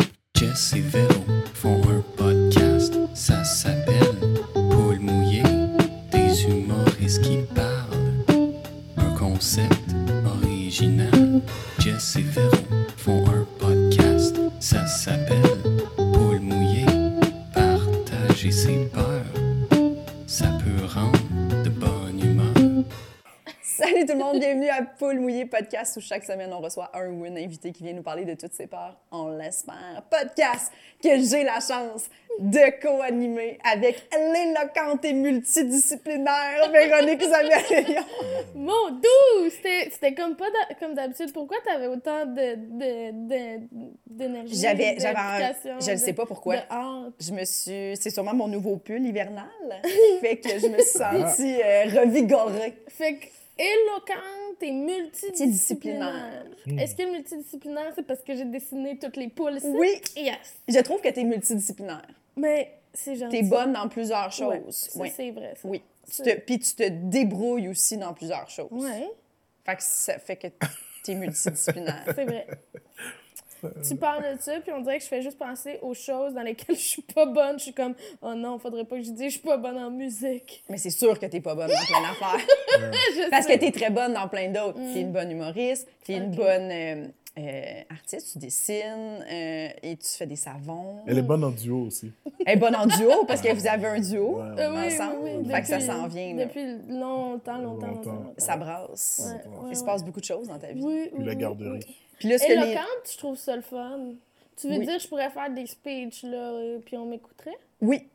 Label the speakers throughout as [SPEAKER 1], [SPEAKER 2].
[SPEAKER 1] et Véro font un podcast. Ça s'appelle Paul Mouillé, des humoristes qui parlent. Un concept original. Jess et Véro font un podcast. Ça s'appelle Paul Mouillé, partager ses peurs. Ça peut rendre de bonne humeur.
[SPEAKER 2] Salut tout le monde, bienvenue à Poule Mouillée Podcast où chaque semaine on reçoit un ou une invité qui vient nous parler de toutes ses peurs, on l'espère. Podcast que j'ai la chance de co-animer avec l'éloquente et multidisciplinaire Véronique Isabelle
[SPEAKER 3] Mon doux! C'était c'était comme pas d'a- comme d'habitude. Pourquoi t'avais autant de- de- de- d'énergie?
[SPEAKER 2] J'avais, j'avais,
[SPEAKER 3] d'implication,
[SPEAKER 2] un- je ne sais
[SPEAKER 3] de-
[SPEAKER 2] pas pourquoi.
[SPEAKER 3] de hâte?
[SPEAKER 2] Je me suis, c'est sûrement mon nouveau pull hivernal, fait que je me suis
[SPEAKER 3] Ah.
[SPEAKER 2] sentie euh, revigorée.
[SPEAKER 3] Fait que éloquente et multidisciplinaire. Est-ce que multidisciplinaire, c'est parce que j'ai dessiné toutes les poules ici?
[SPEAKER 2] Oui,
[SPEAKER 3] Yes!
[SPEAKER 2] je trouve que tu es multidisciplinaire.
[SPEAKER 3] Mais c'est gentil.
[SPEAKER 2] Tu es bonne dans plusieurs
[SPEAKER 3] Ouais,
[SPEAKER 2] choses.
[SPEAKER 3] ça,
[SPEAKER 2] oui.
[SPEAKER 3] c'est vrai, ça.
[SPEAKER 2] Oui. Tu te-
[SPEAKER 3] C'est-
[SPEAKER 2] Puis tu te débrouilles aussi dans plusieurs choses.
[SPEAKER 3] Ouais,
[SPEAKER 2] Fait que ça fait que t'es multidisciplinaire.
[SPEAKER 3] c'est vrai. tu parles de ça, puis on dirait que je fais juste penser aux choses dans lesquelles je suis pas bonne. Je suis comme, oh non, faudrait pas que je dise je suis pas bonne en musique.
[SPEAKER 2] Mais c'est sûr que t'es pas bonne dans plein d'affaires.
[SPEAKER 3] Je
[SPEAKER 2] Parce que
[SPEAKER 3] sais.
[SPEAKER 2] t'es très bonne dans plein d'autres. T'es une bonne humoriste, t'es une
[SPEAKER 3] Ok.
[SPEAKER 2] bonne euh, euh, artiste, tu dessines euh, et tu fais des savons.
[SPEAKER 4] Elle est bonne en duo aussi.
[SPEAKER 2] Elle est bonne en duo parce que vous avez un duo.
[SPEAKER 4] Ouais,
[SPEAKER 3] Euh, oui,
[SPEAKER 2] ensemble.
[SPEAKER 3] oui, oui,
[SPEAKER 2] Fait que ça
[SPEAKER 3] depuis-
[SPEAKER 2] s'en vient, là.
[SPEAKER 3] Depuis longtemps, longtemps, longtemps.
[SPEAKER 4] Longtemps.
[SPEAKER 3] longtemps.
[SPEAKER 2] Ça brasse.
[SPEAKER 3] Ouais, ouais,
[SPEAKER 2] Il se
[SPEAKER 3] ouais.
[SPEAKER 2] passe beaucoup de choses dans ta vie.
[SPEAKER 3] Oui, oui,
[SPEAKER 4] la
[SPEAKER 3] oui,
[SPEAKER 4] garderie.
[SPEAKER 3] oui.
[SPEAKER 2] Puis là, ce que les-
[SPEAKER 3] Éloquente, je trouve ça le fun. Tu veux
[SPEAKER 2] Oui.
[SPEAKER 3] dire, je pourrais faire des speeches, là, euh, puis on m'écouterait?
[SPEAKER 2] Oui.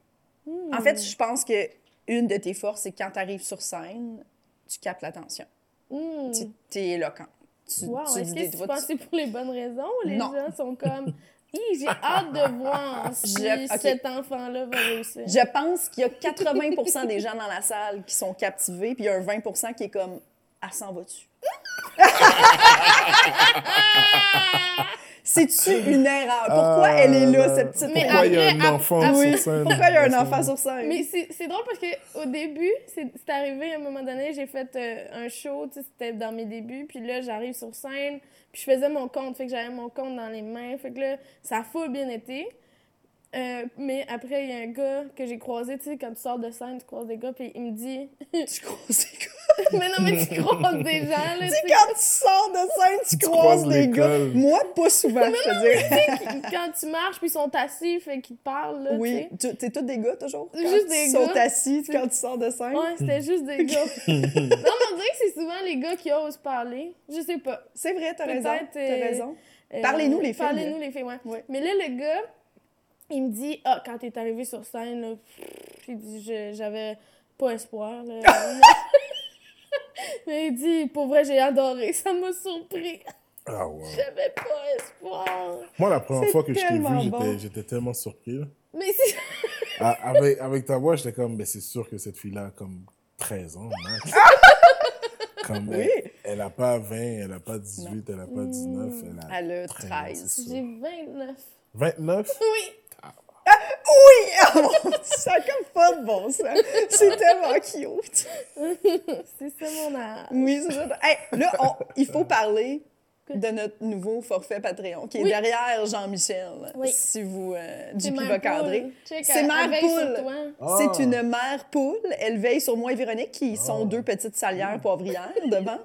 [SPEAKER 3] Hmm.
[SPEAKER 2] En fait, je pense que une de tes forces, c'est que quand t'arrives sur scène, tu captes l'attention.
[SPEAKER 3] Hmm.
[SPEAKER 2] Tu T'es éloquent. Tu,
[SPEAKER 3] Wow,
[SPEAKER 2] tu
[SPEAKER 3] est-ce
[SPEAKER 2] dis
[SPEAKER 3] que
[SPEAKER 2] des-
[SPEAKER 3] c'est pensé pour les bonnes raisons? Les
[SPEAKER 2] Non.
[SPEAKER 3] gens sont comme, Hi, j'ai hâte de voir si
[SPEAKER 2] Je- ok.
[SPEAKER 3] cet enfant-là va réussir.
[SPEAKER 2] Je pense qu'il y a 80 des gens dans la salle qui sont captivés, puis il y a un 20 qui est comme Ah, s'en va-tu? C'est-tu une erreur? Pourquoi
[SPEAKER 4] Ah,
[SPEAKER 2] elle est là,
[SPEAKER 4] là.
[SPEAKER 2] cette petite Ah,
[SPEAKER 3] Mais
[SPEAKER 4] Pourquoi il y a
[SPEAKER 3] après,
[SPEAKER 4] un enfant
[SPEAKER 3] après-
[SPEAKER 4] sur scène?
[SPEAKER 2] Pourquoi il y a un enfant sur scène?
[SPEAKER 3] Mais c'est c'est drôle parce que au début, c'est c'est arrivé à un moment donné, j'ai fait euh, un show, tu sais, c'était dans mes débuts, puis là j'arrive sur scène, puis je faisais mon compte, fait que j'avais mon compte dans les mains, fait que là ça a full bien été. Euh, mais après, il y a un gars que j'ai croisé, tu sais, quand tu sors de scène, tu croises des gars, puis il me dit
[SPEAKER 2] Tu croises des gars.
[SPEAKER 3] Mais non, mais tu croises des gens, là,
[SPEAKER 2] Tu
[SPEAKER 3] tu
[SPEAKER 2] sais,
[SPEAKER 3] sais,
[SPEAKER 2] quand tu sors de scène, tu,
[SPEAKER 4] Tu
[SPEAKER 2] croises
[SPEAKER 4] croises
[SPEAKER 2] des gars.
[SPEAKER 4] l'école.
[SPEAKER 2] Moi, pas souvent, je te dis.
[SPEAKER 3] qui- quand tu marches, puis ils sont assis, fait qu'ils te parlent, là, tu
[SPEAKER 2] Oui,
[SPEAKER 3] sais.
[SPEAKER 2] tu- t'es tous des gars, toujours? Quand
[SPEAKER 3] Juste
[SPEAKER 2] ils
[SPEAKER 3] des
[SPEAKER 2] sont
[SPEAKER 3] gars.
[SPEAKER 2] assis quand tu sors de scène?
[SPEAKER 3] Ouais, c'était juste des gars. non, mais on dirait que c'est souvent les gars qui osent parler. Je sais pas.
[SPEAKER 2] C'est vrai, t'as raison,
[SPEAKER 3] Peut-être,
[SPEAKER 2] t'as
[SPEAKER 3] euh,
[SPEAKER 2] raison.
[SPEAKER 3] Euh,
[SPEAKER 2] Parlez-nous, les filles,
[SPEAKER 3] Parlez-nous, les filles, ouais.
[SPEAKER 2] Ouais.
[SPEAKER 3] Mais là, le gars, il me dit Ah, quand t'es arrivé sur scène, là, pff, il dit Je- J'avais pas espoir. Là. Mais il dit Pour vrai, j'ai adoré. Ça m'a surpris.
[SPEAKER 4] Ah ouais.
[SPEAKER 3] J'avais pas espoir.
[SPEAKER 4] Moi, la première
[SPEAKER 2] C'est
[SPEAKER 4] fois que je t'ai
[SPEAKER 2] tellement
[SPEAKER 4] vu, j'étais-
[SPEAKER 2] bon.
[SPEAKER 4] j'étais tellement surpris. là.
[SPEAKER 3] Mais c'est.
[SPEAKER 4] Ah, avec, avec ta voix, j'étais comme, mais c'est sûr que cette fille-là a comme 13 ans, max. comme,
[SPEAKER 2] Oui.
[SPEAKER 4] elle- elle n'a pas 20, elle n'a pas 18, elle n'a pas 19, elle a
[SPEAKER 2] Elle a
[SPEAKER 4] 13,
[SPEAKER 2] 13.
[SPEAKER 4] c'est
[SPEAKER 3] J'ai
[SPEAKER 4] sûr.
[SPEAKER 3] 29.
[SPEAKER 4] 29?
[SPEAKER 3] Oui.
[SPEAKER 2] Oui! Oh mon Dieu, ça a comme pas de bon sens. C'est tellement cute.
[SPEAKER 3] C'est ça mon âge.
[SPEAKER 2] Oui, c'est ça. Hey, là, on- il faut parler de notre nouveau forfait Patreon qui est
[SPEAKER 3] Oui.
[SPEAKER 2] derrière Jean-Michel.
[SPEAKER 3] Oui.
[SPEAKER 2] Si vous... euh,
[SPEAKER 3] C'est
[SPEAKER 2] JP
[SPEAKER 3] ma
[SPEAKER 2] va
[SPEAKER 3] poule.
[SPEAKER 2] cadrer.
[SPEAKER 3] Check,
[SPEAKER 2] C'est
[SPEAKER 3] elle-
[SPEAKER 2] ma
[SPEAKER 3] elle veille sur
[SPEAKER 2] poule.
[SPEAKER 3] toi.
[SPEAKER 4] Ah.
[SPEAKER 2] C'est une mère poule. Elle veille sur moi et Véronique, qui sont
[SPEAKER 4] Ah.
[SPEAKER 2] deux petites salières poivrières devant.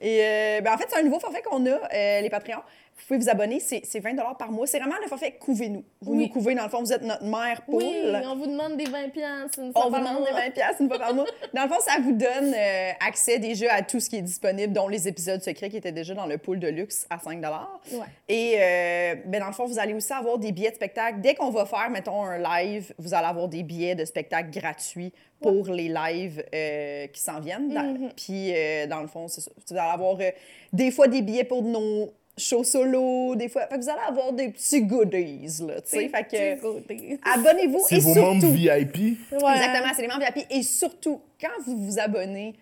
[SPEAKER 2] Et euh, ben, en fait, c'est un nouveau forfait qu'on a, euh, les Patreons. Vous pouvez vous abonner, c'est c'est 20 par mois. C'est vraiment le forfait Couvez-nous. Vous
[SPEAKER 3] Oui.
[SPEAKER 2] nous couvez, dans le fond, vous êtes notre mère poule.
[SPEAKER 3] Oui, on vous demande des 20 piastres. une fois
[SPEAKER 2] On vous
[SPEAKER 3] par
[SPEAKER 2] demande
[SPEAKER 3] mois.
[SPEAKER 2] des 20 pièces une fois par mois. Dans le fond, ça vous donne euh, accès déjà à tout ce qui est disponible, dont les épisodes secrets qui étaient déjà dans le pool de luxe à 5
[SPEAKER 3] Ouais.
[SPEAKER 2] Et euh, ben, dans le fond, vous allez aussi avoir des billets de spectacle. Dès qu'on va faire, mettons, un live, vous allez avoir des billets de spectacle gratuits pour les lives euh, qui s'en viennent. Dans- Puis, euh, dans le fond, c'est ça. Vous allez avoir euh, des fois des billets pour nos shows solo, des fois... Fait que vous allez avoir des petits goodies, là, tu sais. Fait que... Abonnez-vous
[SPEAKER 4] C'est
[SPEAKER 2] et
[SPEAKER 4] vos
[SPEAKER 2] surtout...
[SPEAKER 4] membres VIP?
[SPEAKER 3] Ouais.
[SPEAKER 2] Exactement, c'est les membres VIP. Et surtout, quand vous vous abonnez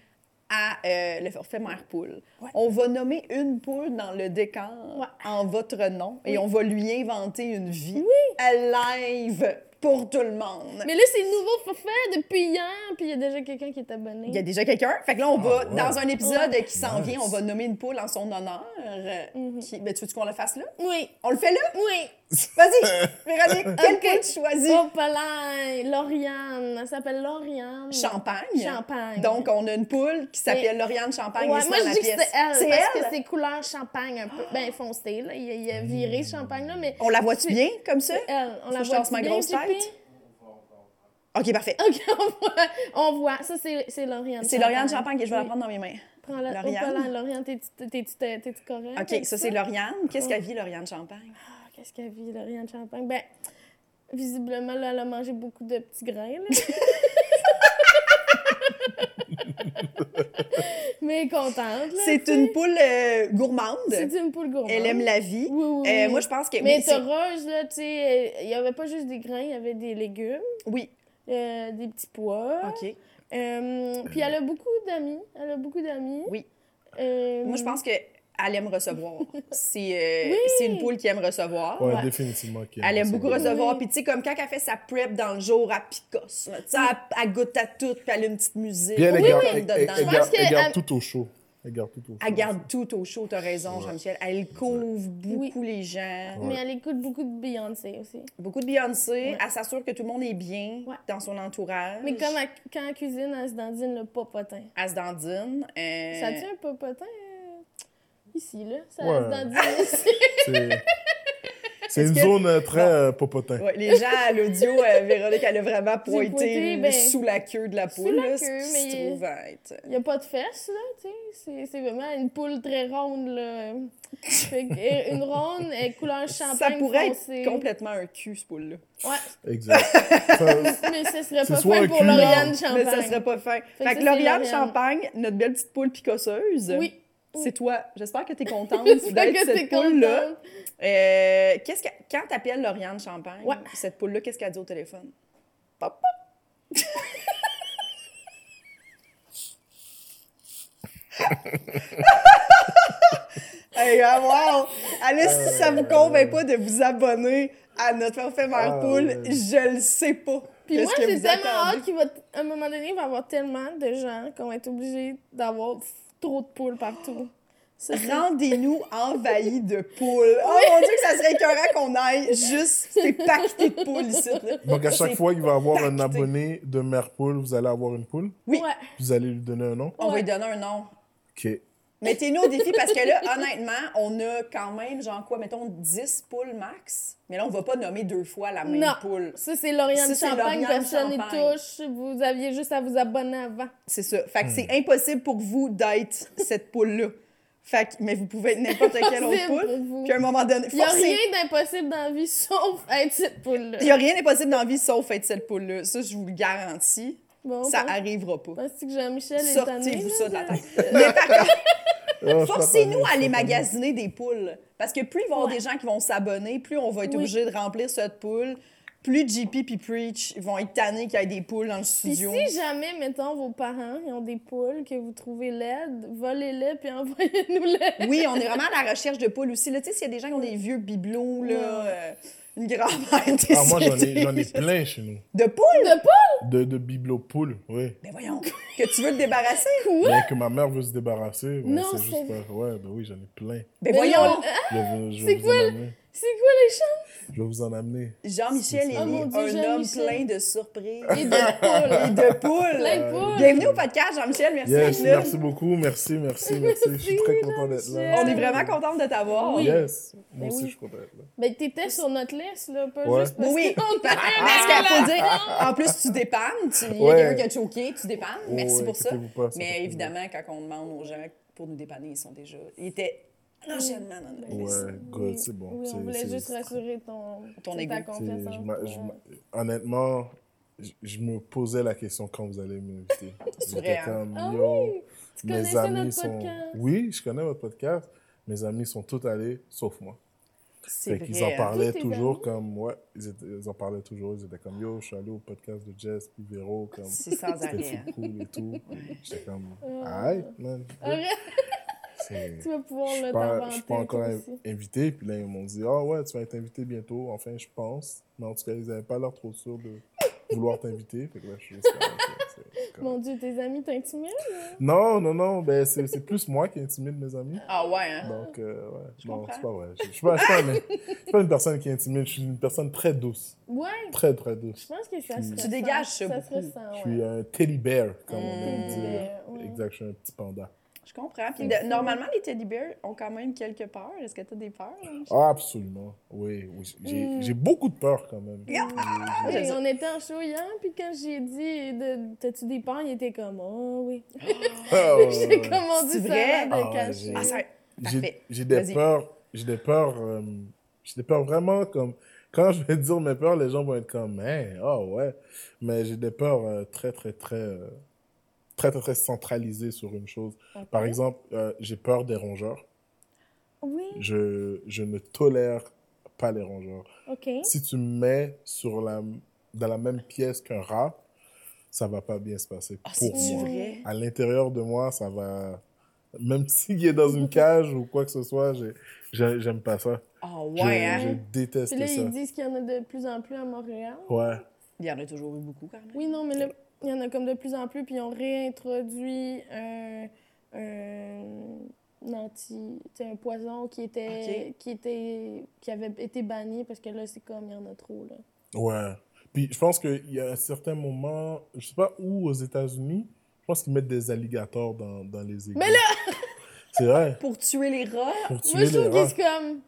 [SPEAKER 2] à euh, le forfait mère poule, on va nommer une poule dans le décor
[SPEAKER 3] Ouais.
[SPEAKER 2] en votre nom et on va lui inventer une vie à live pour tout le monde.
[SPEAKER 3] Mais là, c'est nouveau forfait depuis hier, puis il y a déjà quelqu'un qui est abonné.
[SPEAKER 2] Il y a déjà quelqu'un. Fait que là, on va,
[SPEAKER 4] Ah ouais.
[SPEAKER 2] dans un épisode qui s'en
[SPEAKER 4] Nice.
[SPEAKER 2] vient,
[SPEAKER 3] Mhm.
[SPEAKER 2] on va nommer une poule en son honneur. euh, qui- ben, tu veux qu'on le fasse là?
[SPEAKER 3] Oui,
[SPEAKER 2] On le fait là?
[SPEAKER 3] oui.
[SPEAKER 2] Vas-y, Véronique, quel point tu choisis?
[SPEAKER 3] Oh, pas là, Lauriane. Elle s'appelle Lauriane.
[SPEAKER 2] Champagne.
[SPEAKER 3] Champagne.
[SPEAKER 2] Donc, on a une poule qui s'appelle Lauriane Champagne.
[SPEAKER 3] Ouais,
[SPEAKER 2] ici
[SPEAKER 3] moi,
[SPEAKER 2] dans
[SPEAKER 3] je
[SPEAKER 2] la
[SPEAKER 3] dis que c'est
[SPEAKER 2] pièce.
[SPEAKER 3] elle.
[SPEAKER 2] C'est
[SPEAKER 3] parce
[SPEAKER 2] elle? Hmm.
[SPEAKER 3] que c'est couleur champagne un peu. Ben, foncé, là. Il, a- il a viré champagne, là, mais.
[SPEAKER 2] On la voit-tu bien comme ça?
[SPEAKER 3] Elle, on
[SPEAKER 2] Faut
[SPEAKER 3] la
[SPEAKER 2] que je
[SPEAKER 3] voit
[SPEAKER 2] tasse ma
[SPEAKER 3] bien,
[SPEAKER 2] grosse
[SPEAKER 3] JP?
[SPEAKER 2] tête? OK, parfait.
[SPEAKER 3] OK, on voit. On voit. Ça, c'est c'est Lauriane.
[SPEAKER 2] C'est Lauriane Champagne que je vais la
[SPEAKER 3] Oui.
[SPEAKER 2] prendre dans mes mains.
[SPEAKER 3] Prends-la. Oh,
[SPEAKER 2] Lauriane.
[SPEAKER 3] pas là, Lauriane, t'es-tu t'es-tu- t'es- t'es-tu correct?
[SPEAKER 2] OK,
[SPEAKER 3] avec
[SPEAKER 2] ça, c'est Lauriane. Qu'est-ce qu'elle vit, Lauriane Champagne?
[SPEAKER 3] Ah, Qu'est-ce qu'elle vit, Lauriane Champagne? Ben, visiblement, là, elle a mangé beaucoup de petits grains, là. Mais contente, là.
[SPEAKER 2] C'est une poule euh, gourmande.
[SPEAKER 3] C'est une poule gourmande.
[SPEAKER 2] Elle aime la vie.
[SPEAKER 3] Oui, oui,
[SPEAKER 2] Euh,
[SPEAKER 3] oui.
[SPEAKER 2] moi, je pense que...
[SPEAKER 3] Mais
[SPEAKER 2] oui, c'est-
[SPEAKER 3] elle est heureuse, là, tu sais. Il n'y avait pas juste des grains, il y avait des légumes,
[SPEAKER 2] oui,
[SPEAKER 3] euh, des petits pois.
[SPEAKER 2] OK.
[SPEAKER 3] Euh, puis elle a beaucoup d'amis. Elle a beaucoup d'amis.
[SPEAKER 2] Oui.
[SPEAKER 3] Euh,
[SPEAKER 2] Moi, je pense que elle aime recevoir. C'est euh,
[SPEAKER 3] Oui.
[SPEAKER 2] c'est une poule qui aime recevoir.
[SPEAKER 4] Ouais,
[SPEAKER 3] Ouais.
[SPEAKER 4] définitivement. qu'il y a
[SPEAKER 2] Elle
[SPEAKER 4] dans
[SPEAKER 2] aime
[SPEAKER 4] ce
[SPEAKER 2] beaucoup
[SPEAKER 4] monde.
[SPEAKER 2] recevoir.
[SPEAKER 3] Oui.
[SPEAKER 2] Puis, tu sais, comme quand elle fait sa prep dans le jour, à picosse. là. Tu sais, elle- elle goûte à tout, puis elle a une petite musique.
[SPEAKER 4] Puis elle, elle
[SPEAKER 2] Oui,
[SPEAKER 4] garde-
[SPEAKER 2] oui.
[SPEAKER 4] elle-
[SPEAKER 2] Dedans.
[SPEAKER 4] elle- elle
[SPEAKER 3] pense
[SPEAKER 4] garde- elle
[SPEAKER 3] que-
[SPEAKER 4] garde tout au chaud. Elle garde tout au chaud.
[SPEAKER 2] Elle garde tout au chaud, t'as raison,
[SPEAKER 4] Ouais.
[SPEAKER 2] Jean-Michel. Elle couvre
[SPEAKER 3] Oui.
[SPEAKER 2] beaucoup les gens.
[SPEAKER 4] Ouais.
[SPEAKER 3] Mais elle écoute beaucoup de Beyoncé aussi.
[SPEAKER 2] Beaucoup de Beyoncé.
[SPEAKER 3] Ouais.
[SPEAKER 2] Elle s'assure que tout le monde est bien
[SPEAKER 3] Ouais.
[SPEAKER 2] dans son entourage.
[SPEAKER 3] Mais comme elle- quand elle cuisine, elle se dandine le popotin.
[SPEAKER 2] Elle se dandine. euh,
[SPEAKER 3] Ça tient un popotin euh, ici, là. Ça
[SPEAKER 4] Ouais.
[SPEAKER 3] se dandine ici.
[SPEAKER 4] C'est- C'est
[SPEAKER 2] Est-ce
[SPEAKER 4] une
[SPEAKER 2] que-
[SPEAKER 4] zone euh, très euh, popotin.
[SPEAKER 2] ouais, les gens à l'audio, euh, Véronique, elle a vraiment pointé,
[SPEAKER 3] pointé, ben,
[SPEAKER 2] sous la queue de la
[SPEAKER 3] sous
[SPEAKER 2] poule,
[SPEAKER 3] la
[SPEAKER 2] là, ce
[SPEAKER 3] queue,
[SPEAKER 2] qui se
[SPEAKER 3] mais-
[SPEAKER 2] trouve à être.
[SPEAKER 3] Il n'y a pas de fesses, là, tu sais. C'est- C'est vraiment une poule très ronde, là. Fait que, euh, une ronde, euh, couleur champagne
[SPEAKER 2] Ça pourrait
[SPEAKER 3] foncé.
[SPEAKER 2] être complètement un cul, ce poule-là.
[SPEAKER 3] Ouais,
[SPEAKER 4] Exact. Ça-
[SPEAKER 3] mais ce serait
[SPEAKER 4] C'est
[SPEAKER 3] pas
[SPEAKER 4] soit
[SPEAKER 3] fin
[SPEAKER 4] un
[SPEAKER 3] pour
[SPEAKER 4] cul,
[SPEAKER 3] Lauriane
[SPEAKER 4] non.
[SPEAKER 2] Mais
[SPEAKER 3] Champagne.
[SPEAKER 2] ça serait pas fin.
[SPEAKER 3] que
[SPEAKER 2] Fait,
[SPEAKER 3] ça,
[SPEAKER 2] que
[SPEAKER 3] c'est
[SPEAKER 2] Lauriane
[SPEAKER 3] Lauriane.
[SPEAKER 2] Champagne, notre belle petite poule picosseuse,
[SPEAKER 3] Oui.
[SPEAKER 2] c'est toi. J'espère que t'es contente
[SPEAKER 3] J'espère
[SPEAKER 2] d'être
[SPEAKER 3] que t'es
[SPEAKER 2] cette poule-là.
[SPEAKER 3] contente.
[SPEAKER 2] Euh, qu'est-ce que, quand t'appelles Lauriane Champagne,
[SPEAKER 3] Ouais.
[SPEAKER 2] cette poule-là, qu'est-ce qu'elle dit au téléphone? Papa! hey, ah, wow! Allez, si ça vous convainc pas de vous abonner à notre
[SPEAKER 4] Euh. Ah,
[SPEAKER 2] parfumeur poule,
[SPEAKER 4] ouais.
[SPEAKER 2] je le sais pas.
[SPEAKER 3] Puis
[SPEAKER 2] Qu'est-ce
[SPEAKER 3] moi,
[SPEAKER 2] que
[SPEAKER 3] j'ai
[SPEAKER 2] vous
[SPEAKER 3] tellement
[SPEAKER 2] attendez?
[SPEAKER 3] hâte qu'à un moment donné, il va y avoir tellement de gens qu'on va être obligé d'avoir f- trop de poules partout. Ça, c'est-
[SPEAKER 2] Rendez-nous envahis de poules. Oh mon Dieu, que ça serait écœurant qu'on aille juste ces paquetés de poules ici. là.
[SPEAKER 4] Donc, à chaque
[SPEAKER 2] C'est-
[SPEAKER 4] fois qu'il va y avoir un
[SPEAKER 2] pacté.
[SPEAKER 4] abonné de mère poule, vous allez avoir une poule.
[SPEAKER 2] Oui. Ah,
[SPEAKER 3] Ouais.
[SPEAKER 4] Vous allez lui donner un nom.
[SPEAKER 2] On va lui donner un nom.
[SPEAKER 4] OK. Oh,
[SPEAKER 2] Mettez-nous au défi parce que là, honnêtement, on a quand même, genre quoi, mettons 10 poules max. Mais là, on va pas nommer deux fois la même
[SPEAKER 3] Non.
[SPEAKER 2] poule.
[SPEAKER 3] Ça, c'est Lauriane
[SPEAKER 2] Ça, c'est
[SPEAKER 3] Champagne.
[SPEAKER 2] Lauriane
[SPEAKER 3] Personne n'y
[SPEAKER 2] Champagne.
[SPEAKER 3] touche. Vous aviez juste à vous abonner avant.
[SPEAKER 2] C'est ça. Fait que c'est impossible pour vous d'être cette poule-là. Fait que, mais vous pouvez être n'importe quelle autre
[SPEAKER 3] Impossible
[SPEAKER 2] poule.
[SPEAKER 3] pour vous.
[SPEAKER 2] Puis à un moment donné,
[SPEAKER 3] Il n'y a
[SPEAKER 2] forcez-
[SPEAKER 3] rien d'impossible dans la vie sauf être cette poule-là.
[SPEAKER 2] Il y a rien d'impossible dans la vie sauf être cette poule-là. Ça, je vous le garantis.
[SPEAKER 3] Bon,
[SPEAKER 2] Ça
[SPEAKER 3] bon.
[SPEAKER 2] arrivera pas.
[SPEAKER 3] Penses-tu que Jean-Michel est
[SPEAKER 2] Sortez-vous
[SPEAKER 3] tanné,
[SPEAKER 2] ça de
[SPEAKER 3] là?
[SPEAKER 2] la tête. Mais par contre,
[SPEAKER 4] Ah,
[SPEAKER 2] forcez-nous
[SPEAKER 4] je
[SPEAKER 2] à aller
[SPEAKER 4] comprends.
[SPEAKER 2] magasiner des poules. Parce que plus il va y avoir
[SPEAKER 3] Ouais.
[SPEAKER 2] des gens qui vont s'abonner, plus on va être
[SPEAKER 3] Oui.
[SPEAKER 2] obligé de remplir cette poule. Plus JP puis Preach vont être tannés qu'il y ait des poules dans le
[SPEAKER 3] Puis
[SPEAKER 2] studio.
[SPEAKER 3] si jamais, mettons, vos parents ils ont des poules que vous trouvez laides, volez-les puis envoyez-nous-les.
[SPEAKER 2] Oui, on est vraiment à la recherche de poules aussi. là. Tu sais, s'il y a des gens qui ont des vieux bibelots, là,
[SPEAKER 3] Ouais.
[SPEAKER 2] euh, une grand-mère
[SPEAKER 4] Ah, moi, j'en ai,
[SPEAKER 2] décédée.
[SPEAKER 4] j'en ai plein chez nous.
[SPEAKER 2] De poules?
[SPEAKER 3] De pas
[SPEAKER 4] De, de bibelots-poules, oui.
[SPEAKER 2] Mais voyons, que tu veux te débarrasser?
[SPEAKER 3] quoi?
[SPEAKER 4] Mais que ma mère veut se débarrasser. ouais,
[SPEAKER 3] Non,
[SPEAKER 4] c'est
[SPEAKER 3] c'est-
[SPEAKER 4] juste pas... Ouais, ben oui, j'en ai plein.
[SPEAKER 2] Mais
[SPEAKER 3] Mais
[SPEAKER 2] voyons,
[SPEAKER 3] non, ah,
[SPEAKER 4] Je vais, je
[SPEAKER 3] C'est
[SPEAKER 4] vais vous
[SPEAKER 3] quoi
[SPEAKER 4] en
[SPEAKER 3] le-
[SPEAKER 4] amener.
[SPEAKER 3] C'est quoi les chants?
[SPEAKER 4] Je vais vous en amener.
[SPEAKER 2] Jean-Michel est
[SPEAKER 4] Oh mon
[SPEAKER 2] un
[SPEAKER 3] Dieu,
[SPEAKER 2] homme
[SPEAKER 3] Jean-Michel.
[SPEAKER 2] plein de surprises.
[SPEAKER 3] Et de
[SPEAKER 2] Et
[SPEAKER 3] poules.
[SPEAKER 2] de poules.
[SPEAKER 3] Plein de poules.
[SPEAKER 2] Bienvenue au podcast, Jean-Michel. Merci
[SPEAKER 4] Yes,
[SPEAKER 2] d'être là.
[SPEAKER 4] merci beaucoup. Merci, merci, merci. Je suis
[SPEAKER 3] Merci,
[SPEAKER 4] très content d'être là.
[SPEAKER 2] On est vraiment contente de t'avoir.
[SPEAKER 3] Oui.
[SPEAKER 4] Yes. Moi
[SPEAKER 3] Ben
[SPEAKER 4] aussi,
[SPEAKER 3] oui.
[SPEAKER 4] je suis content d'être là.
[SPEAKER 3] Ben, t'étais sur notre liste, là, pas
[SPEAKER 4] Ouais.
[SPEAKER 3] juste parce
[SPEAKER 2] Oui.
[SPEAKER 3] qu'on t'a
[SPEAKER 2] Mais ce qu'il faut dire, en plus, tu dépannes. Tu, Il y a
[SPEAKER 4] Ouais.
[SPEAKER 2] quelqu'un qui a choqué, tu dépannes. Merci
[SPEAKER 4] ouais,
[SPEAKER 2] pour ça.
[SPEAKER 4] inquiétez-vous pas, ça fait
[SPEAKER 2] Mais
[SPEAKER 4] plaisir.
[SPEAKER 2] évidemment, quand on demande aux gens pour nous dépanner, ils sont déjà. Ils étaient enchaînement dans notre liste.
[SPEAKER 4] Ouais, good, c'est bon.
[SPEAKER 3] Oui,
[SPEAKER 4] c'est-
[SPEAKER 3] on voulait
[SPEAKER 4] c'est-
[SPEAKER 3] juste rassurer ton,
[SPEAKER 2] Ton
[SPEAKER 3] ta
[SPEAKER 2] ego.
[SPEAKER 4] c'est-
[SPEAKER 3] confiance.
[SPEAKER 4] je
[SPEAKER 3] en hein.
[SPEAKER 4] m'a-
[SPEAKER 3] toi.
[SPEAKER 4] je m'a- Honnêtement, je- je me posais la question quand vous allez m'inviter.
[SPEAKER 2] C'est
[SPEAKER 4] J'étais
[SPEAKER 2] vrai, hein?
[SPEAKER 4] comme,
[SPEAKER 3] Ah
[SPEAKER 4] yo,
[SPEAKER 3] oui, tu connaissais notre
[SPEAKER 4] sont.
[SPEAKER 3] podcast.
[SPEAKER 4] Oui, je connais votre podcast. Mes amis sont tous allés, sauf moi.
[SPEAKER 2] C'est
[SPEAKER 4] Fait qu'ils en
[SPEAKER 2] vrai. hein.
[SPEAKER 4] parlaient
[SPEAKER 3] Tous tes
[SPEAKER 4] toujours
[SPEAKER 3] amis?
[SPEAKER 4] comme, ouais, ils, étaient- ils en parlaient toujours. Ils étaient comme, yo, je suis allé au podcast de Jess, puis Véro, comme,
[SPEAKER 2] C'est sans
[SPEAKER 4] c'était
[SPEAKER 2] arrêt. hein.
[SPEAKER 4] full cool et tout. J'étais comme,
[SPEAKER 3] Euh.
[SPEAKER 4] aïe, man.
[SPEAKER 3] Arrête,
[SPEAKER 4] C'est-
[SPEAKER 3] tu vas pouvoir
[SPEAKER 4] Je
[SPEAKER 3] le
[SPEAKER 4] suis pas, je suis pas
[SPEAKER 3] t'inventer.
[SPEAKER 4] encore
[SPEAKER 3] toi
[SPEAKER 4] in-
[SPEAKER 3] aussi.
[SPEAKER 4] invité. Puis là, ils m'ont dit, ah ouais, tu vas être invité bientôt. Enfin, je pense. Mais en tout cas, ils n'avaient pas l'air trop sûrs de vouloir t'inviter. Fait que là, je suis juste comme, Ok, c'est-
[SPEAKER 3] Mon Dieu, tes amis t'intimident?
[SPEAKER 4] Non, non, non, ben c'est c'est plus moi qui intimide mes amis.
[SPEAKER 2] Ah ouais, hein?
[SPEAKER 4] Donc, euh, ouais.
[SPEAKER 2] Je
[SPEAKER 4] non,
[SPEAKER 2] comprends.
[SPEAKER 4] c'est pas vrai. Je je suis pas, je suis pas une- je suis pas une personne qui intimide, je suis une personne très douce.
[SPEAKER 3] Ouais,
[SPEAKER 4] Très, très douce.
[SPEAKER 3] je pense que ça
[SPEAKER 4] Tu
[SPEAKER 3] se ressent.
[SPEAKER 2] dégages ça
[SPEAKER 3] Ça se
[SPEAKER 2] beaucoup.
[SPEAKER 3] ressent,
[SPEAKER 4] Je
[SPEAKER 3] Ah ouais.
[SPEAKER 4] suis un teddy bear, comme on aime
[SPEAKER 3] Teddy
[SPEAKER 4] dire.
[SPEAKER 3] bear, ouais.
[SPEAKER 4] Exact, je suis un petit panda.
[SPEAKER 2] Je comprends. Puis
[SPEAKER 3] C'est
[SPEAKER 2] de-
[SPEAKER 4] hein.
[SPEAKER 3] fou.
[SPEAKER 2] normalement, les teddy bears ont quand même quelques peurs. Est-ce que t'as des peurs? hein?
[SPEAKER 4] Ah, absolument. Oui, oui. J'ai
[SPEAKER 3] Mm.
[SPEAKER 4] j'ai beaucoup de peur quand même. Oh,
[SPEAKER 2] Yeah.
[SPEAKER 4] J'ai- j'ai-
[SPEAKER 3] Hey,
[SPEAKER 2] J'aime ça.
[SPEAKER 3] on était en show hier, puis quand j'ai dit de- T'as-tu des peurs? Il était comme Oh oui.
[SPEAKER 4] Ah, ouais, ouais,
[SPEAKER 3] j'ai
[SPEAKER 4] ouais.
[SPEAKER 3] comme on
[SPEAKER 2] C'est
[SPEAKER 3] dit ça
[SPEAKER 2] vrai?
[SPEAKER 3] a l'air
[SPEAKER 4] Ah
[SPEAKER 3] de
[SPEAKER 4] ouais,
[SPEAKER 3] cacher.
[SPEAKER 4] j'ai-
[SPEAKER 2] Ah, ça...
[SPEAKER 4] J'ai
[SPEAKER 2] Parfait.
[SPEAKER 4] j'ai des
[SPEAKER 2] Vas-y.
[SPEAKER 4] peurs, j'ai des peurs, euh, j'ai des peurs vraiment comme quand je vais dire mes peurs, les gens vont être comme hein, oh ouais, mais j'ai des peurs euh, très très très euh, très très très centralisées sur une chose. Par exemple, euh, j'ai peur des rongeurs.
[SPEAKER 3] Oui,
[SPEAKER 4] Je je ne tolère pas les rongeurs.
[SPEAKER 3] ok.
[SPEAKER 4] Si tu me mets sur la dans la même pièce qu'un rat, ça va pas bien se passer
[SPEAKER 2] Ah,
[SPEAKER 4] pour
[SPEAKER 2] c'est-tu
[SPEAKER 4] moi
[SPEAKER 2] vrai?
[SPEAKER 4] à l'intérieur de moi, ça va. Même s'il est dans une cage ou quoi que ce soit, j'ai- j'ai- j'aime pas ça.
[SPEAKER 2] Ah
[SPEAKER 4] Je-
[SPEAKER 2] ouais,
[SPEAKER 4] je,
[SPEAKER 2] hein?
[SPEAKER 4] déteste
[SPEAKER 3] Puis là,
[SPEAKER 4] ça.
[SPEAKER 3] ils disent qu'il y en a de plus en plus à Montréal.
[SPEAKER 4] Ouais.
[SPEAKER 2] Il y en a toujours eu beaucoup quand même.
[SPEAKER 3] Oui, non, mais là, il y en a comme de plus en plus, puis ils ont réintroduit un, un anti, tu sais, un poison qui était, qui était, qui avait été banni parce que là, c'est comme il y en a trop là.
[SPEAKER 4] Ouais. Puis je pense qu'il y a un certain moment, je sais pas où aux États-Unis, je pense qu'ils mettent des alligators dans, dans les églises.
[SPEAKER 3] Mais
[SPEAKER 4] là C'est vrai.
[SPEAKER 2] Pour tuer les rats?
[SPEAKER 4] Pour tuer
[SPEAKER 3] Moi, je
[SPEAKER 4] les
[SPEAKER 3] trouve
[SPEAKER 4] rats.
[SPEAKER 3] que c'est comme,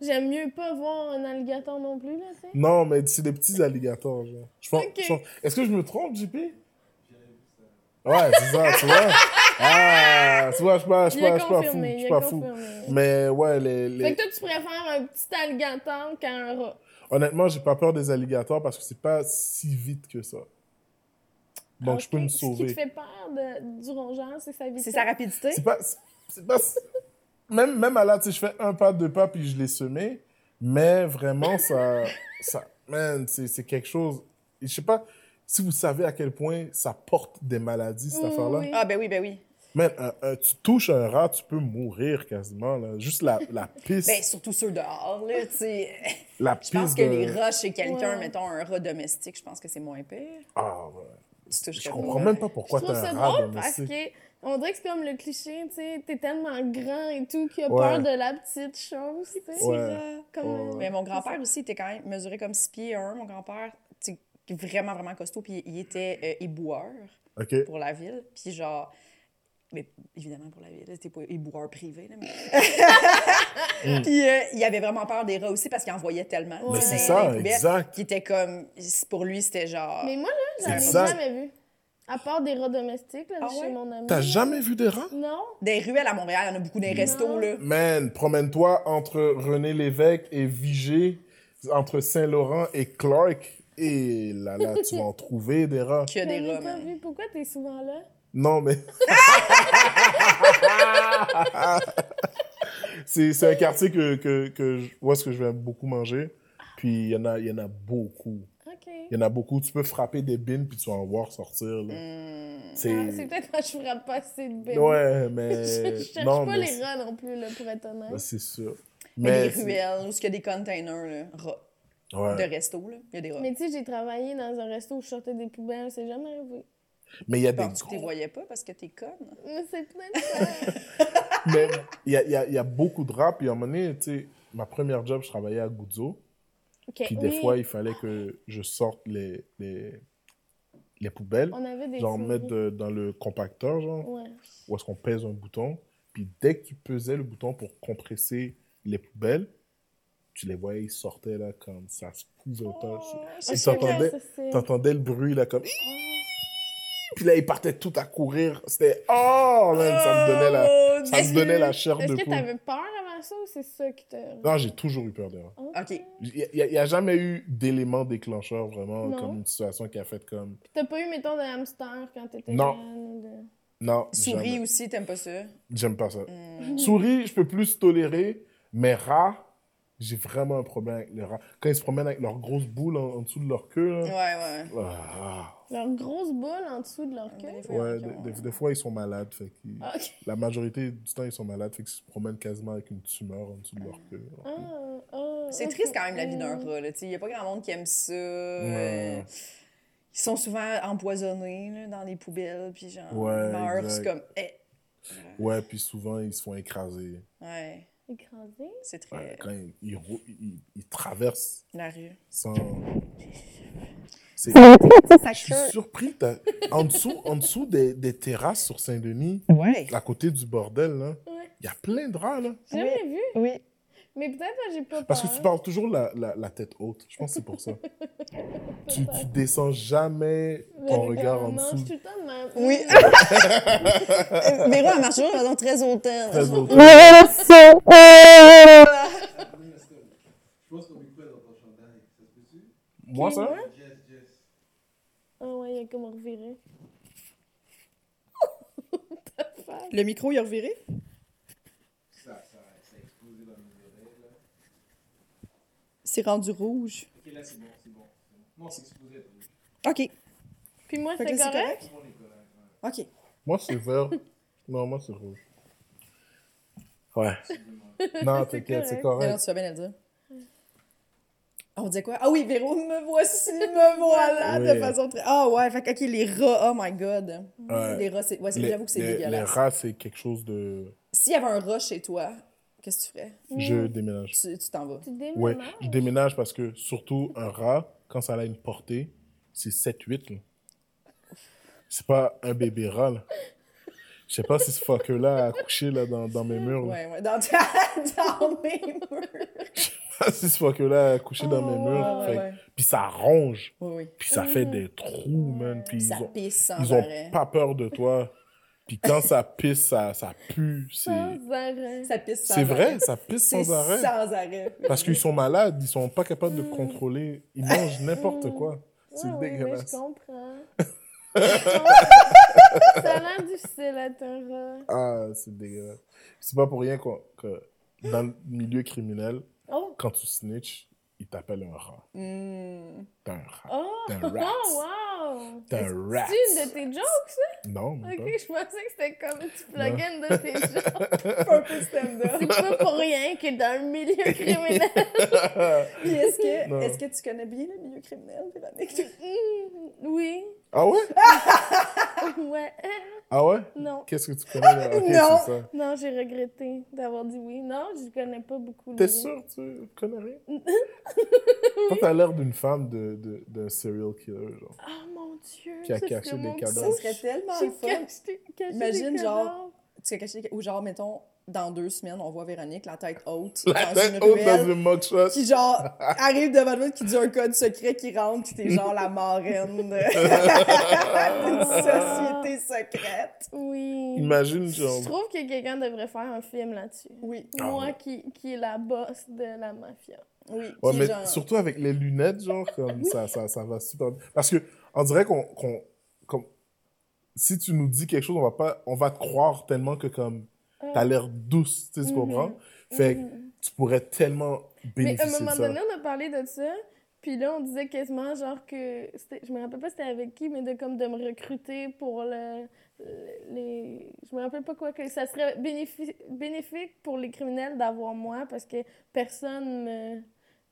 [SPEAKER 3] j'aime mieux pas voir un alligator non plus là, tu sais.
[SPEAKER 4] Non, mais c'est des petits alligators. Genre. Je pense,
[SPEAKER 3] Ok.
[SPEAKER 4] je pense- Est-ce que je me trompe, JP Ouais, c'est ça, tu vois. Ah, tu vois, je suis pas, je suis
[SPEAKER 3] Il a
[SPEAKER 4] pas, je suis pas fou.
[SPEAKER 3] confirmé,
[SPEAKER 4] Je
[SPEAKER 3] il
[SPEAKER 4] suis
[SPEAKER 3] a
[SPEAKER 4] pas fou.
[SPEAKER 3] confirmé.
[SPEAKER 4] Mais ouais, les, les-
[SPEAKER 3] Fait que toi, tu préfères un petit alligator qu'un rat.
[SPEAKER 4] Honnêtement, j'ai pas peur des alligators parce que c'est pas si vite que ça. Donc, je peux
[SPEAKER 3] Ah Ok.
[SPEAKER 4] me
[SPEAKER 3] Ce qui
[SPEAKER 4] sauver.
[SPEAKER 3] te fait peur de- du rongeur, c'est que ça vit.
[SPEAKER 2] C'est
[SPEAKER 3] ça.
[SPEAKER 2] sa rapidité?
[SPEAKER 4] C'est pas. C'est pas. Même, même à là, tu sais, je fais un pas, deux pas, puis je l'ai semé. Mais vraiment, ça. ça man, c'est c'est quelque chose. Je sais pas si vous savez à quel point ça porte des maladies, cette
[SPEAKER 3] Oui,
[SPEAKER 4] affaire-là.
[SPEAKER 3] oui.
[SPEAKER 2] Ah ben oui, ben oui.
[SPEAKER 4] Man, un- un- tu touches un rat, tu peux mourir quasiment. Là. Juste la, la piste.
[SPEAKER 2] Ben surtout ceux dehors, là, tu sais.
[SPEAKER 4] la
[SPEAKER 2] Je
[SPEAKER 4] piste.
[SPEAKER 2] pense que
[SPEAKER 4] de-
[SPEAKER 2] les rats chez quelqu'un,
[SPEAKER 3] Ouais.
[SPEAKER 2] mettons un rat domestique, je pense que c'est moins pire.
[SPEAKER 4] Ah, ouais.
[SPEAKER 2] Tu touches
[SPEAKER 4] Je
[SPEAKER 2] pas. euh,
[SPEAKER 4] comprends même pas pourquoi
[SPEAKER 3] je
[SPEAKER 4] t'as
[SPEAKER 3] trouve ça
[SPEAKER 4] un rat ben,
[SPEAKER 3] drôle parce
[SPEAKER 4] domestique.
[SPEAKER 3] que on dirait que c'est comme le cliché, tu sais, t'es tellement grand et tout qu'il a
[SPEAKER 4] Ouais.
[SPEAKER 3] peur de la petite chose, tu sais.
[SPEAKER 4] Ouais.
[SPEAKER 3] Comme,
[SPEAKER 4] Ouais,
[SPEAKER 3] euh,
[SPEAKER 4] ouais.
[SPEAKER 2] Mais mon grand-père aussi était quand même mesuré comme 6 pieds 1. Mon grand-père, tu sais, vraiment, vraiment costaud. Puis il était euh, éboueur
[SPEAKER 4] Ok.
[SPEAKER 2] pour la ville. Puis genre, mais évidemment pour la ville, c'était pas éboueur privé. là, mais- Puis euh, il avait vraiment peur des rats aussi parce qu'il en voyait tellement.
[SPEAKER 3] Mais
[SPEAKER 2] tu sais,
[SPEAKER 4] C'est
[SPEAKER 2] dans
[SPEAKER 3] Ouais.
[SPEAKER 4] ça,
[SPEAKER 2] les poubelles,
[SPEAKER 4] exact.
[SPEAKER 2] Qui était comme, c'est- pour lui, c'était genre.
[SPEAKER 3] Mais moi, là, j'en ai
[SPEAKER 4] C'est ça.
[SPEAKER 3] jamais vu. À part des rats domestiques, là,
[SPEAKER 2] Ah
[SPEAKER 3] chez
[SPEAKER 2] ouais?
[SPEAKER 3] mon ami.
[SPEAKER 4] T'as
[SPEAKER 3] là.
[SPEAKER 4] jamais vu des rats?
[SPEAKER 3] Non?
[SPEAKER 2] Des ruelles à Montréal, il y en a beaucoup des
[SPEAKER 4] Mm.
[SPEAKER 2] restos, là.
[SPEAKER 4] Man, promène-toi entre René Lévesque et Vigée, entre Saint-Laurent et Clark. Et là, là, tu vas en trouver des rats.
[SPEAKER 2] Qu'il y a
[SPEAKER 3] J'en
[SPEAKER 2] des
[SPEAKER 3] ai
[SPEAKER 2] rats,
[SPEAKER 3] pas
[SPEAKER 2] man.
[SPEAKER 3] vu. Pourquoi t'es souvent là?
[SPEAKER 4] Non, mais. c'est c'est un quartier que, que, que je, où est-ce que je vais beaucoup manger. Puis il y, en a- il y en a beaucoup.
[SPEAKER 3] OK.
[SPEAKER 4] Il y en a beaucoup. Tu peux frapper des bines, puis tu vas en voir sortir. là.
[SPEAKER 2] Hmm.
[SPEAKER 4] C'est.
[SPEAKER 3] Mm. Ah, c'est peut-être quand je frappe pas assez de bébé.
[SPEAKER 4] Ouais, mais.
[SPEAKER 3] je cherche
[SPEAKER 4] non,
[SPEAKER 3] pas
[SPEAKER 4] mais
[SPEAKER 3] les rats non plus, là, pour être honnête.
[SPEAKER 4] Ben, c'est sûr.
[SPEAKER 2] Mais des
[SPEAKER 4] c'est-
[SPEAKER 2] ruelles, où est-ce qu'il y a des containers, là, rats,
[SPEAKER 4] Ouais.
[SPEAKER 2] de restos, là. Il y a des rats.
[SPEAKER 3] Mais tu sais, j'ai travaillé dans un resto où je sortais des poubelles, c'est jamais arrivé.
[SPEAKER 4] Mais il y a des
[SPEAKER 2] Bon, tu t'y
[SPEAKER 4] gros-
[SPEAKER 2] voyais pas parce que t'es conne.
[SPEAKER 3] Mais c'est peut-être ça.
[SPEAKER 4] Mais il y a, il y a- il y a beaucoup de rap. Puis à un moment donné, tu sais, ma première job, je travaillais à Guzzo.
[SPEAKER 3] OK,
[SPEAKER 4] Puis des
[SPEAKER 3] oui,
[SPEAKER 4] fois, il fallait que je sorte les, les, les poubelles.
[SPEAKER 3] on avait des
[SPEAKER 4] Genre,
[SPEAKER 3] souris.
[SPEAKER 4] mettre de- dans le compacteur, genre,
[SPEAKER 3] Ouais.
[SPEAKER 4] où est-ce qu'on pèse un bouton. Puis dès que tu pesais le bouton pour compresser les poubelles, tu les voyais, ils sortaient là comme ça se pouvait autant.
[SPEAKER 3] Ok,
[SPEAKER 4] Ils s'entendaient.
[SPEAKER 3] ça, c'est- Ah.
[SPEAKER 4] T'entendais le bruit là comme. Puis là, ils partaient tout à courir. C'était. Oh, man, ça me donnait la,
[SPEAKER 2] Oh,
[SPEAKER 4] ça
[SPEAKER 3] Est-ce
[SPEAKER 4] me
[SPEAKER 3] que-
[SPEAKER 4] donnait la chair
[SPEAKER 3] Est-ce
[SPEAKER 4] de
[SPEAKER 3] que
[SPEAKER 4] poule.
[SPEAKER 3] t'avais peur avant ça ou c'est ça qui Oh. te.
[SPEAKER 4] Non, j'ai toujours eu peur des rats.
[SPEAKER 2] OK.
[SPEAKER 4] Il n'y a, jamais eu d'élément déclencheur vraiment
[SPEAKER 3] Non.
[SPEAKER 4] comme une situation qui a fait comme.
[SPEAKER 3] Puis T'as pas eu, mettons, de hamster quand t'étais
[SPEAKER 4] Non.
[SPEAKER 3] jeune ou de-
[SPEAKER 4] Non,
[SPEAKER 2] Souris
[SPEAKER 4] jamais.
[SPEAKER 2] aussi, t'aimes pas ça?
[SPEAKER 4] J'aime pas ça.
[SPEAKER 3] Mm.
[SPEAKER 2] Hmm.
[SPEAKER 4] Souris, je peux plus tolérer, mais rats, j'ai vraiment un problème avec les rats. Quand ils se promènent avec leur grosse boule en, en dessous de leur queue,
[SPEAKER 2] Ouais,
[SPEAKER 4] là.
[SPEAKER 2] ouais.
[SPEAKER 4] ah,
[SPEAKER 3] Leur grosse boule en dessous de leur
[SPEAKER 2] Mais
[SPEAKER 3] queue.
[SPEAKER 2] Ah, des fois, il y en
[SPEAKER 4] ouais,
[SPEAKER 2] a qui
[SPEAKER 4] des,
[SPEAKER 2] ont-
[SPEAKER 4] des- des fois, ils sont malades. Fait qu'ils-
[SPEAKER 3] Ah, ok.
[SPEAKER 4] La majorité du temps, ils sont malades. Fait qu'ils se promènent quasiment avec une tumeur en dessous de leur queue.
[SPEAKER 3] Ah, ah,
[SPEAKER 2] C'est
[SPEAKER 3] ah.
[SPEAKER 2] triste quand même la vie d'un
[SPEAKER 3] Mm.
[SPEAKER 2] rat, là. Il y a pas grand monde qui aime ça.
[SPEAKER 4] Ouais.
[SPEAKER 2] euh, Ils sont souvent empoisonnés là, dans les poubelles, puis genre,
[SPEAKER 4] Ouais,
[SPEAKER 2] ils meurent, c'est
[SPEAKER 4] exact.
[SPEAKER 2] comme, eh.
[SPEAKER 4] Ouais, puis souvent, ils se font écraser.
[SPEAKER 2] Ouais,
[SPEAKER 3] Écrasé?
[SPEAKER 2] c'est très.
[SPEAKER 4] Ouais, quand ils, ils rou- ils- ils traversent
[SPEAKER 2] La rue.
[SPEAKER 4] sans... C'est- Je suis surpris, t'as- en dessous, en dessous des, des terrasses sur Saint-Denis,
[SPEAKER 2] Ouais.
[SPEAKER 4] à côté du bordel, là,
[SPEAKER 3] Ouais.
[SPEAKER 4] il y a plein de rats, là.
[SPEAKER 3] J'ai jamais vu.
[SPEAKER 2] Oui.
[SPEAKER 3] Mais peut-être que j'ai pas
[SPEAKER 4] Parce
[SPEAKER 3] peur.
[SPEAKER 4] que tu parles toujours la, la- la tête haute. Je pense que c'est pour ça. tu, tu descends jamais
[SPEAKER 3] Le
[SPEAKER 4] ton regard en
[SPEAKER 3] non, je
[SPEAKER 4] dessous.
[SPEAKER 3] suis tout le temps de même.
[SPEAKER 2] Oui. Euh, Véro, elle marche toujours de façon très hautaine.
[SPEAKER 4] Très haute.
[SPEAKER 5] Je pense qu'on est quoi dans ton chandail Ça se peut-tu
[SPEAKER 4] Moi, ça?
[SPEAKER 5] Yes, yes.
[SPEAKER 3] Ah ouais, il a comme reviré.
[SPEAKER 2] Le micro, il a reviré?
[SPEAKER 5] Ça, ça, ça a explosé dans mes oreilles. Là.
[SPEAKER 2] C'est rendu rouge.
[SPEAKER 5] Ok, là, c'est bon, c'est bon. c'est bon. Moi, c'est explosé. t'as vu.
[SPEAKER 2] OK.
[SPEAKER 3] Puis moi,
[SPEAKER 2] Fait que
[SPEAKER 3] c'est
[SPEAKER 2] là, c'est
[SPEAKER 3] correct?
[SPEAKER 5] Tout le monde est correct. ouais.
[SPEAKER 2] OK.
[SPEAKER 4] Moi, c'est vert. Non, moi, c'est rouge. Ouais. Non, t'inquiète, c'est
[SPEAKER 2] Mais non,
[SPEAKER 4] correct.
[SPEAKER 2] tu fais bien de le dire. On disait quoi? Ah oui, Véro, me voici, me voilà, de
[SPEAKER 4] Oui.
[SPEAKER 2] façon très... Ah ouais, fait que, OK, les rats, oh my God.
[SPEAKER 4] Ouais.
[SPEAKER 2] Les rats, c'est... Ouais, c'est-
[SPEAKER 4] Les,
[SPEAKER 2] j'avoue que c'est
[SPEAKER 4] les- les
[SPEAKER 2] dégueulasse.
[SPEAKER 4] rats, c'est quelque chose de.
[SPEAKER 2] S'il y avait un rat chez toi, qu'est-ce que tu ferais?
[SPEAKER 4] Je déménage.
[SPEAKER 2] Tu, tu t'en vas.
[SPEAKER 3] Tu déménages?
[SPEAKER 4] Ouais, je déménage parce que surtout un rat, quand ça a une portée, c'est 7-8. là. C'est pas un bébé rat. là. Je sais pas si ce fucker-là a couché là, dans, dans mes murs. là.
[SPEAKER 2] Ouais, ouais, dans, ta... dans mes murs.
[SPEAKER 4] si ce fucker-là a couché dans mes murs.
[SPEAKER 2] Oh, ouais,
[SPEAKER 4] fait-
[SPEAKER 2] ouais.
[SPEAKER 4] Puis ça ronge,
[SPEAKER 2] Oui, oui.
[SPEAKER 4] puis ça fait des trous, man. Puis ils
[SPEAKER 2] Ça
[SPEAKER 4] ont,
[SPEAKER 2] pisse sans
[SPEAKER 4] ils ont
[SPEAKER 2] arrêt.
[SPEAKER 4] pas peur de toi. Puis quand ça pisse, ça, ça pue. C'est,
[SPEAKER 3] Sans arrêt.
[SPEAKER 2] Ça pisse sans
[SPEAKER 4] c'est
[SPEAKER 2] arrêt.
[SPEAKER 4] vrai, ça pisse
[SPEAKER 2] C'est
[SPEAKER 4] sans arrêt.
[SPEAKER 2] Sans arrêt.
[SPEAKER 4] Parce qu'ils sont malades, ils sont pas capables de contrôler. Ils mangent n'importe quoi. C'est
[SPEAKER 3] Ouais, ouais, ouais,
[SPEAKER 4] dégueulasse.
[SPEAKER 3] je comprends. Je comprends. ça a l'air difficile à ton rat.
[SPEAKER 4] Ah, c'est dégueulasse. C'est pas pour rien qu'on- que dans le milieu criminel,
[SPEAKER 3] Oh!
[SPEAKER 4] quand tu snitches, ils t'appellent un rat.
[SPEAKER 2] Hmm.
[SPEAKER 4] T'es un rat.
[SPEAKER 3] Oh!
[SPEAKER 4] T'es un rat.
[SPEAKER 3] Oh, wow!
[SPEAKER 4] T'es un rat.
[SPEAKER 3] C'est une de tes jokes, ça?
[SPEAKER 4] Non, même
[SPEAKER 3] Ok, je pensais que c'était comme tu pluguais une de tes jokes.
[SPEAKER 2] Un peu stand-up.
[SPEAKER 3] C'est pas pour rien que dans le milieu criminel.
[SPEAKER 4] pas.
[SPEAKER 2] Puis est-ce que,
[SPEAKER 4] Non.
[SPEAKER 2] est-ce que tu connais bien le milieu criminel, Véronique?
[SPEAKER 3] Hmm, oui.
[SPEAKER 4] ah ouais?
[SPEAKER 3] Ouais.
[SPEAKER 4] Ah ouais?
[SPEAKER 3] Non.
[SPEAKER 4] Qu'est-ce que tu connais? là? Ok,
[SPEAKER 2] Non.
[SPEAKER 4] c'est ça.
[SPEAKER 3] Non, j'ai regretté d'avoir dit oui. Non, je connais pas beaucoup. le
[SPEAKER 4] T'es
[SPEAKER 3] milieu.
[SPEAKER 4] sûr tu connais rien?
[SPEAKER 3] Mm-hmm.
[SPEAKER 4] Toi, t'as l'air d'une femme de, de, d'un serial killer, genre.
[SPEAKER 3] Oh mon dieu.
[SPEAKER 4] Qui a
[SPEAKER 3] ça
[SPEAKER 4] caché
[SPEAKER 3] serait
[SPEAKER 4] des
[SPEAKER 3] mon
[SPEAKER 4] cadavres.
[SPEAKER 2] Ça
[SPEAKER 3] crush.
[SPEAKER 2] serait tellement le
[SPEAKER 3] J'ai
[SPEAKER 2] fun.
[SPEAKER 3] caché, caché
[SPEAKER 2] Imagine,
[SPEAKER 3] des
[SPEAKER 2] genre,
[SPEAKER 3] cadavres.
[SPEAKER 2] Tu sais, caché- ou genre, mettons, dans deux semaines, on voit Véronique, la tête haute,
[SPEAKER 3] Ah,
[SPEAKER 4] La
[SPEAKER 2] dans
[SPEAKER 4] tête
[SPEAKER 2] une
[SPEAKER 4] haute
[SPEAKER 2] ruelle,
[SPEAKER 4] dans une mugshot.
[SPEAKER 2] qui genre arrive devant toi, qui dit un code secret, qui rentre, qui t'es genre la marraine de- d'une société secrète.
[SPEAKER 3] Oui.
[SPEAKER 4] Imagine, genre.
[SPEAKER 3] Je trouve que quelqu'un devrait faire un film là-dessus.
[SPEAKER 2] Oui,
[SPEAKER 4] Ah
[SPEAKER 3] Moi
[SPEAKER 4] ouais.
[SPEAKER 3] qui, qui est la boss de la mafia.
[SPEAKER 2] oui.
[SPEAKER 4] Ouais,
[SPEAKER 2] qui est
[SPEAKER 4] mais
[SPEAKER 2] genre-
[SPEAKER 4] surtout avec les lunettes, genre, comme ça, ça, ça va super bien. Parce que, on dirait qu'on, qu'on- comme, si tu nous dis quelque chose, on va pas, on va te croire tellement que, comme, t'as l'air douce, tu sais, tu
[SPEAKER 3] Mhm.
[SPEAKER 4] comprends? Fait que
[SPEAKER 3] mm-hmm.
[SPEAKER 4] tu pourrais tellement
[SPEAKER 3] Mais à
[SPEAKER 4] bénéficier
[SPEAKER 3] un moment
[SPEAKER 4] de ça.
[SPEAKER 3] donné, on a parlé de ça. Puis là, on disait quasiment genre que. c'était- Je me rappelle pas c'était avec qui, mais de comme de me recruter pour le. le- Les... Je me rappelle pas quoi, que ça serait bénéfi- bénéfique pour les criminels d'avoir moi parce que personne me.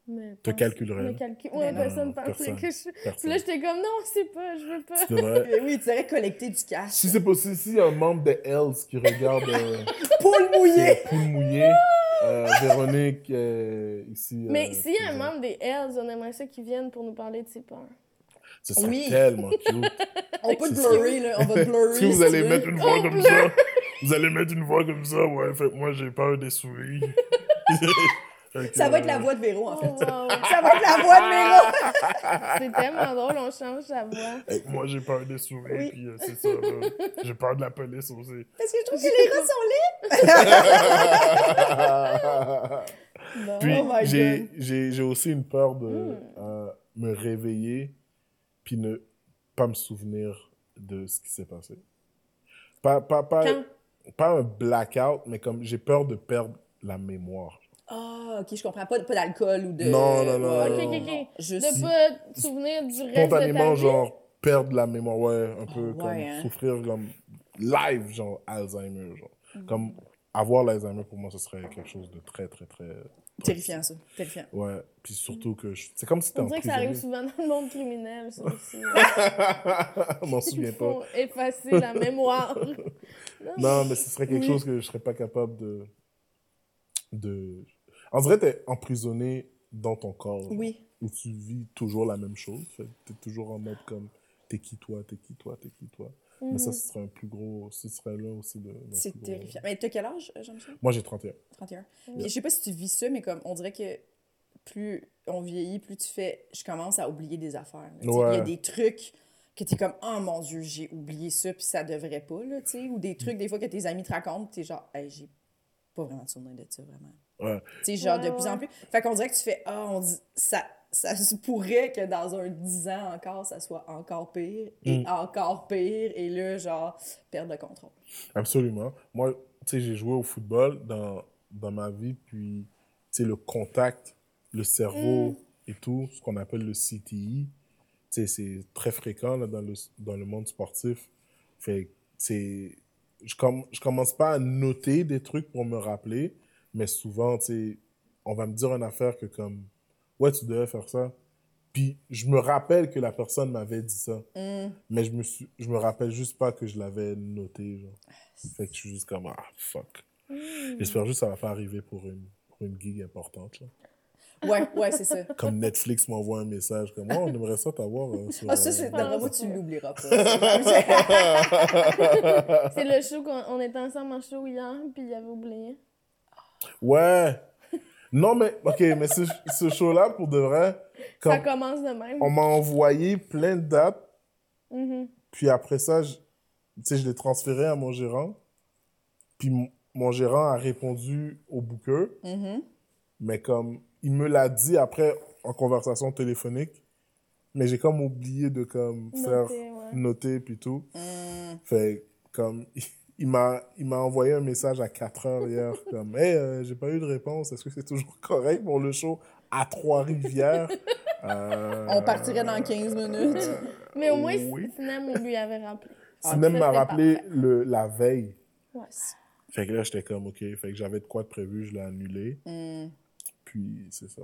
[SPEAKER 3] me
[SPEAKER 4] Te
[SPEAKER 3] pense-
[SPEAKER 4] calculerait.
[SPEAKER 3] me calcule-
[SPEAKER 2] Mais
[SPEAKER 3] Ouais,
[SPEAKER 2] non,
[SPEAKER 3] personne pensait
[SPEAKER 4] personne.
[SPEAKER 3] que je. Puis
[SPEAKER 4] Personne.
[SPEAKER 3] là, j'étais comme non, c'est pas, je veux pas.
[SPEAKER 4] Tu devrais-
[SPEAKER 2] Mais oui, tu devrais collecter du cash.
[SPEAKER 4] Si c'est possible, s'il y a un membre des Hells qui regarde euh,
[SPEAKER 2] Poule mouillée!
[SPEAKER 4] Poule Mouillée, euh, Véronique, euh, ici.
[SPEAKER 3] Mais
[SPEAKER 4] euh,
[SPEAKER 2] hein,
[SPEAKER 3] s'il y a un
[SPEAKER 4] euh,
[SPEAKER 3] membre des Hells, on aimerait ça qu'ils viennent pour nous parler de ses peurs.
[SPEAKER 4] Ce serait
[SPEAKER 2] Oui.
[SPEAKER 4] tellement cute.
[SPEAKER 2] On peut te
[SPEAKER 4] C'est
[SPEAKER 2] blurrer, là. On va te blurrer.
[SPEAKER 4] si vous allez
[SPEAKER 2] tu veux.
[SPEAKER 4] mettre une voix comme ça, vous allez mettre une voix comme ça, ouais, fait que moi j'ai peur des souris. Fait que,
[SPEAKER 2] Ça va être la
[SPEAKER 4] euh, Ah.
[SPEAKER 2] voix de Véro, en
[SPEAKER 3] Oh,
[SPEAKER 2] fait.
[SPEAKER 3] wow.
[SPEAKER 2] Ça va être la voix de Véro!
[SPEAKER 3] c'est tellement drôle, on change sa voix.
[SPEAKER 4] fait que Moi j'ai peur des souris,
[SPEAKER 2] Oui.
[SPEAKER 4] puis euh, c'est ça. là. J'ai peur de la police aussi.
[SPEAKER 2] Parce que je trouve que les rats sont libres! Non,
[SPEAKER 4] Puis
[SPEAKER 2] oh my God.
[SPEAKER 4] j'ai-
[SPEAKER 2] Hmm.
[SPEAKER 4] j'ai j'ai aussi une peur de
[SPEAKER 3] Mm.
[SPEAKER 4] euh, me réveiller puis ne pas me souvenir de ce qui s'est passé. Pas, pas, pas,
[SPEAKER 2] Quand?
[SPEAKER 4] pas un blackout, mais comme j'ai peur de perdre la mémoire.
[SPEAKER 2] Ah, ok, je comprends. Pas, pas d'alcool ou de.
[SPEAKER 4] Non, non, non,
[SPEAKER 2] Ouais,
[SPEAKER 4] non,
[SPEAKER 2] ok,
[SPEAKER 4] non,
[SPEAKER 2] ok,
[SPEAKER 3] non.
[SPEAKER 2] ok. Juste.
[SPEAKER 3] De pas te souvenir du reste de ta
[SPEAKER 4] Spontanément,
[SPEAKER 3] vie.
[SPEAKER 4] genre, perdre la mémoire, ouais, un peu comme
[SPEAKER 2] ouais, hein.
[SPEAKER 4] souffrir comme live,
[SPEAKER 2] Hmm.
[SPEAKER 4] genre Alzheimer. Genre. Comme avoir l'Alzheimer, pour moi, ce serait quelque chose de très, très, très
[SPEAKER 2] Terrifiant, Hmm. ça. Terrifiant.
[SPEAKER 4] Ouais, puis surtout que je- c'est comme si t'es
[SPEAKER 3] On dirait que ça arrive
[SPEAKER 4] emprisonné.
[SPEAKER 3] souvent dans le monde criminel, ça aussi.
[SPEAKER 4] Je m'en souviens
[SPEAKER 3] Ils
[SPEAKER 4] pas.
[SPEAKER 3] font effacer la mémoire.
[SPEAKER 4] Non, mais ce serait quelque
[SPEAKER 3] Oui.
[SPEAKER 4] chose que je serais pas capable de... de... En vrai, t'es emprisonné dans ton corps. genre,
[SPEAKER 2] Oui.
[SPEAKER 4] Où tu vis toujours la même chose. Fait que T'es toujours en mode comme, t'es qui toi, t'es qui toi, t'es qui toi. Mais ça,
[SPEAKER 3] Mhm.
[SPEAKER 4] ce serait un plus gros... Ce serait là aussi le... le
[SPEAKER 2] C'est
[SPEAKER 4] plus gros-
[SPEAKER 2] terrifiant. Mais t'as quel âge, euh, Jean-Michel?
[SPEAKER 4] Moi, j'ai 31.
[SPEAKER 2] 31. Puis, je sais pas si tu vis ça, mais comme on dirait que plus on vieillit, plus tu fais. Je commence à oublier des affaires. là, tu sais. Il y a
[SPEAKER 4] Ouais.
[SPEAKER 2] des trucs que t'es comme, oh mon Dieu, j'ai oublié ça, puis ça devrait pas, là, tu sais. Ou des trucs, des fois, que tes amis te racontent, t'es genre, hey, j'ai pas vraiment de souvenir de ça, vraiment.
[SPEAKER 4] Ouais.
[SPEAKER 2] Tu sais, genre,
[SPEAKER 3] Ouais,
[SPEAKER 2] de plus
[SPEAKER 3] ouais.
[SPEAKER 2] en plus. Fait qu'on dirait que tu fais, ah, on dit, ça, ça se pourrait que dans un 10 ans encore, ça soit encore pire, et
[SPEAKER 4] Mm.
[SPEAKER 2] encore pire, et là, genre, perdre le contrôle.
[SPEAKER 4] Absolument. Moi, tu sais, j'ai joué au football dans, dans ma vie, puis, tu sais, le contact, le cerveau et tout, ce qu'on appelle le CTI, tu sais, c'est très fréquent là, dans, le, dans le monde sportif. Fait que, tu sais, je, com je commence pas à noter des trucs pour me rappeler, mais souvent, tu sais, on va me dire une affaire que comme, ouais, tu devais faire ça. Puis, je me rappelle que la personne m'avait dit ça.
[SPEAKER 2] Mm.
[SPEAKER 4] Mais je me, suis- je me rappelle juste pas que je l'avais noté. Genre.
[SPEAKER 2] Ah,
[SPEAKER 4] Fait que je suis juste comme, ah, fuck.
[SPEAKER 2] Hmm.
[SPEAKER 4] J'espère juste que ça va pas arriver pour une, pour une gig importante. là.
[SPEAKER 2] Ouais, ouais, c'est ça.
[SPEAKER 4] Comme Netflix m'envoie un message comme, oh, on aimerait ça t'avoir. euh, sur,
[SPEAKER 2] Ah, ça, c'est
[SPEAKER 4] euh,
[SPEAKER 2] d'après moi,
[SPEAKER 3] Ouais,
[SPEAKER 2] tu
[SPEAKER 3] c'est-
[SPEAKER 2] l'oublieras pas.
[SPEAKER 3] C'est le show qu'on on était ensemble en show hier, puis il avait oublié.
[SPEAKER 4] Ouais. Non, mais, OK, mais ce, ce show-là, pour de vrai,
[SPEAKER 3] Ça
[SPEAKER 4] comme,
[SPEAKER 3] commence de même.
[SPEAKER 4] on m'a envoyé plein de dates
[SPEAKER 3] Mhm.
[SPEAKER 4] Puis après ça, je, tu sais, je l'ai transféré à mon gérant. Puis mon- mon gérant a répondu au booker.
[SPEAKER 2] Mhm.
[SPEAKER 4] Mais comme, il me l'a dit après en conversation téléphonique. Mais j'ai comme oublié de comme faire
[SPEAKER 3] Noté, euh, ouais.
[SPEAKER 4] noter puis tout.
[SPEAKER 2] Mm.
[SPEAKER 4] Fait comme, il m'a il m'a envoyé un message à 4 heures hier. comme, hey, euh, j'ai pas eu de réponse. Est-ce que c'est toujours correct pour le show à Trois-Rivières? Euh,
[SPEAKER 2] On partirait dans 15 minutes.
[SPEAKER 3] Mais au moins,
[SPEAKER 4] Oui.
[SPEAKER 3] Sinem lui avait rappelé.
[SPEAKER 4] Sinem
[SPEAKER 3] ça,
[SPEAKER 4] m'a
[SPEAKER 3] c'est
[SPEAKER 4] rappelé
[SPEAKER 3] parfait.
[SPEAKER 4] le, la veille.
[SPEAKER 3] Ouais.
[SPEAKER 4] Fait que là, j'étais comme, OK. Fait que j'avais de quoi de prévu, je l'ai annulé.
[SPEAKER 2] Mm.
[SPEAKER 4] Puis, c'est ça.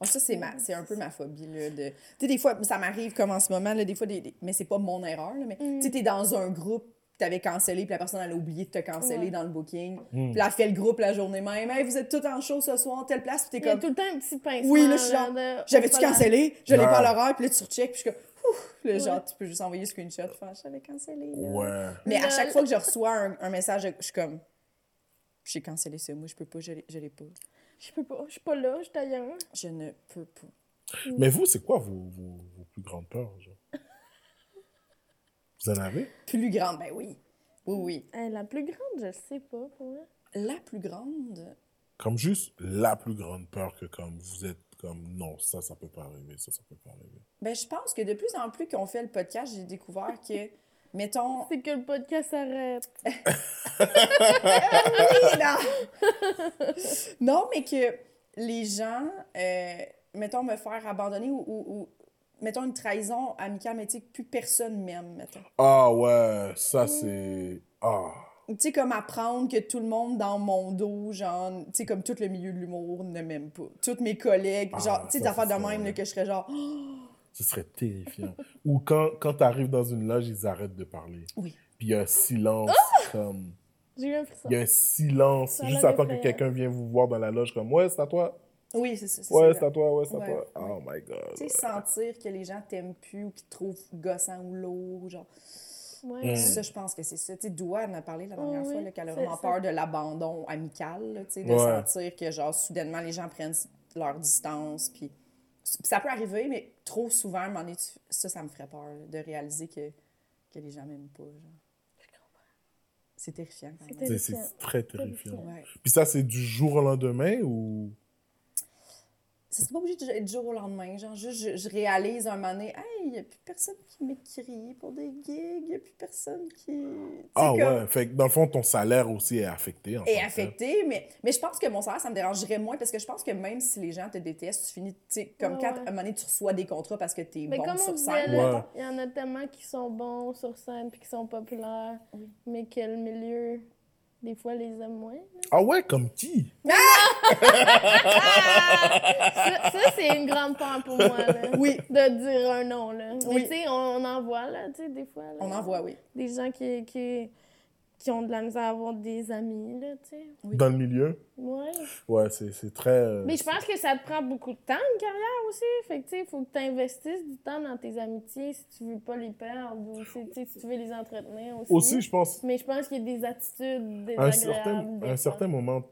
[SPEAKER 2] Oh, ça, c'est ma- c'est un peu ma phobie. Là, de... Tu sais, des fois, ça m'arrive comme en ce moment, là, des fois, des... des- mais c'est pas mon erreur. Là, mais
[SPEAKER 3] Mm.
[SPEAKER 2] tu sais, t'es dans un groupe, t'avais cancellé, puis la personne, elle a oublié de te canceller
[SPEAKER 3] Ouais.
[SPEAKER 2] dans le booking.
[SPEAKER 4] Mm.
[SPEAKER 2] Puis là, elle fait le groupe la journée même. Hey, vous êtes tous en show ce soir, telle place, puis
[SPEAKER 3] Il
[SPEAKER 2] t'es
[SPEAKER 3] y a
[SPEAKER 2] comme.
[SPEAKER 3] tout le temps un petit pincement.
[SPEAKER 2] Oui, là, je suis
[SPEAKER 3] genre
[SPEAKER 2] genre,
[SPEAKER 3] de- on
[SPEAKER 2] J'avais-tu
[SPEAKER 3] va la-
[SPEAKER 2] cancellé? Je l'ai pas à
[SPEAKER 4] Ouais.
[SPEAKER 2] l'horamme, puis là, tu recheck, puis je suis comme. Ouf! Là, genre,
[SPEAKER 3] Ouais.
[SPEAKER 2] tu peux juste envoyer le screenshot, faire j'avais cancellé. là.
[SPEAKER 4] Ouais.
[SPEAKER 2] Mais à
[SPEAKER 3] Lol.
[SPEAKER 2] chaque fois que je reçois un, un message, je je suis comme. J'ai cancellé ça. Moi, je peux pas, je l'ai je l'ai pas.
[SPEAKER 3] Je peux pas, je suis pas là, je suis ailleurs.
[SPEAKER 2] Je ne peux pas.
[SPEAKER 4] Mais vous, c'est quoi vos, vos, vos plus grandes peurs, genre? Vous en avez?
[SPEAKER 2] Plus grande, ben oui. Oui, oui.
[SPEAKER 3] Hey, Euh, la plus grande, je le sais pas, pour vrai.
[SPEAKER 2] La plus grande.
[SPEAKER 4] Comme juste la plus grande peur que comme vous êtes comme, non, ça, ça peut pas arriver, ça, ça peut pas arriver.
[SPEAKER 2] Ben, je pense que de plus en plus qu'on fait le podcast, j'ai découvert que, mettons.
[SPEAKER 3] C'est que le podcast s'arrête.
[SPEAKER 2] Oui, non! non, mais que les gens, euh, mettons, me faire abandonner ou, ou- ou- mettons, une trahison amicale, mais tu sais, plus personne m'aime, mettons.
[SPEAKER 4] Ah ouais, ça, c'est... Ah.
[SPEAKER 2] tu sais, comme apprendre que tout le monde dans mon dos, genre, tu sais, comme tout le milieu de l'humour ne m'aime pas. Tous mes collègues,
[SPEAKER 4] Ah,
[SPEAKER 2] genre, tu sais, des
[SPEAKER 4] ça,
[SPEAKER 2] affaires
[SPEAKER 4] c'est
[SPEAKER 2] de
[SPEAKER 4] ça,
[SPEAKER 2] même, là,
[SPEAKER 4] ouais.
[SPEAKER 2] que je serais genre, Oh,
[SPEAKER 4] Ce serait terrifiant. Ou quand, quand t'arrives dans une loge, ils arrêtent de parler.
[SPEAKER 2] Oui.
[SPEAKER 4] Puis il y a un silence, comme...
[SPEAKER 3] J'ai eu un frisson.
[SPEAKER 4] Il y a un silence,
[SPEAKER 3] Ça
[SPEAKER 4] juste
[SPEAKER 3] l'a
[SPEAKER 4] à temps que
[SPEAKER 3] effrayant.
[SPEAKER 4] quelqu'un vienne vous voir dans la loge comme, ouais, c'est à toi,
[SPEAKER 2] oui, c'est ça. c'est
[SPEAKER 4] ouais,
[SPEAKER 2] ça.
[SPEAKER 4] c'est à toi, ouais, c'est à
[SPEAKER 2] Ouais,
[SPEAKER 4] toi.
[SPEAKER 2] ouais.
[SPEAKER 4] Oh my god.
[SPEAKER 2] Tu sais, sentir que les gens t'aiment plus ou qu'ils te trouvent gossant ou lourd, genre.
[SPEAKER 3] Ouais. hein.
[SPEAKER 4] Mm.
[SPEAKER 2] Ça, je pense que c'est ça. Tu sais, Douane en a parlé la dernière
[SPEAKER 3] Oui,
[SPEAKER 2] fois, là, qu'elle a
[SPEAKER 3] c'est
[SPEAKER 2] vraiment
[SPEAKER 3] ça.
[SPEAKER 2] peur de l'abandon amical, là, tu sais, de
[SPEAKER 4] Ouais.
[SPEAKER 2] sentir que, genre, soudainement, les gens prennent leur distance, puis... puis ça peut arriver, mais trop souvent, à un moment donné, tu- ça, ça me ferait peur, là, de réaliser que, que les gens m'aiment pas, genre. C'est terrifiant, quand
[SPEAKER 3] C'est
[SPEAKER 2] même.
[SPEAKER 4] C'est-
[SPEAKER 3] terrifiant.
[SPEAKER 4] C'est très terrifiant.
[SPEAKER 3] Terrifiant.
[SPEAKER 2] Ouais.
[SPEAKER 4] Puis ça, c'est du jour au lendemain ou.
[SPEAKER 2] Ça serait pas obligé de- d'être du jour au lendemain. Genre, juste, je, je réalise un moment donné, hey, y a plus personne qui m'écrit pour des gigs, y a plus personne qui. Tu sais,
[SPEAKER 4] Ah
[SPEAKER 2] comme-
[SPEAKER 4] ouais, fait que dans le fond, ton salaire aussi est affecté. En hein.
[SPEAKER 2] est
[SPEAKER 4] tant que tel.
[SPEAKER 2] affecté, mais, mais je pense que mon salaire, ça me dérangerait moins parce que je pense que même si les gens te détestent, tu finis, tu sais, comme
[SPEAKER 3] Ouais,
[SPEAKER 2] quand
[SPEAKER 3] ouais.
[SPEAKER 2] à un moment donné, tu reçois des contrats parce que t'es
[SPEAKER 3] Mais
[SPEAKER 2] bon
[SPEAKER 3] comme on
[SPEAKER 2] sur
[SPEAKER 3] disait,
[SPEAKER 2] scène.
[SPEAKER 4] Ouais.
[SPEAKER 3] là, il y en a tellement qui sont bons sur scène puis qui sont populaires, mais quel milieu Des fois, les hommes moins.
[SPEAKER 4] Ah ouais, comme qui
[SPEAKER 3] Ça, ça, c'est une grande peur pour moi, là.
[SPEAKER 2] Oui.
[SPEAKER 3] De dire un nom, là. Mais
[SPEAKER 2] Oui.
[SPEAKER 3] tu sais, on, on en voit, là, tu sais, des fois. là.
[SPEAKER 2] On en voit, oui.
[SPEAKER 3] Des gens qui, qui, qui ont de la misère à avoir des amis, là, tu sais.
[SPEAKER 2] Oui.
[SPEAKER 4] Dans le milieu
[SPEAKER 3] Ouais.
[SPEAKER 4] Ouais, c'est c'est très. euh,
[SPEAKER 3] Mais je pense que ça te prend beaucoup de temps, une carrière aussi. Fait que, tu sais, il faut que tu investisses du temps dans tes amitiés si tu veux pas les perdre ou si, tu sais, si tu veux les entretenir aussi.
[SPEAKER 4] Aussi, je pense,
[SPEAKER 3] Mais je pense qu'il y a des attitudes
[SPEAKER 4] à un
[SPEAKER 3] désagréables. des
[SPEAKER 4] certain, à un
[SPEAKER 3] fois.
[SPEAKER 4] certain moment,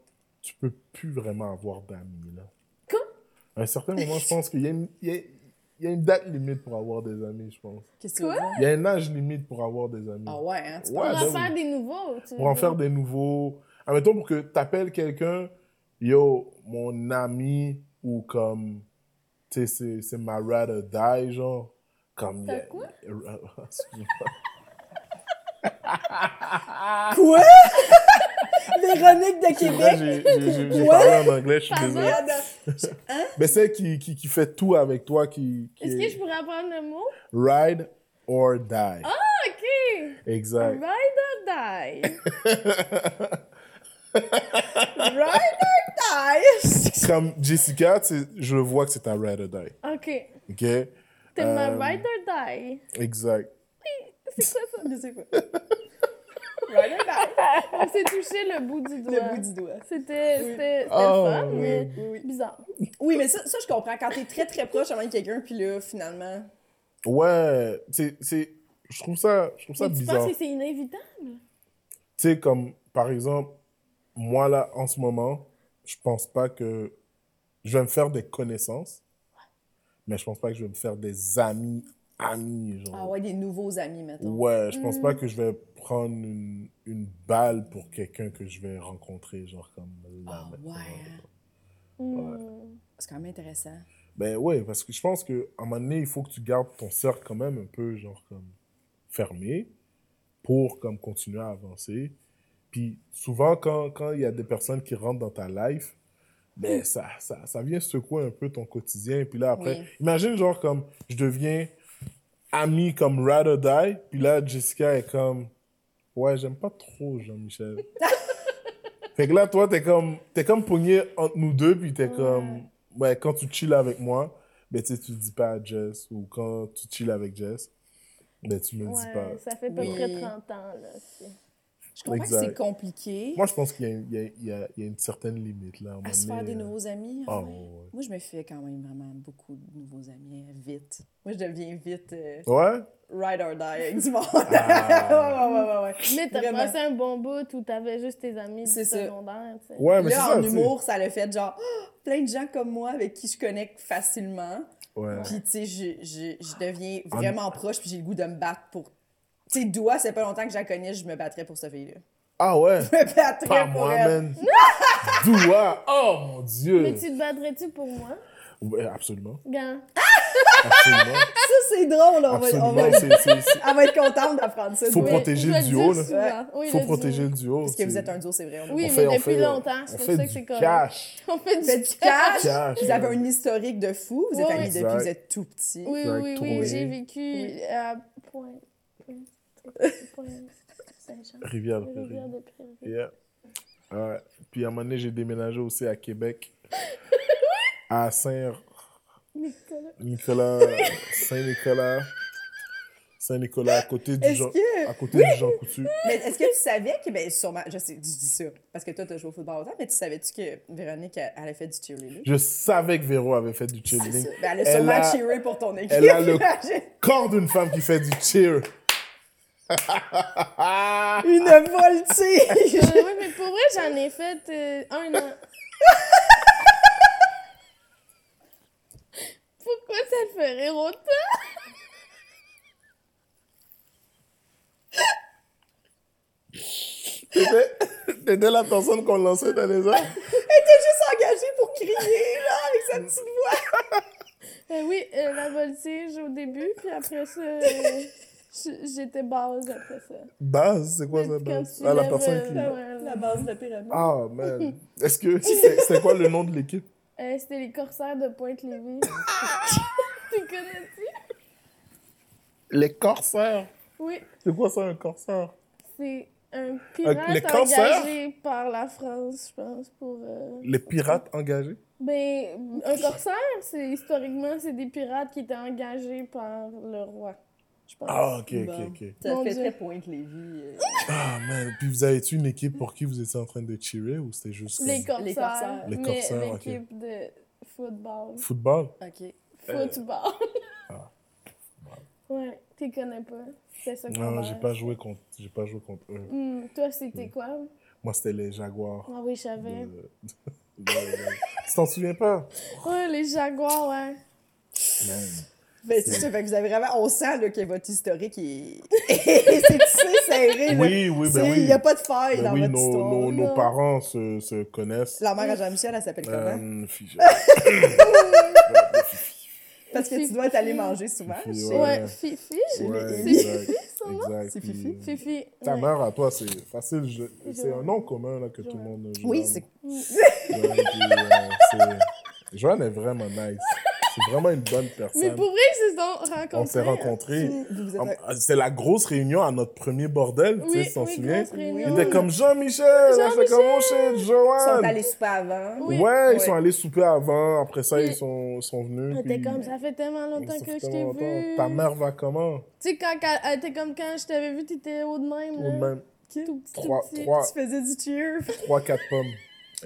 [SPEAKER 4] tu peux plus vraiment avoir d'amis, là.
[SPEAKER 3] Quoi?
[SPEAKER 4] À un certain moment, je pense qu'il y, a une- il y a- il y a une date limite pour avoir des amis, je pense.
[SPEAKER 2] Qu'est-ce que tu veux dire?
[SPEAKER 4] Il y a un âge limite pour avoir des amis.
[SPEAKER 2] Ah ouais, hein? tu
[SPEAKER 4] Ouais,
[SPEAKER 3] Pour
[SPEAKER 4] ben
[SPEAKER 3] en
[SPEAKER 4] oui.
[SPEAKER 3] faire des nouveaux, tu
[SPEAKER 4] Pour en
[SPEAKER 3] veux.
[SPEAKER 4] faire des nouveaux. Admettons pour que tu appelles quelqu'un, yo, mon ami, ou comme, tu sais, c'est- c'est ma rather die, genre. Comme.
[SPEAKER 3] T'as
[SPEAKER 4] y a-
[SPEAKER 3] quoi?
[SPEAKER 4] Excuse-moi.
[SPEAKER 2] Quoi? Véronique de
[SPEAKER 4] C'est vrai,
[SPEAKER 2] Québec!
[SPEAKER 4] j'ai- j'ai j'ai- j'ai
[SPEAKER 2] Ouais.
[SPEAKER 4] parlé en anglais, je suis désolé.
[SPEAKER 2] Regarde.
[SPEAKER 4] Mais celle qui, qui, qui fait tout avec toi, qui, qui
[SPEAKER 3] Est-ce
[SPEAKER 4] est
[SPEAKER 3] que je pourrais apprendre le mot?
[SPEAKER 4] ride or die.
[SPEAKER 3] Ah! OK!
[SPEAKER 4] exact.
[SPEAKER 3] Ride or die!
[SPEAKER 2] Ride or die!
[SPEAKER 4] Comme Jessica, tu sais, je vois que c'est un ride or die.
[SPEAKER 3] OK.
[SPEAKER 4] OK?
[SPEAKER 3] T'es
[SPEAKER 4] Euh,
[SPEAKER 3] ma ride or die.
[SPEAKER 4] Exact.
[SPEAKER 2] C'est quoi ça? Mais c'est quoi? Ride or die!
[SPEAKER 3] On s'est touché le bout du doigt.
[SPEAKER 2] Le bout du doigt.
[SPEAKER 3] C'était c'était- c'était
[SPEAKER 4] Oh,
[SPEAKER 3] fun,
[SPEAKER 4] oui.
[SPEAKER 3] mais
[SPEAKER 2] Oui,
[SPEAKER 3] bizarre.
[SPEAKER 2] oui mais ça, ça, je comprends. Quand t'es très, très proche avec quelqu'un, puis là, finalement...
[SPEAKER 4] Ouais, c'est, c'est, je trouve ça, je trouve ça
[SPEAKER 3] Mais tu
[SPEAKER 4] bizarre.
[SPEAKER 3] penses que
[SPEAKER 4] Tu
[SPEAKER 3] c'est inévitable?
[SPEAKER 4] sais, comme, par exemple, moi, là, en ce moment, je pense pas que je vais me faire des connaissances, mais je pense pas que je vais me faire des amis, amis, genre.
[SPEAKER 2] Ah ouais, Hmm. des nouveaux amis, mettons.
[SPEAKER 4] Ouais, je pense pas que je vais prendre une, une balle pour quelqu'un que je vais rencontrer, genre comme là.
[SPEAKER 2] Ah
[SPEAKER 4] maintenant.
[SPEAKER 2] ouais, hein.
[SPEAKER 3] Hmm.
[SPEAKER 2] C'est quand même intéressant.
[SPEAKER 4] Ben ouais, parce que je pense qu'à un moment donné, il faut que tu gardes ton cercle quand même un peu, genre comme fermé, pour comme continuer à avancer. Puis souvent, quand quand il y a des personnes qui rentrent dans ta life, ben ça, ça, ça vient secouer un peu ton quotidien. Puis là, après,
[SPEAKER 2] Oui.
[SPEAKER 4] imagine genre comme je deviens ami comme Ride or Die, puis là, Jessica est comme Ouais, j'aime pas trop Jean-Michel. fait que là, toi, t'es comme, t'es comme pogné entre nous deux, puis t'es comme, ouais, quand tu chill avec moi, ben tu sais, tu le dis pas à Jess, ou quand tu chill avec Jess, ben tu me le dis
[SPEAKER 3] Ouais,
[SPEAKER 4] pas.
[SPEAKER 3] ça fait à peu
[SPEAKER 2] Oui.
[SPEAKER 3] près 30 ans, là. c'est-
[SPEAKER 2] Je comprends
[SPEAKER 4] Exact.
[SPEAKER 2] que c'est compliqué
[SPEAKER 4] Moi, je pense qu'il y a, il y a- il y a- il y a une certaine limite, là. un moment
[SPEAKER 2] à se faire
[SPEAKER 4] donné,
[SPEAKER 2] des
[SPEAKER 4] là.
[SPEAKER 2] nouveaux amis.
[SPEAKER 4] Ah,
[SPEAKER 2] ouais.
[SPEAKER 4] ouais.
[SPEAKER 2] Moi, je me fais quand même vraiment beaucoup de nouveaux amis euh, vite. Moi, je deviens vite euh,
[SPEAKER 4] Ouais?
[SPEAKER 2] ride or die avec du monde.
[SPEAKER 4] Ah.
[SPEAKER 2] ouais, ouais, ouais, ouais, ouais.
[SPEAKER 3] Mais t'as
[SPEAKER 2] Vraiment.
[SPEAKER 3] passé un bon bout où t'avais juste tes amis du
[SPEAKER 2] C'est ça.
[SPEAKER 3] secondaire, tu sais.
[SPEAKER 4] Ouais, mais c'est
[SPEAKER 2] là,
[SPEAKER 4] ça,
[SPEAKER 2] en
[SPEAKER 4] tu sais.
[SPEAKER 2] humour, ça le fait genre Ah, plein de gens comme moi avec qui je connecte facilement.
[SPEAKER 4] Ouais.
[SPEAKER 2] Puis, tu sais, je, je, je deviens vraiment proche, puis j'ai le goût de me battre pour. Tu sais, Doua, c'est pas longtemps que je la connais, je me battrais pour cette fille-là.
[SPEAKER 4] Ah ouais?
[SPEAKER 2] Je me battrais
[SPEAKER 4] Pas
[SPEAKER 2] pour
[SPEAKER 4] moi,
[SPEAKER 2] elle.
[SPEAKER 4] man. Doua! Oh, mon Dieu!
[SPEAKER 3] Mais tu te battrais-tu pour moi?
[SPEAKER 4] Ouais, absolument.
[SPEAKER 3] Gars,
[SPEAKER 4] Absolument.
[SPEAKER 2] Ça, c'est drôle, on va, on
[SPEAKER 4] absolument.
[SPEAKER 2] va-
[SPEAKER 4] C'est- c'est- c'est-
[SPEAKER 2] Elle va être contente d'apprendre ça.
[SPEAKER 4] Faut
[SPEAKER 2] Doua.
[SPEAKER 3] oui,
[SPEAKER 4] protéger
[SPEAKER 3] je
[SPEAKER 4] le
[SPEAKER 3] dis
[SPEAKER 4] duo, là.
[SPEAKER 3] souvent.
[SPEAKER 2] Ouais.
[SPEAKER 3] Oui,
[SPEAKER 4] Faut
[SPEAKER 3] le
[SPEAKER 4] protéger le duo.
[SPEAKER 2] Parce que
[SPEAKER 4] c'est-
[SPEAKER 2] vous êtes un duo, c'est vrai. on a-
[SPEAKER 3] Oui,
[SPEAKER 4] On
[SPEAKER 3] mais
[SPEAKER 4] fait- on
[SPEAKER 3] depuis
[SPEAKER 4] fait-
[SPEAKER 3] longtemps, c'est
[SPEAKER 4] on
[SPEAKER 3] pour
[SPEAKER 4] fait
[SPEAKER 3] ça
[SPEAKER 4] du
[SPEAKER 3] que c'est correct.
[SPEAKER 4] cash.
[SPEAKER 3] On fait
[SPEAKER 2] Vous
[SPEAKER 3] du
[SPEAKER 2] êtes du cash.
[SPEAKER 4] Cash,
[SPEAKER 2] Vous
[SPEAKER 4] ouais.
[SPEAKER 2] avez un historique de fou. Vous êtes
[SPEAKER 3] Ouais,
[SPEAKER 2] amis
[SPEAKER 3] ouais.
[SPEAKER 2] depuis que
[SPEAKER 4] Exact.
[SPEAKER 2] vous êtes tout petit.
[SPEAKER 3] Oui,
[SPEAKER 4] Jacques
[SPEAKER 3] oui,
[SPEAKER 4] Troué.
[SPEAKER 3] oui, j'ai vécu
[SPEAKER 2] Oui.
[SPEAKER 3] à Point. Saint-Jean.
[SPEAKER 4] Rivière.
[SPEAKER 3] Rivière de Prairie.
[SPEAKER 4] Yeah. Ouais. Puis à un moment donné, j'ai déménagé aussi à Québec. à Saint-
[SPEAKER 3] Nicolas.
[SPEAKER 4] Nicolas. Saint-Nicolas. Saint-Nicolas, à côté du
[SPEAKER 2] Est-ce
[SPEAKER 4] Jean,
[SPEAKER 2] que-
[SPEAKER 4] à côté du Jean Coutu.
[SPEAKER 2] Mais est-ce que tu savais que. Ben, sûrement, je sais, je dis ça. Parce que toi, t'as joué au football autant, mais tu savais-tu que Véronique, elle, elle a fait du cheerleading?
[SPEAKER 4] Je savais que Véro avait fait du cheerleading.
[SPEAKER 2] Ben, elle a
[SPEAKER 4] Elle
[SPEAKER 2] sûrement
[SPEAKER 4] a-
[SPEAKER 2] cheeré pour ton équipe.
[SPEAKER 4] elle a le-
[SPEAKER 2] imagine.
[SPEAKER 4] Corps d'une femme qui fait du cheer.
[SPEAKER 2] Une voltige!
[SPEAKER 3] Euh, oui, mais pour vrai, j'en ai fait euh, un an. Pourquoi ça te fait rire autant?
[SPEAKER 4] T'étais t'étais la personne qu'on lançait dans les airs.
[SPEAKER 2] Elle était juste engagée pour crier, là, avec sa petite voix.
[SPEAKER 3] Euh, oui, euh, la voltige au début, puis après ça, euh, j- j'étais base après ça.
[SPEAKER 4] Base, c'est quoi ça,
[SPEAKER 3] Quand
[SPEAKER 4] base?
[SPEAKER 3] tu
[SPEAKER 4] Ah, la
[SPEAKER 3] lèves,
[SPEAKER 4] personne qui.
[SPEAKER 3] euh, ouais, là.
[SPEAKER 2] La base de la pyramide.
[SPEAKER 4] Ah, man. Est-ce que. c'est- C'est quoi le nom de l'équipe?
[SPEAKER 3] Euh, C'était les corsaires de Pointe-Lévis. tu connais-tu?
[SPEAKER 4] Les Corsairs.
[SPEAKER 3] Oui,
[SPEAKER 4] C'est quoi ça, un corsaire?
[SPEAKER 3] c'est
[SPEAKER 4] Euh,
[SPEAKER 3] Un pirate
[SPEAKER 4] les cancers?
[SPEAKER 3] engagé par la France, je pense, pour... euh,
[SPEAKER 4] Les pirates engagés
[SPEAKER 3] Ben, un corsaire, c'est historiquement, c'est des pirates qui étaient engagés par le roi, je pense.
[SPEAKER 4] Ah, ok, ok,
[SPEAKER 3] Ben.
[SPEAKER 2] Bon.
[SPEAKER 4] ok.
[SPEAKER 2] Ça
[SPEAKER 3] Mon
[SPEAKER 2] fait
[SPEAKER 3] Dieu.
[SPEAKER 2] très pointe, Lévi. euh,
[SPEAKER 4] Ah, man. Puis vous avez-tu une équipe pour qui vous étiez en train de cheerer ou c'était juste comme
[SPEAKER 3] Les corsaires.
[SPEAKER 2] Les corsaires.
[SPEAKER 4] Les
[SPEAKER 3] mais
[SPEAKER 4] corsaires, ok.
[SPEAKER 3] L'équipe de football.
[SPEAKER 4] football
[SPEAKER 3] Ah.
[SPEAKER 2] OK.
[SPEAKER 3] Football.
[SPEAKER 4] Euh, Ah.
[SPEAKER 3] ouais, tu connais pas. C'est ça Hmm,
[SPEAKER 4] Non, j'ai pas Hmm. joué contre, j'ai pas joué contre eux.
[SPEAKER 3] toi, c'était quoi?
[SPEAKER 4] Moi, c'était les Jaguars.
[SPEAKER 3] Ah oui, je savais.
[SPEAKER 4] de- de- tu t'en souviens pas
[SPEAKER 3] Ouais, Oh, les jaguars, ouais.
[SPEAKER 2] Ben, c'est ça, fait que vous avez vraiment... On sent là, que votre historique est... c'est tissé serré, là.
[SPEAKER 4] Oui, oui,
[SPEAKER 2] C'est-
[SPEAKER 4] ben
[SPEAKER 2] Il
[SPEAKER 4] oui.
[SPEAKER 2] n'y a pas de faille
[SPEAKER 4] Ben
[SPEAKER 2] dans
[SPEAKER 4] oui,
[SPEAKER 2] votre
[SPEAKER 4] nos,
[SPEAKER 2] histoire.
[SPEAKER 4] nos, nos
[SPEAKER 3] là.
[SPEAKER 4] parents se, se connaissent.
[SPEAKER 2] La mère à Jean-Michel, elle s'appelle comment?
[SPEAKER 4] Euh, Fifi.
[SPEAKER 2] Parce que tu dois être allé manger souvent.
[SPEAKER 4] Fifi,
[SPEAKER 2] chez-
[SPEAKER 4] Ouais.
[SPEAKER 3] Ouais, Fifi, j'ai
[SPEAKER 4] Ouais,
[SPEAKER 2] C'est
[SPEAKER 4] exact,
[SPEAKER 3] Fifi, son nom?
[SPEAKER 4] exact.
[SPEAKER 2] C'est
[SPEAKER 4] Puis,
[SPEAKER 2] Fifi.
[SPEAKER 4] euh,
[SPEAKER 3] Fifi.
[SPEAKER 4] Ta
[SPEAKER 3] ouais.
[SPEAKER 4] mère à toi, c'est facile. je- C'est un nom commun là, que tout le
[SPEAKER 3] Joanne.
[SPEAKER 4] monde.
[SPEAKER 2] Oui,
[SPEAKER 4] Joanne.
[SPEAKER 2] c'est...
[SPEAKER 3] Hmm.
[SPEAKER 4] Joanne, puis, euh, c'est- Joanne est vraiment nice. C'est vraiment une bonne
[SPEAKER 3] Mais
[SPEAKER 4] personne.
[SPEAKER 3] pour vrai, ils se sont rencontrés.
[SPEAKER 4] On s'est rencontrés.
[SPEAKER 2] Vous vous êtes...
[SPEAKER 4] Ah, C'était la grosse réunion à notre premier bordel, tu
[SPEAKER 3] Oui,
[SPEAKER 4] sais, tu t'en
[SPEAKER 3] oui,
[SPEAKER 4] souviens?
[SPEAKER 3] grosse
[SPEAKER 2] Oui.
[SPEAKER 4] Il
[SPEAKER 3] réunion.
[SPEAKER 4] était comme Jean-Michel, là, j'étais comme mon shit,
[SPEAKER 2] Ils sont
[SPEAKER 4] Joanne.
[SPEAKER 2] allés souper avant.
[SPEAKER 3] Oui.
[SPEAKER 4] Ouais,
[SPEAKER 2] Ouais.
[SPEAKER 4] ils sont allés souper avant, après ça,
[SPEAKER 3] Oui.
[SPEAKER 4] ils sont, sont venus.
[SPEAKER 3] Elle était
[SPEAKER 4] puis-
[SPEAKER 3] comme, ça fait tellement longtemps
[SPEAKER 4] Ça
[SPEAKER 3] que
[SPEAKER 4] fait
[SPEAKER 3] je t'ai
[SPEAKER 4] tellement
[SPEAKER 3] vu.
[SPEAKER 4] longtemps. Ta mère va comment?
[SPEAKER 3] Tu sais, quand elle, elle était comme quand je t'avais vu, t'étais haut de même.
[SPEAKER 4] Ou
[SPEAKER 3] là.
[SPEAKER 4] même
[SPEAKER 3] Tout petit,
[SPEAKER 4] trois-
[SPEAKER 3] tout petit.
[SPEAKER 4] trois-
[SPEAKER 2] Tu faisais du cheer.
[SPEAKER 4] 3-4 pommes.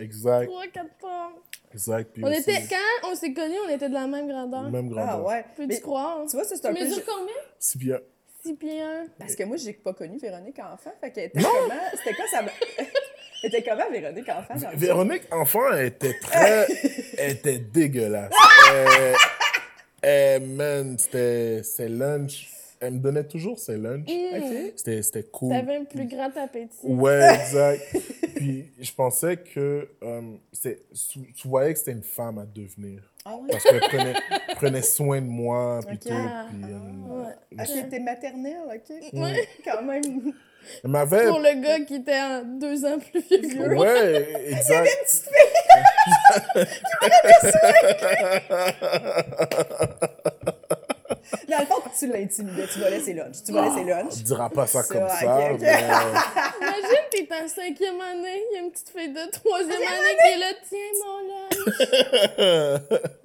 [SPEAKER 4] Exact,
[SPEAKER 3] Trois, quatre pommes.
[SPEAKER 4] exact. Puis
[SPEAKER 3] On
[SPEAKER 4] aussi,
[SPEAKER 3] était, hein. quand on s'est connus, on était de la même grandeur.
[SPEAKER 4] Même grandeur. euh,
[SPEAKER 2] Ah ouais.
[SPEAKER 3] Peux-tu
[SPEAKER 2] Mais, tu
[SPEAKER 3] croire? Tu
[SPEAKER 2] vois, ça, c'est un peu...
[SPEAKER 3] mesures combien?
[SPEAKER 4] C'est bien.
[SPEAKER 3] 6 pieds 1.
[SPEAKER 2] Parce que moi, j'ai pas connu Véronique enfant. Fait qu'elle était comment... C'était quoi ça... C'était comment Véronique enfant? Jean-Michel?
[SPEAKER 4] Véronique, enfant, elle était très. elle était dégueulasse.
[SPEAKER 2] Ah!
[SPEAKER 4] Euh, euh, man, c'était ses lunchs. Elle me donnait toujours ses lunchs.
[SPEAKER 3] Mmh.
[SPEAKER 4] C'était c'était cool.
[SPEAKER 3] T'avais un plus grand appétit.
[SPEAKER 4] Ouais, exact. Puis je pensais que. euh, c'est- tu, tu voyais que c'était une femme à devenir.
[SPEAKER 2] Ah ouais.
[SPEAKER 4] Parce qu'elle prenait, prenait soin de moi. Puis
[SPEAKER 2] Ok.
[SPEAKER 4] tout. Puis, euh,
[SPEAKER 3] Ah. Ouais.
[SPEAKER 2] Ok, t'es Ah, maternelle, OK?
[SPEAKER 3] Ouais.
[SPEAKER 2] Quand même.
[SPEAKER 4] elle m'avait
[SPEAKER 3] Pour le gars qui était en deux ans plus vieux.
[SPEAKER 4] Ouais, exact.
[SPEAKER 2] Dans le fond, tu l'intimidais. Tu volais ses lunchs. Tu volais ses lunchs.
[SPEAKER 4] On dira pas ça
[SPEAKER 2] Ça,
[SPEAKER 4] comme
[SPEAKER 2] ok,
[SPEAKER 4] ça.
[SPEAKER 2] ok.
[SPEAKER 4] mais-
[SPEAKER 3] Imagine, t'es en cinquième année, il y a une petite fille de troisième année qui est là, tiens mon linge.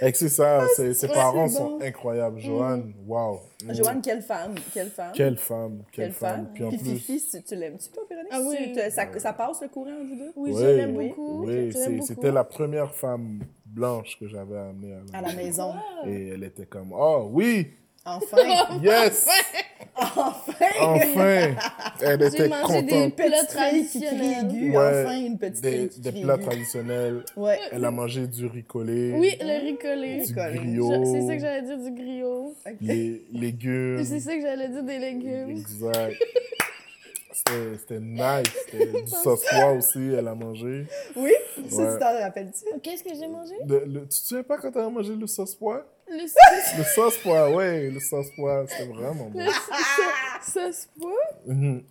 [SPEAKER 4] Fait que euh, c'est ça, ses, ses
[SPEAKER 3] ouais,
[SPEAKER 4] parents
[SPEAKER 3] Ah, c'est
[SPEAKER 4] sont
[SPEAKER 3] bon. Mm. Ah,
[SPEAKER 4] incroyables. Joanne, waouh. Mm.
[SPEAKER 2] Joanne, quelle femme. Quelle femme.
[SPEAKER 4] Quelle femme, quelle,
[SPEAKER 2] Quelle
[SPEAKER 4] femme.
[SPEAKER 2] femme.
[SPEAKER 4] Puis en plus,
[SPEAKER 2] Fifi, si tu l'aimes-tu, toi, Véronique?
[SPEAKER 3] Ah oui.
[SPEAKER 2] Tu te- ça, ça passe le courant, vous deux?
[SPEAKER 3] Oui, je
[SPEAKER 4] Ouais,
[SPEAKER 3] l'aime
[SPEAKER 2] oui,
[SPEAKER 3] beaucoup.
[SPEAKER 4] oui,
[SPEAKER 3] je l'aime
[SPEAKER 4] c'est-
[SPEAKER 3] beaucoup.
[SPEAKER 4] c'était la première femme blanche que j'avais amenée à la,
[SPEAKER 2] À la maison.
[SPEAKER 4] Et elle était comme, oh oui,
[SPEAKER 2] Enfin!
[SPEAKER 4] yes,
[SPEAKER 2] Enfin!
[SPEAKER 4] enfin. Elle
[SPEAKER 3] J'ai
[SPEAKER 4] était
[SPEAKER 3] mangé
[SPEAKER 4] contente.
[SPEAKER 3] des plats
[SPEAKER 2] Petite fille qui crie
[SPEAKER 3] traditionnels.
[SPEAKER 2] aiguë,
[SPEAKER 4] Ouais,
[SPEAKER 2] enfin une petite
[SPEAKER 4] Des,
[SPEAKER 2] fille qui
[SPEAKER 4] des
[SPEAKER 2] crie
[SPEAKER 4] plats
[SPEAKER 2] aiguë.
[SPEAKER 4] traditionnels.
[SPEAKER 2] Ouais.
[SPEAKER 4] Elle a mangé du riz collé,
[SPEAKER 3] Oui, le ricolé.
[SPEAKER 4] du
[SPEAKER 2] collé.
[SPEAKER 4] griot,
[SPEAKER 3] Je- C'est ça que j'allais dire du griot.
[SPEAKER 4] les légumes.
[SPEAKER 3] C'est ça que j'allais dire des légumes.
[SPEAKER 4] Exact. C'était c'était nice. C'était du sauce-pois aussi, elle a mangé.
[SPEAKER 2] Oui? Ça, tu
[SPEAKER 4] Ouais.
[SPEAKER 2] t'en rappelles-tu?
[SPEAKER 3] Qu'est-ce que j'ai mangé?
[SPEAKER 4] Le- le- tu te souviens pas quand t'avais mangé le sauce-pois?
[SPEAKER 3] Le sauce
[SPEAKER 4] Le sauce-pois, ouais, le sauce-pois, c'était vraiment bon.
[SPEAKER 3] le sa- sauce pois?
[SPEAKER 4] Mhm.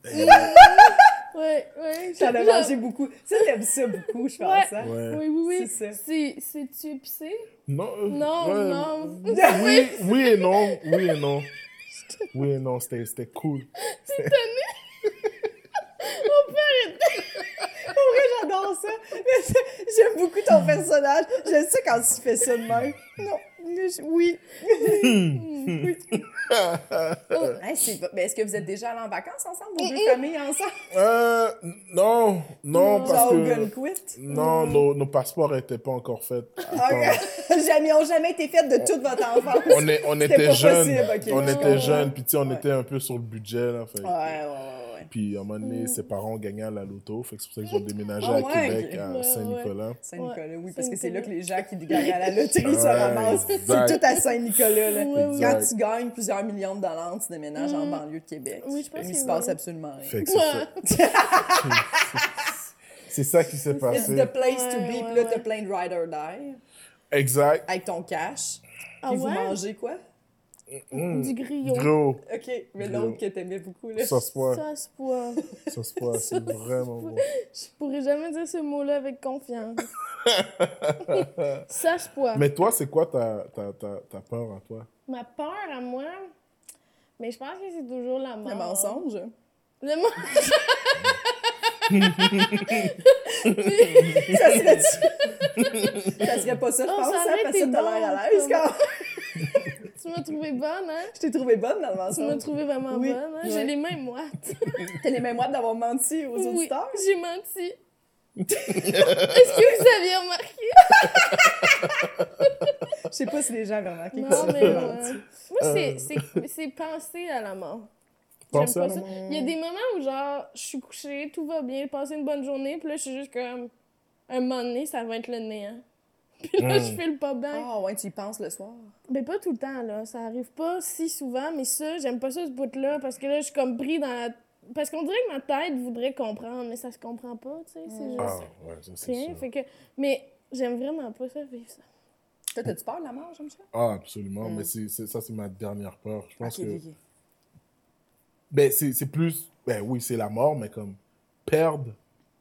[SPEAKER 3] Ouais, ouais.
[SPEAKER 2] J'en ai
[SPEAKER 3] j'ai-
[SPEAKER 2] mangé beaucoup. Ça, t'aimes ça beaucoup, je pense. hein?
[SPEAKER 4] Ouais.
[SPEAKER 3] Oui, oui,
[SPEAKER 2] C'est
[SPEAKER 3] oui.
[SPEAKER 2] ça.
[SPEAKER 3] C'est- C'est-tu épicé?
[SPEAKER 4] Non, euh,
[SPEAKER 3] Non,
[SPEAKER 4] ouais,
[SPEAKER 3] non.
[SPEAKER 4] Oui, oui et non, oui et non. Oui et non, c'était c'était cool.
[SPEAKER 2] Pour vrai, j'adore ça. Mais c'est- J'aime beaucoup ton personnage. J'aime ça quand tu fais ça de même. Non, mais je- oui. oui. Hey, c'est pas- mais est-ce que vous êtes déjà allés en vacances ensemble, vos deux familles ensemble?
[SPEAKER 4] Euh, non, non, parce
[SPEAKER 2] Genre au
[SPEAKER 4] que...
[SPEAKER 2] Gunquit?
[SPEAKER 4] Non, nos, nos passeports n'étaient pas encore faits. à temps.
[SPEAKER 2] Ok. Jamais, ils ont jamais été faits de toute votre enfance.
[SPEAKER 4] On, est, on
[SPEAKER 2] C'était pas
[SPEAKER 4] était jeunes,
[SPEAKER 2] possible, ok.
[SPEAKER 4] on était
[SPEAKER 3] Ouais.
[SPEAKER 4] jeunes, puis tu sais, on
[SPEAKER 2] Ouais.
[SPEAKER 4] était un peu sur le budget, là, fait que-
[SPEAKER 2] Ouais, ouais, ouais, ouais.
[SPEAKER 4] Puis à un moment donné, ses parents gagnaient à la loto. Fait que c'est pour ça qu'ils ont déménagé
[SPEAKER 2] Ah
[SPEAKER 4] à
[SPEAKER 2] ouais,
[SPEAKER 4] Québec,
[SPEAKER 2] ok.
[SPEAKER 4] à
[SPEAKER 3] Ouais,
[SPEAKER 4] Saint-Nicolas.
[SPEAKER 2] Saint-Nicolas, oui,
[SPEAKER 3] Ouais,
[SPEAKER 2] parce que c'est là
[SPEAKER 3] Saint-Nicolas.
[SPEAKER 2] que les gens qui gagnent à la loterie se
[SPEAKER 4] Ouais,
[SPEAKER 2] ramassent.
[SPEAKER 4] exact.
[SPEAKER 2] C'est tout à Saint-Nicolas. là.
[SPEAKER 3] Ouais,
[SPEAKER 4] ouais.
[SPEAKER 2] Quand tu gagnes plusieurs millions de dollars, tu déménages en
[SPEAKER 3] Mm.
[SPEAKER 2] banlieue de Québec.
[SPEAKER 3] Oui, je pense
[SPEAKER 2] Il
[SPEAKER 3] que
[SPEAKER 2] se
[SPEAKER 3] oui.
[SPEAKER 2] passe absolument rien.
[SPEAKER 4] Fait que c'est ça. C'est ça qui s'est
[SPEAKER 2] It's
[SPEAKER 4] passé.
[SPEAKER 2] the place to be.
[SPEAKER 3] Ouais,
[SPEAKER 2] Puis
[SPEAKER 3] ouais,
[SPEAKER 2] là, t'as
[SPEAKER 3] ouais.
[SPEAKER 2] plein de ride or die
[SPEAKER 4] Exact.
[SPEAKER 2] avec ton cash. Puis
[SPEAKER 3] Ah
[SPEAKER 2] vous
[SPEAKER 3] ouais?
[SPEAKER 2] mangez quoi?
[SPEAKER 4] Mm.
[SPEAKER 3] Du griot.
[SPEAKER 4] Gros,
[SPEAKER 2] OK, mais
[SPEAKER 4] Gros.
[SPEAKER 2] l'autre que t'aimais beaucoup, là.
[SPEAKER 4] ça se voit.
[SPEAKER 3] Sauce pois.
[SPEAKER 4] Ça se voit. C'est vraiment bon.
[SPEAKER 3] Je pourrais jamais dire ce mot-là avec confiance. Sache pois.
[SPEAKER 4] Mais toi, c'est quoi ta, ta, ta, ta peur à toi?
[SPEAKER 3] Ma peur à moi, mais je pense que c'est toujours la mort.
[SPEAKER 2] Le mensonge.
[SPEAKER 3] Le monde.
[SPEAKER 2] Ça serait Ça serait pas ça, je
[SPEAKER 3] Oh,
[SPEAKER 2] pense,
[SPEAKER 3] ça
[SPEAKER 2] hein,
[SPEAKER 3] aurait
[SPEAKER 2] parce que
[SPEAKER 3] été
[SPEAKER 2] t'as l'air
[SPEAKER 3] bon,
[SPEAKER 2] à l'aise
[SPEAKER 3] ça.
[SPEAKER 2] quand même.
[SPEAKER 3] tu m'as trouvé bonne, hein?
[SPEAKER 2] Je t'ai trouvé bonne dans le
[SPEAKER 3] Tu m'as
[SPEAKER 2] mensonge.
[SPEAKER 3] trouvé vraiment
[SPEAKER 2] Oui.
[SPEAKER 3] bonne, hein?
[SPEAKER 2] Ouais.
[SPEAKER 3] J'ai les mains moites.
[SPEAKER 2] T'as les mêmes moites d'avoir menti aux
[SPEAKER 3] Oui,
[SPEAKER 2] auditeurs.
[SPEAKER 3] j'ai menti. Est-ce que vous aviez remarqué?
[SPEAKER 2] Je sais pas si les gens avaient remarqué.
[SPEAKER 3] Non,
[SPEAKER 2] que
[SPEAKER 3] mais...
[SPEAKER 2] t'avais
[SPEAKER 3] euh,
[SPEAKER 2] menti.
[SPEAKER 3] Moi, c'est-
[SPEAKER 4] Euh.
[SPEAKER 3] c'est c'est penser à la mort. J'aime
[SPEAKER 4] Pensez à
[SPEAKER 3] pas ça. Il y a des moments où, genre, je suis couchée, tout va bien, passer une bonne journée, puis là, je suis juste comme. Un moment donné, ça va être le néant. Puis là,
[SPEAKER 4] Mm.
[SPEAKER 3] je file pas bien.
[SPEAKER 2] Ah ouais, tu y penses le soir.
[SPEAKER 3] Mais Ben, pas tout le temps, là. Ça arrive pas si souvent, mais ça, j'aime pas ça, ce bout-là, parce que là, je suis comme pris dans la. Parce qu'on dirait que ma tête voudrait comprendre, mais ça se comprend pas, tu sais. C'est juste.
[SPEAKER 4] Ah, ouais, ça, c'est
[SPEAKER 3] rien.
[SPEAKER 4] sûr.
[SPEAKER 3] Fait que. Mais j'aime vraiment pas ça, vivre ça.
[SPEAKER 2] Toi, t'as-tu peur de la mort, Jean-Michel?
[SPEAKER 4] Ah, absolument.
[SPEAKER 2] Mm.
[SPEAKER 4] Mais c'est, c'est- ça, c'est ma dernière peur. Je pense
[SPEAKER 2] Ok,
[SPEAKER 4] que.
[SPEAKER 2] ok, ok.
[SPEAKER 4] Ben, c'est, c'est plus. Ben oui, c'est la mort, mais comme perdre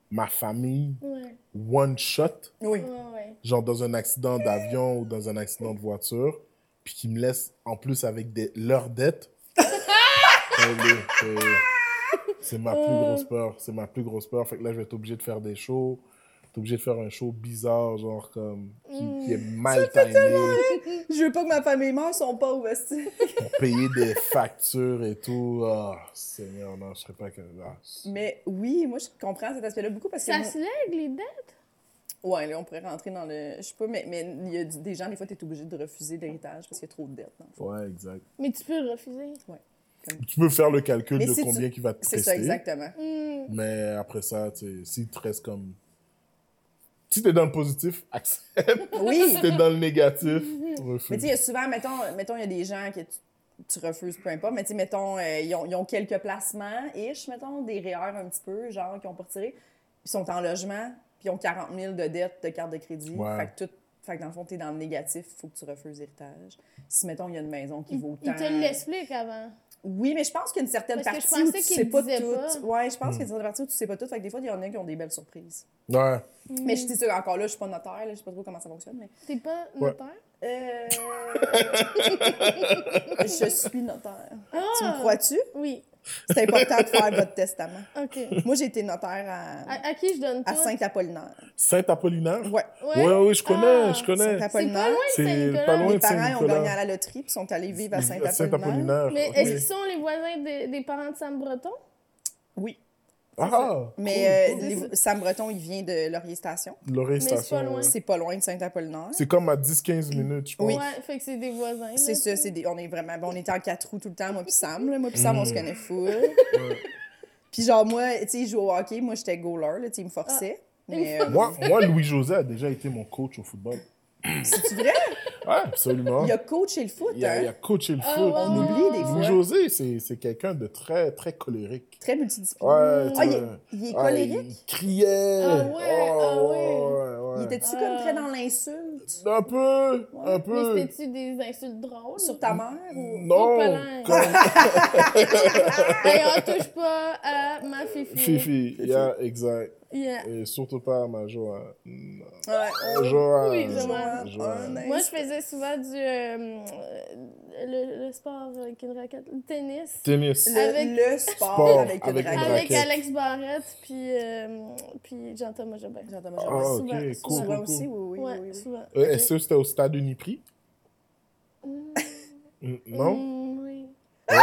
[SPEAKER 4] ma famille
[SPEAKER 3] Ouais.
[SPEAKER 4] one shot,
[SPEAKER 2] Oui.
[SPEAKER 3] Ouais, ouais.
[SPEAKER 4] genre dans un accident d'avion ou dans un accident de voiture, puis qui me laisse en plus avec des, leurs dettes. Allez, c'est- euh, c'est ma plus
[SPEAKER 3] Euh.
[SPEAKER 4] grosse peur. C'est ma plus grosse peur. Fait que là, je vais être obligé de faire des shows. T'es obligé de faire un show bizarre, genre comme. qui, qui est
[SPEAKER 2] Hmm.
[SPEAKER 4] mal timé.
[SPEAKER 2] Je veux pas que ma famille meure, ils sont pauvres. esti.
[SPEAKER 4] payer des factures et tout. Ah, Seigneur, non, je serais pas capable. Ah, c'est-
[SPEAKER 2] Mais oui, moi, je comprends cet aspect-là beaucoup parce que.
[SPEAKER 3] Ça
[SPEAKER 2] moi-
[SPEAKER 3] se lègue, les dents.
[SPEAKER 2] Ouais, là, on pourrait rentrer dans le. Je sais pas, mais mais il y a du- des gens, des fois, t'es obligé de refuser l'héritage parce qu'il y a trop de dettes. dans le fond.
[SPEAKER 4] Ouais, exact.
[SPEAKER 3] Mais tu peux le refuser.
[SPEAKER 4] Tu peux faire le calcul
[SPEAKER 2] Mais
[SPEAKER 4] de
[SPEAKER 2] si tu-
[SPEAKER 4] combien qui va te
[SPEAKER 2] C'est
[SPEAKER 4] rester.
[SPEAKER 2] ça, exactement.
[SPEAKER 3] Mm.
[SPEAKER 4] Mais après ça, tu sais, s'il te reste comme. Si t'es dans le positif, accepte.
[SPEAKER 2] Oui!
[SPEAKER 4] si t'es dans le négatif, refuse.
[SPEAKER 2] Mais tu sais, il y a souvent, mettons, mettons, il y a des gens que tu, tu refuses, peu importe, mais tu sais, mettons, euh, ils, ont, ils ont quelques placements, ish, mettons, des REER un petit peu, genre, qui ont pas retiré, ils sont en logement, puis ils ont 40 000 de dettes de carte de crédit.
[SPEAKER 4] Ouais.
[SPEAKER 2] Fait que tout. Fait que dans le fond, t'es dans le négatif, faut que tu refuses l'héritage. Si, mettons, il y a une maison qui
[SPEAKER 3] Il,
[SPEAKER 2] vaut
[SPEAKER 3] il
[SPEAKER 2] tant...
[SPEAKER 3] te l'explique avant.
[SPEAKER 2] Oui, mais je pense qu'il y a une certaine
[SPEAKER 3] Parce que je
[SPEAKER 2] partie où
[SPEAKER 3] pensais
[SPEAKER 2] tu
[SPEAKER 3] qu'il
[SPEAKER 2] sais pas tout.
[SPEAKER 3] disait pas.
[SPEAKER 2] Ouais, je pense qu'il y a une certaine partie où tu sais pas tout. Fait que des fois, il y en a qui ont des belles surprises.
[SPEAKER 4] Ouais.
[SPEAKER 3] Hmm.
[SPEAKER 2] Mais je dis ça encore là, je suis pas notaire, là, je sais pas trop comment ça fonctionne, mais...
[SPEAKER 3] T'es pas
[SPEAKER 4] Ouais.
[SPEAKER 3] notaire?
[SPEAKER 2] Euh, je suis notaire.
[SPEAKER 3] Ah!
[SPEAKER 2] Tu me crois-tu?
[SPEAKER 3] Oui.
[SPEAKER 2] C'est important de faire votre testament.
[SPEAKER 3] OK.
[SPEAKER 2] Moi, j'ai été notaire à,
[SPEAKER 3] À, à qui je donne
[SPEAKER 2] à
[SPEAKER 3] Ah, toi?
[SPEAKER 2] Saint-Apollinaire.
[SPEAKER 4] Saint-Apollinaire?
[SPEAKER 2] Ouais.
[SPEAKER 4] Ouais, ouais, je connais,
[SPEAKER 3] Ah.
[SPEAKER 4] je connais.
[SPEAKER 2] Saint-Apollinaire.
[SPEAKER 3] C'est pas loin de
[SPEAKER 4] C'est
[SPEAKER 3] Saint-Nicolas.
[SPEAKER 4] pas loin
[SPEAKER 2] Mes
[SPEAKER 4] de
[SPEAKER 2] parents ont
[SPEAKER 4] Saint-Nicolas.
[SPEAKER 2] gagné à la loterie puis sont allés vivre à Saint-Apollinaire.
[SPEAKER 4] Saint-Apollinaire.
[SPEAKER 3] Mais
[SPEAKER 4] ok.
[SPEAKER 3] est-ce qu'ils sont les voisins des, des parents de Sam Breton?
[SPEAKER 2] Oui.
[SPEAKER 4] Ah!
[SPEAKER 2] Mais
[SPEAKER 4] cool,
[SPEAKER 2] euh,
[SPEAKER 4] cool.
[SPEAKER 2] les- Sam Breton, il vient de Laurier Station.
[SPEAKER 4] L'oreille
[SPEAKER 3] c'est pas
[SPEAKER 4] station,
[SPEAKER 3] loin.
[SPEAKER 4] ouais.
[SPEAKER 2] C'est pas loin de Saint-Apollinaire.
[SPEAKER 4] C'est comme à 10-15 minutes, je pense.
[SPEAKER 3] Ouais, fait que c'est des voisins. là,
[SPEAKER 2] C'est ça,
[SPEAKER 3] tu sais.
[SPEAKER 2] c'est des- on est vraiment. bon, on était en quatre roues tout le temps, moi puis Sam. là. Moi puis Sam,
[SPEAKER 4] Mm.
[SPEAKER 2] on se connaît fou. Puis genre, moi, tu sais, il jouait au hockey. Moi, j'étais goaler. Là, tu sais, il me
[SPEAKER 3] Ah.
[SPEAKER 2] forçait. Mais euh,
[SPEAKER 4] Moi, moi Louis-José a déjà été mon coach au football.
[SPEAKER 2] c'est vrai?
[SPEAKER 4] Ouais, absolument.
[SPEAKER 2] Il a coaché le foot.
[SPEAKER 4] Ah. Il a,
[SPEAKER 2] hein?
[SPEAKER 4] il a coaché le
[SPEAKER 3] Ah,
[SPEAKER 4] foot.
[SPEAKER 3] ouais,
[SPEAKER 2] On oublie des fois.
[SPEAKER 4] Louis-José, c'est- c'est quelqu'un de très, très colérique.
[SPEAKER 2] Très multidisciplinaire.
[SPEAKER 4] Ouais,
[SPEAKER 2] Ah,
[SPEAKER 4] tu
[SPEAKER 2] il est,
[SPEAKER 4] vois.
[SPEAKER 2] il est
[SPEAKER 4] Ah, il
[SPEAKER 2] colérique?
[SPEAKER 4] criait.
[SPEAKER 3] Ah ouais,
[SPEAKER 4] Oh,
[SPEAKER 3] ah
[SPEAKER 4] ouais, ouais.
[SPEAKER 2] Il était-tu
[SPEAKER 3] Ah.
[SPEAKER 2] comme très dans l'insulte
[SPEAKER 4] Un peu, un
[SPEAKER 3] Mais
[SPEAKER 4] peu.
[SPEAKER 3] c'était-tu des insultes drôles?
[SPEAKER 2] sur ta mère? Ou...
[SPEAKER 4] Non,
[SPEAKER 3] Au pelin.
[SPEAKER 4] comme
[SPEAKER 3] Et on touche pas à ma fifi.
[SPEAKER 4] Fifi. Yeah, exact.
[SPEAKER 3] Yeah.
[SPEAKER 4] Et surtout pas à ma Joanne. Non.
[SPEAKER 2] Ouais.
[SPEAKER 4] Joanne.
[SPEAKER 3] Oui, Joanne.
[SPEAKER 4] Joanne.
[SPEAKER 2] Ouais.
[SPEAKER 3] Moi, je faisais souvent du... euh, le, le sport avec une raquette. Le tennis.
[SPEAKER 4] Tennis.
[SPEAKER 2] Le,
[SPEAKER 3] Avec-
[SPEAKER 2] le sport,
[SPEAKER 4] Sport,
[SPEAKER 2] avec une
[SPEAKER 4] avec une
[SPEAKER 2] raquette.
[SPEAKER 3] Avec
[SPEAKER 4] raquette.
[SPEAKER 3] Alex Barrette, puis, euh, puis Jean-Thomas Jobin.
[SPEAKER 2] J'entends
[SPEAKER 4] Ah,
[SPEAKER 2] ma
[SPEAKER 4] ok,
[SPEAKER 3] souvent,
[SPEAKER 4] cool,
[SPEAKER 2] Souvent
[SPEAKER 4] cool, cool.
[SPEAKER 2] aussi, oui, oui,
[SPEAKER 3] ouais,
[SPEAKER 2] oui, oui.
[SPEAKER 3] souvent.
[SPEAKER 4] Euh, Est-ce que c'était au stade Unipri?
[SPEAKER 3] Mm.
[SPEAKER 4] Mm, Non?
[SPEAKER 3] Mm, oui.
[SPEAKER 4] Ouais?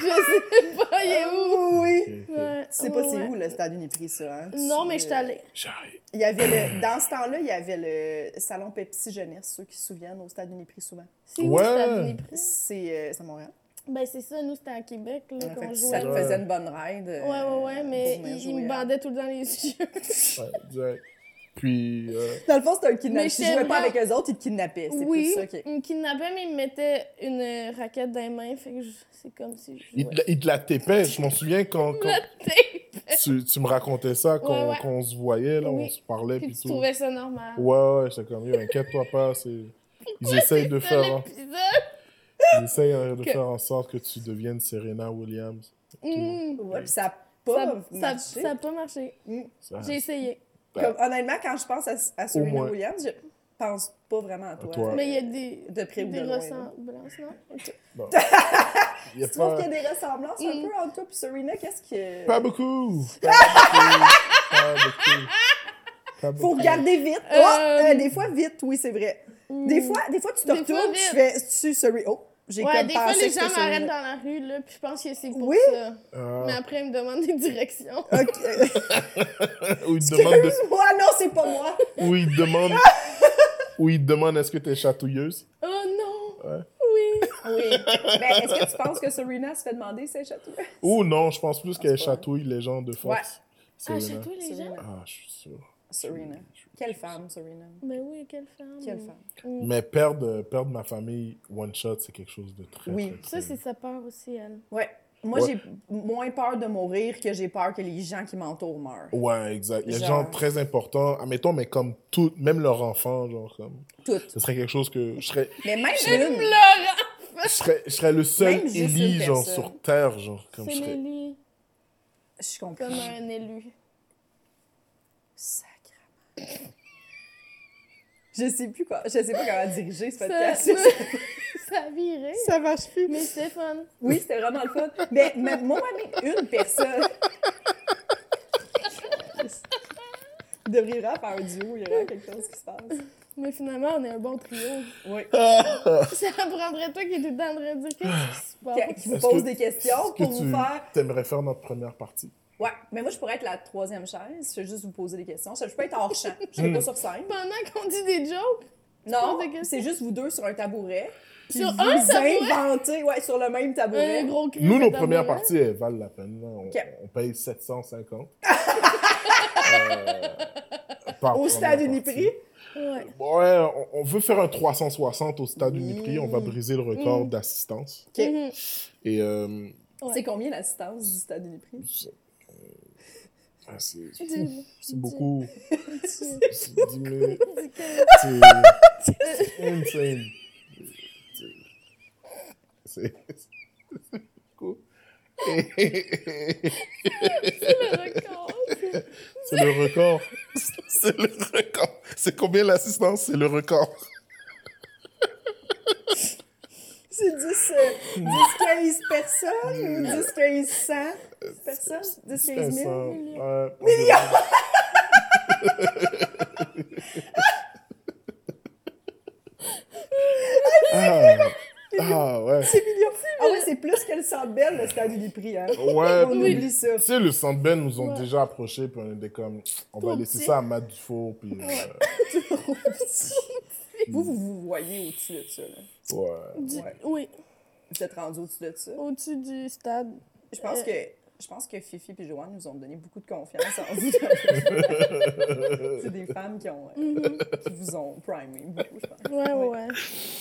[SPEAKER 3] Je sais pas, il est où?
[SPEAKER 2] Ah, oui.
[SPEAKER 4] Ok, ok.
[SPEAKER 3] Ouais,
[SPEAKER 2] Tu sais pas c'est
[SPEAKER 3] ouais.
[SPEAKER 2] où le stade Uniprix, ça, hein?
[SPEAKER 3] Non,
[SPEAKER 2] Tu-
[SPEAKER 3] mais je suis allée.
[SPEAKER 4] J'arrive.
[SPEAKER 2] Il y avait le... Dans ce temps-là, il y avait le salon Pepsi Jeunesse, ceux qui se souviennent, au stade Uniprix souvent.
[SPEAKER 3] C'est où
[SPEAKER 4] Ouais.
[SPEAKER 3] le stade Uniprix?
[SPEAKER 2] C'est euh, c'est à Montréal.
[SPEAKER 3] Ben, c'est ça, nous, c'était à Québec, là,
[SPEAKER 2] En Ah, fait,
[SPEAKER 3] qu'on
[SPEAKER 2] ça
[SPEAKER 3] jouait.
[SPEAKER 2] te
[SPEAKER 4] Ouais.
[SPEAKER 2] faisait une bonne ride. euh,
[SPEAKER 3] Ouais, ouais, ouais, mais
[SPEAKER 2] pour venir
[SPEAKER 3] il, il
[SPEAKER 2] jouer hein.
[SPEAKER 3] me
[SPEAKER 2] à-
[SPEAKER 3] bandait tout le temps les yeux.
[SPEAKER 4] Ouais, exact. Puis, euh,
[SPEAKER 2] Dans le fond, c'était un
[SPEAKER 3] Mais
[SPEAKER 2] kidnapping. Tu
[SPEAKER 3] j'aimerais-
[SPEAKER 2] jouais pas avec eux autres, ils te kidnappaient. C'est
[SPEAKER 3] oui,
[SPEAKER 2] plus ça qui...
[SPEAKER 3] il me kidnappait, mais il me mettait une euh, raquette dans les mains, fait que je- c'est comme si je
[SPEAKER 4] il,
[SPEAKER 3] jouais.
[SPEAKER 4] te la- il te la tépait. Je m'en souviens quand, quand
[SPEAKER 3] Puis
[SPEAKER 4] tu, tu me racontais ça, qu'on
[SPEAKER 3] Ouais, ouais.
[SPEAKER 4] qu'on se voyait, là,
[SPEAKER 3] Oui.
[SPEAKER 4] on se parlait, puis
[SPEAKER 3] tu
[SPEAKER 4] tout.
[SPEAKER 3] trouvais ça normal.
[SPEAKER 4] Ouais, ouais, j'étais comme, Yo, inquiète-toi pas. c'est- Ils essayent de
[SPEAKER 3] Ça,
[SPEAKER 4] faire, hein.
[SPEAKER 3] l'épisode.
[SPEAKER 4] ils essayent euh, de
[SPEAKER 3] Que-
[SPEAKER 4] faire en sorte que tu deviennes Serena Williams.
[SPEAKER 3] Mm.
[SPEAKER 2] Ouais, puis ça a
[SPEAKER 3] Ça-
[SPEAKER 2] pas
[SPEAKER 3] Ça
[SPEAKER 2] marché.
[SPEAKER 3] ça a pas marché.
[SPEAKER 4] Ça-
[SPEAKER 3] J'ai essayé.
[SPEAKER 2] Comme, honnêtement, quand je pense à, à Serena
[SPEAKER 4] moins.
[SPEAKER 2] Williams, je- pense pas vraiment à toi.
[SPEAKER 4] toi.
[SPEAKER 2] fait
[SPEAKER 3] Mais il y a des,
[SPEAKER 2] De près ou de
[SPEAKER 3] des
[SPEAKER 2] loin, là.
[SPEAKER 3] ressemblances, non? Ok.
[SPEAKER 4] Bon. Il y a
[SPEAKER 2] Tu trouves
[SPEAKER 4] pas,
[SPEAKER 2] qu'il y a des ressemblances un
[SPEAKER 3] Mm.
[SPEAKER 2] peu entre toi et Serena? Qu'est-ce que.
[SPEAKER 4] pas beaucoup. Pas beaucoup. Pas beaucoup. Pas beaucoup.
[SPEAKER 2] Faut regarder vite. Oh,
[SPEAKER 3] Euh,
[SPEAKER 2] euh, des fois, vite, oui, c'est vrai. Des fois, des fois tu te
[SPEAKER 3] Des fois,
[SPEAKER 2] retournes, tu fais. Tu, Serena. Oh, j'ai
[SPEAKER 3] Mm. Ouais,
[SPEAKER 2] comme
[SPEAKER 3] des fois,
[SPEAKER 2] pensé
[SPEAKER 3] les
[SPEAKER 2] que
[SPEAKER 3] gens
[SPEAKER 2] c'était
[SPEAKER 3] m'arrêtent
[SPEAKER 2] Serena.
[SPEAKER 3] dans la rue, là, puis je pense que c'est pour
[SPEAKER 2] Oui.
[SPEAKER 3] ça.
[SPEAKER 4] Ah,
[SPEAKER 3] Mais après, ils me demandent des directions.
[SPEAKER 2] Ok.
[SPEAKER 4] ou il demande de-
[SPEAKER 2] Excuse-moi, Ah, non, c'est pas moi.
[SPEAKER 4] ou il demande ou il demande est-ce que t'es chatouilleuse.
[SPEAKER 3] Oh non!
[SPEAKER 4] Ouais.
[SPEAKER 3] Oui!
[SPEAKER 2] Oui. Ben, est-ce que tu penses que Serena se fait demander ses châteaux?
[SPEAKER 4] Ou non, je pense plus qu'elle
[SPEAKER 2] c'est pas vrai.
[SPEAKER 4] chatouille les gens de force.
[SPEAKER 3] Ah,
[SPEAKER 4] Serena.
[SPEAKER 3] chez toi, les gens?
[SPEAKER 2] Serena.
[SPEAKER 4] Ah, je suis sûr.
[SPEAKER 2] Serena. Quelle femme, Serena.
[SPEAKER 3] Mais oui, quelle femme!
[SPEAKER 2] Quelle femme.
[SPEAKER 3] Mm.
[SPEAKER 4] Mais perdre, euh, perdre ma famille one shot, c'est quelque chose de très.
[SPEAKER 2] Oui.
[SPEAKER 4] très, très-
[SPEAKER 3] Ça, c'est sa peur aussi, elle.
[SPEAKER 2] Ouais. Moi,
[SPEAKER 4] Ouais.
[SPEAKER 2] j'ai moins peur de mourir que j'ai peur que les gens qui m'entourent meurent.
[SPEAKER 4] Ouais, exact. Les
[SPEAKER 2] Genre-
[SPEAKER 4] gens très importants, admettons, mais comme tout, même leur enfant, genre, comme.
[SPEAKER 2] Toutes.
[SPEAKER 4] Ce serait quelque chose que je serais,
[SPEAKER 2] Mais même une.
[SPEAKER 3] Laurent!
[SPEAKER 4] je serais, je serais le seul
[SPEAKER 2] Même juste
[SPEAKER 4] élu,
[SPEAKER 2] une
[SPEAKER 4] genre,
[SPEAKER 2] personne.
[SPEAKER 4] sur Terre, genre, comme
[SPEAKER 3] C'est
[SPEAKER 4] je serais.
[SPEAKER 3] Nelly,
[SPEAKER 2] Je comprends.
[SPEAKER 3] comme un élu.
[SPEAKER 2] Sacrement. Je sais plus quoi. Je sais pas comment diriger ce
[SPEAKER 3] Ça,
[SPEAKER 2] podcast.
[SPEAKER 3] ça virait.
[SPEAKER 2] Ça marche plus.
[SPEAKER 3] Mais Stéphane,
[SPEAKER 2] Oui, c'était vraiment le fun. Mais, mais moi, même une personne. Il devrait y avoir un duo, il y aurait quelque chose qui se passe.
[SPEAKER 3] mais finalement, on est un bon trio.
[SPEAKER 2] Oui.
[SPEAKER 3] Ça prendrait toi qui est tout le temps en train de dire qu'est-ce qui se
[SPEAKER 2] Qui,
[SPEAKER 3] passe.
[SPEAKER 2] qui vous
[SPEAKER 4] Est-ce
[SPEAKER 2] pose
[SPEAKER 4] que-
[SPEAKER 2] des
[SPEAKER 4] Est-ce
[SPEAKER 2] questions
[SPEAKER 4] que
[SPEAKER 2] pour vous
[SPEAKER 4] tu
[SPEAKER 2] faire.
[SPEAKER 4] T'aimerais faire notre première partie.
[SPEAKER 2] Ouais, mais moi, je pourrais être la troisième chaise. Je vais juste vous poser des questions. Je peux être hors champ. Je
[SPEAKER 4] Hmm.
[SPEAKER 2] suis pas sur scène.
[SPEAKER 3] Pendant qu'on dit des jokes,
[SPEAKER 2] Non,
[SPEAKER 3] poses des questions?
[SPEAKER 2] c'est juste vous deux sur un tabouret. puis
[SPEAKER 3] Sur
[SPEAKER 2] vous
[SPEAKER 3] un tabouret?
[SPEAKER 2] inventez, ouais, sur le même tabouret.
[SPEAKER 3] un gros cri.
[SPEAKER 4] Nous, nos
[SPEAKER 3] fait
[SPEAKER 4] premières
[SPEAKER 3] d'amour.
[SPEAKER 4] parties, elles valent la peine. là. On,
[SPEAKER 2] Ok.
[SPEAKER 4] on paye 750. Euh, par
[SPEAKER 2] Au
[SPEAKER 4] première
[SPEAKER 2] stade
[SPEAKER 4] partie.
[SPEAKER 2] Uniprix.
[SPEAKER 3] Ouais.
[SPEAKER 4] Ouais, on, on veut faire un 360 au stade
[SPEAKER 2] Oui.
[SPEAKER 4] Uniprix. On va briser le record
[SPEAKER 3] Mm.
[SPEAKER 4] d'assistance.
[SPEAKER 2] Ok.
[SPEAKER 3] Mhm.
[SPEAKER 4] Et euh,
[SPEAKER 3] Ouais.
[SPEAKER 2] C'est combien l'assistance du stade Uniprix?
[SPEAKER 4] je- ah, c'est
[SPEAKER 3] Dis-
[SPEAKER 4] c'est beaucoup.
[SPEAKER 3] dis-
[SPEAKER 4] C'est 10 000.
[SPEAKER 3] dis que-
[SPEAKER 4] C'est c'est insane. C'est. c'est beaucoup. Et-
[SPEAKER 3] le record.
[SPEAKER 4] C'est le record. C'est le record. C'est combien l'assistance? C'est le record.
[SPEAKER 2] C'est 10, euh, 10 15 personnes ou 10 15 100 personnes? 10 15 000?
[SPEAKER 4] Millions! ah, ah, ouais.
[SPEAKER 2] C'est millions. Ah oui, c'est plus que le Centre Bell, le stade du prix. Hein.
[SPEAKER 4] Ouais.
[SPEAKER 2] On oublie ça.
[SPEAKER 4] Tu sais, le Centre Bell nous ont
[SPEAKER 3] Ouais.
[SPEAKER 4] déjà approchés, puis on était comme, on va
[SPEAKER 3] Trop
[SPEAKER 4] laisser
[SPEAKER 3] petit.
[SPEAKER 4] ça à Matt Dufour, puis... euh,
[SPEAKER 2] Vous, vous vous voyez au-dessus de ça. Là.
[SPEAKER 4] ouais.
[SPEAKER 3] Du-
[SPEAKER 2] Ouais.
[SPEAKER 3] Oui,
[SPEAKER 2] Vous êtes rendu au-dessus de ça.
[SPEAKER 3] au-dessus du stade.
[SPEAKER 2] Je pense
[SPEAKER 3] Euh.
[SPEAKER 2] que, je pense que Fifi et Joanne nous ont donné beaucoup de confiance en vous. c'est des femmes qui, ont, euh,
[SPEAKER 3] Mhm.
[SPEAKER 2] qui vous ont primé beaucoup, je pense.
[SPEAKER 3] Ouais, ouais, ouais.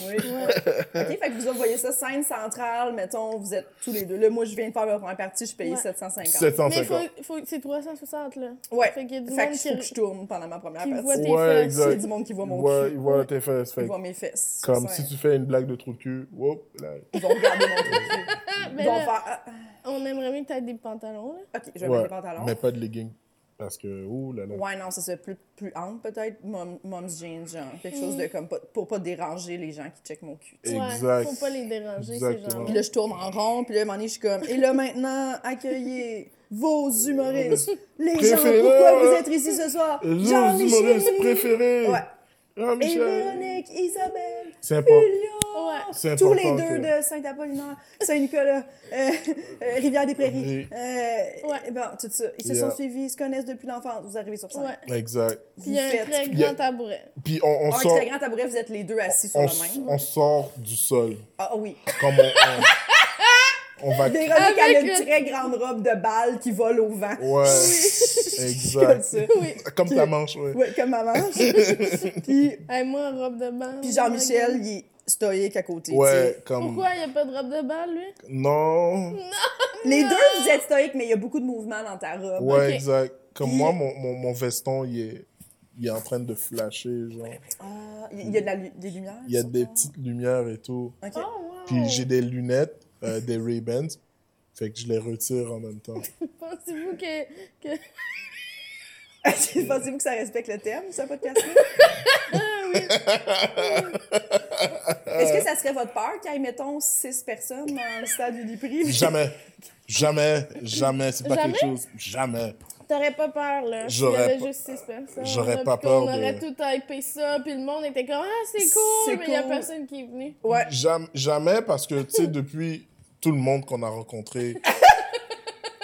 [SPEAKER 2] Oui. OK, fait que vous envoyez ça scène centrale, mettons, vous êtes tous les deux. Là, moi, je viens de faire ma première partie, je suis payée
[SPEAKER 3] Ouais.
[SPEAKER 2] 750.
[SPEAKER 3] Mais
[SPEAKER 4] 750.
[SPEAKER 3] faut, faut, c'est 360, là.
[SPEAKER 2] Ouais.
[SPEAKER 3] Fait qu'il y a
[SPEAKER 2] Fait
[SPEAKER 3] du monde
[SPEAKER 2] que je faut que
[SPEAKER 3] qui...
[SPEAKER 2] je tourne pendant ma première
[SPEAKER 3] qui
[SPEAKER 2] partie.
[SPEAKER 3] voit tes
[SPEAKER 4] Ouais,
[SPEAKER 3] fesses.
[SPEAKER 2] Il y a
[SPEAKER 4] exact.
[SPEAKER 2] du monde qui voit
[SPEAKER 4] Ils
[SPEAKER 2] mon
[SPEAKER 4] voient-
[SPEAKER 2] cul.
[SPEAKER 4] ils voient tes fesses.
[SPEAKER 2] Ils
[SPEAKER 4] fait
[SPEAKER 2] voient mes fesses. sur
[SPEAKER 4] Comme
[SPEAKER 2] scène.
[SPEAKER 4] si tu fais une blague de trou de cul, whoop, là.
[SPEAKER 2] Ils vont regarder mon cul.
[SPEAKER 3] Ah, ben
[SPEAKER 2] Ils vont
[SPEAKER 3] là,
[SPEAKER 2] faire... ah,
[SPEAKER 3] On aimerait mieux que t'aies des pantalons, là.
[SPEAKER 2] OK, je vais
[SPEAKER 4] Ouais,
[SPEAKER 2] mettre les pantalons.
[SPEAKER 4] Mais pas de leggings. Parce que, ouh là là.
[SPEAKER 2] Ouais, non, c'est ça. Plus, plus ample, peut-être. Mom- Mom's jeans, genre. Quelque
[SPEAKER 3] Mm.
[SPEAKER 2] chose de comme... pas- Pour pas déranger les gens qui checkent mon cul. tu sais.
[SPEAKER 4] Exact.
[SPEAKER 3] Ouais, faut pas les déranger,
[SPEAKER 4] Exactement.
[SPEAKER 3] ces gens-là.
[SPEAKER 2] Puis là, je tourne en rond, puis là, à un moment donné, je suis comme... Et là, maintenant, accueillez vos humoristes. Les gens,
[SPEAKER 4] Préférés,
[SPEAKER 2] pourquoi vous
[SPEAKER 4] ouais.
[SPEAKER 2] êtes ici ce soir?
[SPEAKER 4] Les
[SPEAKER 2] Jean-Michel!
[SPEAKER 4] euh, humoristes préférés.
[SPEAKER 2] Ouais. Et
[SPEAKER 4] Jean-Michel.
[SPEAKER 2] Véronique, Isabelle,
[SPEAKER 4] C'est important.
[SPEAKER 2] Julien!
[SPEAKER 3] Ouais.
[SPEAKER 4] C'est
[SPEAKER 2] Tous
[SPEAKER 4] important
[SPEAKER 2] les deux
[SPEAKER 4] que-
[SPEAKER 2] de Saint-Apollinaire, Saint-Nicolas, euh, euh, Rivière-des-Prairies.
[SPEAKER 4] Oui.
[SPEAKER 2] Euh,
[SPEAKER 3] Ouais.
[SPEAKER 2] bon, tout ça. Ils se
[SPEAKER 4] Yeah.
[SPEAKER 2] sont suivis, ils se connaissent depuis l'enfance. Vous arrivez sur scène.
[SPEAKER 3] Ouais.
[SPEAKER 4] Exact.
[SPEAKER 3] Puis il y a
[SPEAKER 2] Vous
[SPEAKER 3] un
[SPEAKER 2] faites-
[SPEAKER 3] très
[SPEAKER 4] y a-
[SPEAKER 3] grand tabouret.
[SPEAKER 4] Puis on, on
[SPEAKER 2] Un
[SPEAKER 4] sort,
[SPEAKER 2] très grand tabouret, vous êtes les deux assis sur
[SPEAKER 4] on,
[SPEAKER 2] le même.
[SPEAKER 4] on sort du sol.
[SPEAKER 2] Ah oui.
[SPEAKER 4] Comme on, on- on va.
[SPEAKER 2] Véronique,
[SPEAKER 3] Avec
[SPEAKER 2] elle a une
[SPEAKER 3] le-
[SPEAKER 2] très grande robe de balle qui vole au vent.
[SPEAKER 4] Ouais.
[SPEAKER 2] Comme
[SPEAKER 4] Exact.
[SPEAKER 2] ça.
[SPEAKER 3] Oui.
[SPEAKER 4] Comme ta manche, ouais.
[SPEAKER 2] Ouais, comme ma manche. puis
[SPEAKER 3] Hey, moi, en robe de bain.
[SPEAKER 2] puis Jean-Michel, il est stoïque à côté. tu
[SPEAKER 4] Ouais,
[SPEAKER 2] sais.
[SPEAKER 4] comme.
[SPEAKER 3] Pourquoi il n'y a pas de robe de balle, lui?
[SPEAKER 4] Non.
[SPEAKER 2] Les deux, vous êtes stoïques, mais il y a beaucoup de mouvements dans ta robe.
[SPEAKER 4] Ouais,
[SPEAKER 3] Ok.
[SPEAKER 4] exact. Comme
[SPEAKER 2] Puis-
[SPEAKER 4] moi, mon, mon, mon veston, il est, il est en train de flasher, genre.
[SPEAKER 2] Ah, il y a de la lu- des lumières.
[SPEAKER 4] Il y a
[SPEAKER 2] sur
[SPEAKER 4] des
[SPEAKER 2] ton-
[SPEAKER 4] petites lumières et tout.
[SPEAKER 2] Ok.
[SPEAKER 3] Oh, wow!
[SPEAKER 4] Puis j'ai des lunettes, euh, des Ray-Bans. Fait que je les retire en même temps.
[SPEAKER 3] Pensez-vous que... que...
[SPEAKER 2] Pensez-vous que ça respecte le thème, ce podcast-là?
[SPEAKER 3] Ah, oui, oui.
[SPEAKER 2] Est-ce que ça serait votre peur qu'il y ait, mettons, six personnes dans le stade Uniprix?
[SPEAKER 4] Jamais. Jamais, jamais, c'est pas
[SPEAKER 3] Jamais?
[SPEAKER 4] quelque chose. Jamais.
[SPEAKER 3] T'aurais pas peur, là. s'il y
[SPEAKER 4] J'aurais
[SPEAKER 3] avait
[SPEAKER 4] pas-
[SPEAKER 3] juste six personnes.
[SPEAKER 4] j'aurais
[SPEAKER 3] là,
[SPEAKER 4] pas
[SPEAKER 3] puis
[SPEAKER 4] peur
[SPEAKER 3] On
[SPEAKER 4] de-
[SPEAKER 3] aurait tout hypé ça, puis le monde était comme Ah, c'est
[SPEAKER 2] C'est
[SPEAKER 3] cool, mais il y a
[SPEAKER 2] cool.
[SPEAKER 3] personne qui est venu.
[SPEAKER 2] Ouais.
[SPEAKER 4] Jam- jamais parce que, tu sais, depuis tout le monde qu'on a rencontré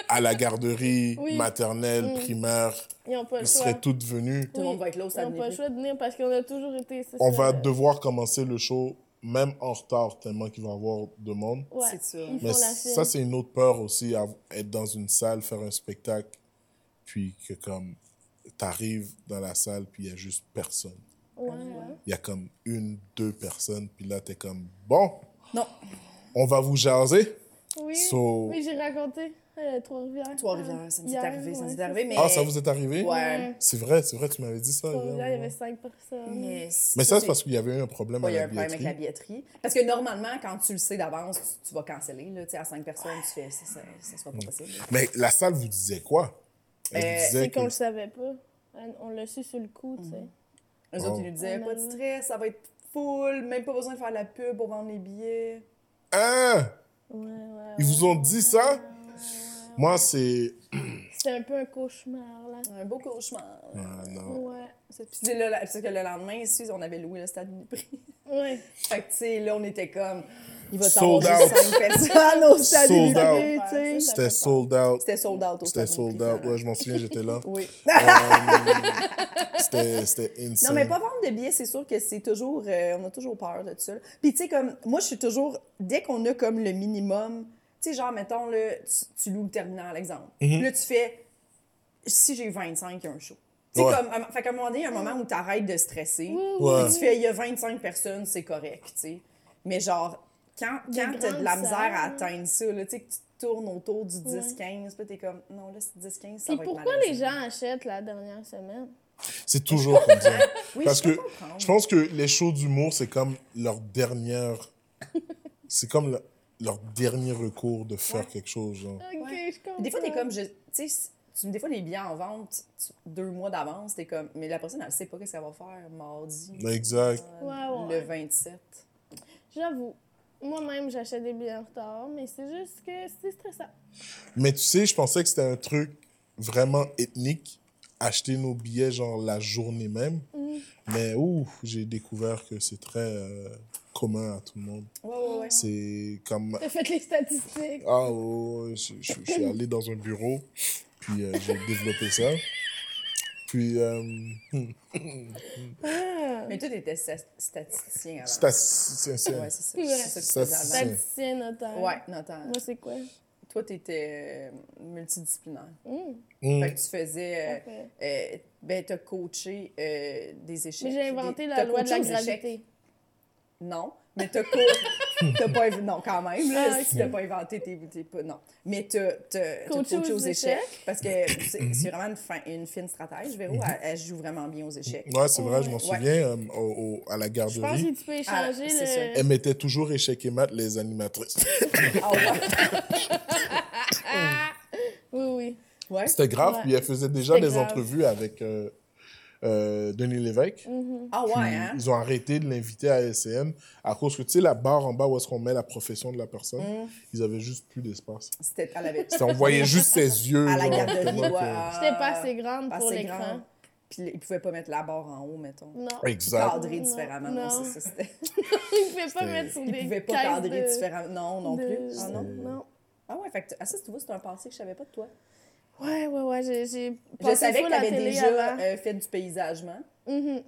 [SPEAKER 4] à la garderie,
[SPEAKER 3] Oui.
[SPEAKER 4] maternelle,
[SPEAKER 3] Mm.
[SPEAKER 4] primaire,
[SPEAKER 3] Ils n'ont pas le
[SPEAKER 4] ils
[SPEAKER 3] choix.
[SPEAKER 4] seraient toutes venues.
[SPEAKER 2] Tout le monde va être là au
[SPEAKER 3] Ils
[SPEAKER 2] stade
[SPEAKER 3] n'ont pas le
[SPEAKER 2] Uniprix.
[SPEAKER 3] choix de venir parce qu'on a toujours été. c'est
[SPEAKER 4] On
[SPEAKER 3] ça,
[SPEAKER 4] va
[SPEAKER 3] là.
[SPEAKER 4] devoir commencer le show même en retard, tellement qu'il va y avoir de monde.
[SPEAKER 3] Ouais.
[SPEAKER 2] C'est ça.
[SPEAKER 3] Ils font
[SPEAKER 4] Mais
[SPEAKER 3] la
[SPEAKER 4] ça,
[SPEAKER 3] file.
[SPEAKER 4] c'est une autre peur aussi, à- être dans une salle, faire un spectacle, puis que comme t'arrives dans la salle, puis il n'y a juste personne.
[SPEAKER 3] Ouais.
[SPEAKER 4] Il y a comme une, deux personnes, puis là, t'es comme, bon,
[SPEAKER 2] Non.
[SPEAKER 4] on va vous jaser.
[SPEAKER 3] Oui.
[SPEAKER 4] So-
[SPEAKER 3] Oui, j'ai raconté euh, Trois-Rivières.
[SPEAKER 2] Trois-Rivières, ça me dit
[SPEAKER 3] Hier,
[SPEAKER 2] arrivé, ça me
[SPEAKER 3] ouais,
[SPEAKER 2] dit arrivé, euh, mais...
[SPEAKER 4] Ah, ça vous est arrivé?
[SPEAKER 2] Ouais.
[SPEAKER 4] C'est vrai, c'est vrai, tu m'avais dit ça.
[SPEAKER 3] Trois-Rivières, il y
[SPEAKER 4] hier.
[SPEAKER 3] avait cinq personnes.
[SPEAKER 2] Mais
[SPEAKER 4] Mais ça, c'est parce qu'il y avait eu un problème
[SPEAKER 2] Ouais, il y a
[SPEAKER 4] à
[SPEAKER 2] un
[SPEAKER 4] la
[SPEAKER 2] problème avec la
[SPEAKER 4] billetterie.
[SPEAKER 2] billetterie. Parce que normalement, quand tu le sais d'avance, tu, tu vas canceller. Là, Tu sais, à cinq personnes, tu fais ça, ça, ça sera pas possible.
[SPEAKER 4] Mais la salle vous disait quoi? Elle
[SPEAKER 2] Euh,
[SPEAKER 4] vous disait
[SPEAKER 3] C'est qu'on
[SPEAKER 4] que...
[SPEAKER 3] le savait pas. On- On l'a su sur le coup, tu
[SPEAKER 2] Mm.
[SPEAKER 3] sais.
[SPEAKER 2] Eux
[SPEAKER 4] Oh.
[SPEAKER 2] autres, ils nous disaient
[SPEAKER 3] Ah,
[SPEAKER 2] pas de
[SPEAKER 3] non.
[SPEAKER 2] stress, ça va être full, même pas besoin de faire la pub pour vendre les billets.
[SPEAKER 4] Hein?
[SPEAKER 3] Ouais, ouais.
[SPEAKER 4] Ils vous ont dit ça? Moi, c'est...
[SPEAKER 3] C'était un peu un cauchemar, là.
[SPEAKER 2] Un beau cauchemar.
[SPEAKER 4] Ah, non.
[SPEAKER 3] Ouais.
[SPEAKER 2] Puis c'est là, là- parce que le lendemain, ici, on avait loué le stade Uniprix.
[SPEAKER 3] Ouais.
[SPEAKER 2] Fait que, tu sais, là, on était comme, il va
[SPEAKER 4] Sold
[SPEAKER 2] savoir juste
[SPEAKER 4] out.
[SPEAKER 2] cinq personnes au stade
[SPEAKER 4] Sold
[SPEAKER 2] Uniprix,
[SPEAKER 3] out.
[SPEAKER 2] tu sais.
[SPEAKER 3] Ça
[SPEAKER 4] C'était
[SPEAKER 3] fait
[SPEAKER 4] sold out.
[SPEAKER 2] C'était sold out au
[SPEAKER 4] C'était
[SPEAKER 2] stade
[SPEAKER 4] sold
[SPEAKER 2] Uniprix,
[SPEAKER 4] out. Ouais, je m'en souviens, j'étais là.
[SPEAKER 2] Oui.
[SPEAKER 4] Euh, C'était c'était insane.
[SPEAKER 2] Non, mais pas vendre de billets, c'est sûr que c'est toujours. euh, on a toujours peur de ça. Puis, tu sais, comme. Moi, je suis toujours. Dès qu'on a comme le minimum. Tu sais, genre, mettons, là, tu, tu loues le terminal, exemple.
[SPEAKER 4] Mhm.
[SPEAKER 2] Là, tu fais. Si j'ai 25, il y a un show. Tu sais,
[SPEAKER 4] Ouais.
[SPEAKER 2] comme. à- Fait qu'à un moment donné, il y a un moment où tu arrêtes de stresser.
[SPEAKER 3] Oui, oui,
[SPEAKER 4] Ouais.
[SPEAKER 2] Tu fais, il y a 25 personnes, c'est correct, tu sais. Mais genre, quand,
[SPEAKER 3] Des
[SPEAKER 2] quand t'as de
[SPEAKER 3] grandes
[SPEAKER 2] la misère à
[SPEAKER 3] salles.
[SPEAKER 2] atteindre ça, là, tu sais, que tu tournes autour du
[SPEAKER 3] Ouais.
[SPEAKER 2] 10-15, puis t'es comme, non, là, c'est 10-15, ça
[SPEAKER 3] Puis
[SPEAKER 2] va
[SPEAKER 3] pourquoi
[SPEAKER 2] être
[SPEAKER 3] les gens achètent la dernière semaine?
[SPEAKER 4] C'est toujours comme ça.
[SPEAKER 2] Oui,
[SPEAKER 4] Parce
[SPEAKER 2] je peux
[SPEAKER 4] que
[SPEAKER 2] comprendre.
[SPEAKER 4] je pense que les shows d'humour, c'est comme leur dernière. c'est comme le- leur dernier recours de faire quelque chose. genre.
[SPEAKER 3] Ok, je comprends.
[SPEAKER 2] Des fois, t'es comme, je- tu sais, tu- des fois, les billets en vente, tu- deux mois d'avance, t'es comme, mais la personne, elle sait pas qu'est-ce qu'elle va faire mardi,
[SPEAKER 4] Exact.
[SPEAKER 2] euh,
[SPEAKER 3] Ouais,
[SPEAKER 2] le
[SPEAKER 3] ouais.
[SPEAKER 2] 27.
[SPEAKER 3] J'avoue. Moi-même, j'achète des billets en retard, mais c'est juste que c'est stressant.
[SPEAKER 4] Mais tu sais, je pensais que c'était un truc vraiment ethnique, acheter nos billets genre la journée même.
[SPEAKER 3] Mm.
[SPEAKER 4] Mais ouh, j'ai découvert que c'est très euh, commun à tout le monde.
[SPEAKER 2] Ouais, ouais, ouais.
[SPEAKER 4] C'est comme
[SPEAKER 3] T'as fait les statistiques.
[SPEAKER 4] Ah, ouais, ouais, je, je- je suis allé dans un bureau, puis euh, j'ai développé ça. Puis, euh,
[SPEAKER 3] Ah.
[SPEAKER 2] Mais toi, t'étais sta- statisticien avant.
[SPEAKER 4] c'est assez- c'est- c'est-
[SPEAKER 2] Ouais, c'est ça.
[SPEAKER 3] Ouais.
[SPEAKER 2] C'est ça que tu faisais avant.
[SPEAKER 3] Statisticien notaire.
[SPEAKER 2] Ouais, non, attends.
[SPEAKER 3] Moi, c'est quoi?
[SPEAKER 2] Toi, t'étais euh, multidisciplinaire.
[SPEAKER 3] Mm.
[SPEAKER 4] Mm.
[SPEAKER 2] Fait que tu faisais. euh,
[SPEAKER 3] Parfait.
[SPEAKER 2] euh, ben, t'as coaché euh, des échecs.
[SPEAKER 3] Mais j'ai
[SPEAKER 2] Des-
[SPEAKER 3] inventé
[SPEAKER 2] t'as
[SPEAKER 3] la loi de la
[SPEAKER 2] coaché aux échecs.
[SPEAKER 3] gravité.
[SPEAKER 2] Non, mais t'as co- t'as pas inv- non quand même là,
[SPEAKER 3] Ah, ok.
[SPEAKER 2] si t'as pas inventé tes, tes pas non, mais t'as t'as- t'as
[SPEAKER 3] Coaché
[SPEAKER 2] coaché
[SPEAKER 3] aux
[SPEAKER 2] aux échecs parce que c'est c'est vraiment une, fin- une fine stratège. Véro, elle, elle joue vraiment bien aux échecs.
[SPEAKER 4] Ouais, c'est vrai, je m'en
[SPEAKER 2] Ouais.
[SPEAKER 4] souviens, euh, au- au- à la
[SPEAKER 3] Je pense
[SPEAKER 4] garderie.
[SPEAKER 3] que tu peux
[SPEAKER 2] Ah,
[SPEAKER 3] échanger
[SPEAKER 2] c'est ça.
[SPEAKER 3] le...
[SPEAKER 4] Elles mettaient toujours échec et mat, les animatrices.
[SPEAKER 2] Ah ouais,
[SPEAKER 3] Oui, oui.
[SPEAKER 2] ouais.
[SPEAKER 4] C'était grave,
[SPEAKER 3] Ouais.
[SPEAKER 4] puis elles faisaient déjà
[SPEAKER 3] C'était
[SPEAKER 4] des
[SPEAKER 3] grave.
[SPEAKER 4] entrevues avec euh, euh, Denis Lévesque.
[SPEAKER 3] Mhm.
[SPEAKER 2] Ah ouais
[SPEAKER 4] Puis
[SPEAKER 2] hein.
[SPEAKER 4] Ils ont arrêté de l'inviter à SCN à cause que, tu sais, la barre en bas où est-ce qu'on met la profession de la personne,
[SPEAKER 2] Mm.
[SPEAKER 4] ils avaient juste plus d'espace.
[SPEAKER 2] C'était à la
[SPEAKER 4] C'était- On voyait juste ses yeux.
[SPEAKER 2] à la
[SPEAKER 4] genre,
[SPEAKER 2] garderie.
[SPEAKER 4] tellement que-
[SPEAKER 2] Ouais.
[SPEAKER 3] J'étais Ah. pas assez grande
[SPEAKER 2] Pas
[SPEAKER 3] pour
[SPEAKER 2] assez
[SPEAKER 3] l'écran.
[SPEAKER 2] grande. Puis ils pouvaient pas mettre la barre en haut mettons.
[SPEAKER 3] Non.
[SPEAKER 4] Exact.
[SPEAKER 2] Cadrer
[SPEAKER 3] Non,
[SPEAKER 2] différemment, non,
[SPEAKER 3] non.
[SPEAKER 2] c'est ça, c'était-
[SPEAKER 3] Ils pouvaient pas mettre sur des
[SPEAKER 2] Ils pouvaient pas
[SPEAKER 3] caisses
[SPEAKER 2] cadrer
[SPEAKER 3] de-
[SPEAKER 2] différemment. Non, non
[SPEAKER 3] de-
[SPEAKER 2] plus. Ah non.
[SPEAKER 3] Non.
[SPEAKER 2] Ah ouais, fait que ah, ça, tu vois, c'est un passé que je savais pas de toi.
[SPEAKER 3] Ouais, ouais, ouais, j'ai- j'ai
[SPEAKER 2] Je savais que
[SPEAKER 3] full
[SPEAKER 2] tu
[SPEAKER 3] à
[SPEAKER 2] avais
[SPEAKER 3] télé
[SPEAKER 2] déjà
[SPEAKER 3] avant.
[SPEAKER 2] euh, fait du paysagement,
[SPEAKER 3] Mhm.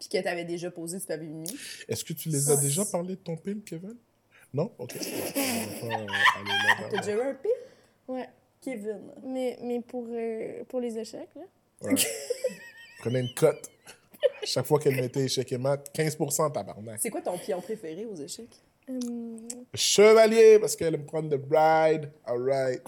[SPEAKER 2] puis que tu avais déjà posé du pavillon.
[SPEAKER 4] Est-ce que tu les as
[SPEAKER 2] Ça,
[SPEAKER 4] déjà
[SPEAKER 2] c'est-
[SPEAKER 4] parlé de ton pile, Kevin Non Ok. On va pas, euh, aller
[SPEAKER 2] T'as
[SPEAKER 4] là-bas.
[SPEAKER 2] déjà eu un pire,
[SPEAKER 3] Ouais,
[SPEAKER 2] Kevin?
[SPEAKER 3] mais, mais pour, euh, pour les échecs, là.
[SPEAKER 4] Ouais. Prenez une cote. Chaque fois qu'elle mettait échec et mat, 15% tabarnak.
[SPEAKER 2] C'est quoi ton pion préféré aux échecs?
[SPEAKER 3] Hum,
[SPEAKER 4] Chevalier, parce qu'elle aime prendre le bride. All right.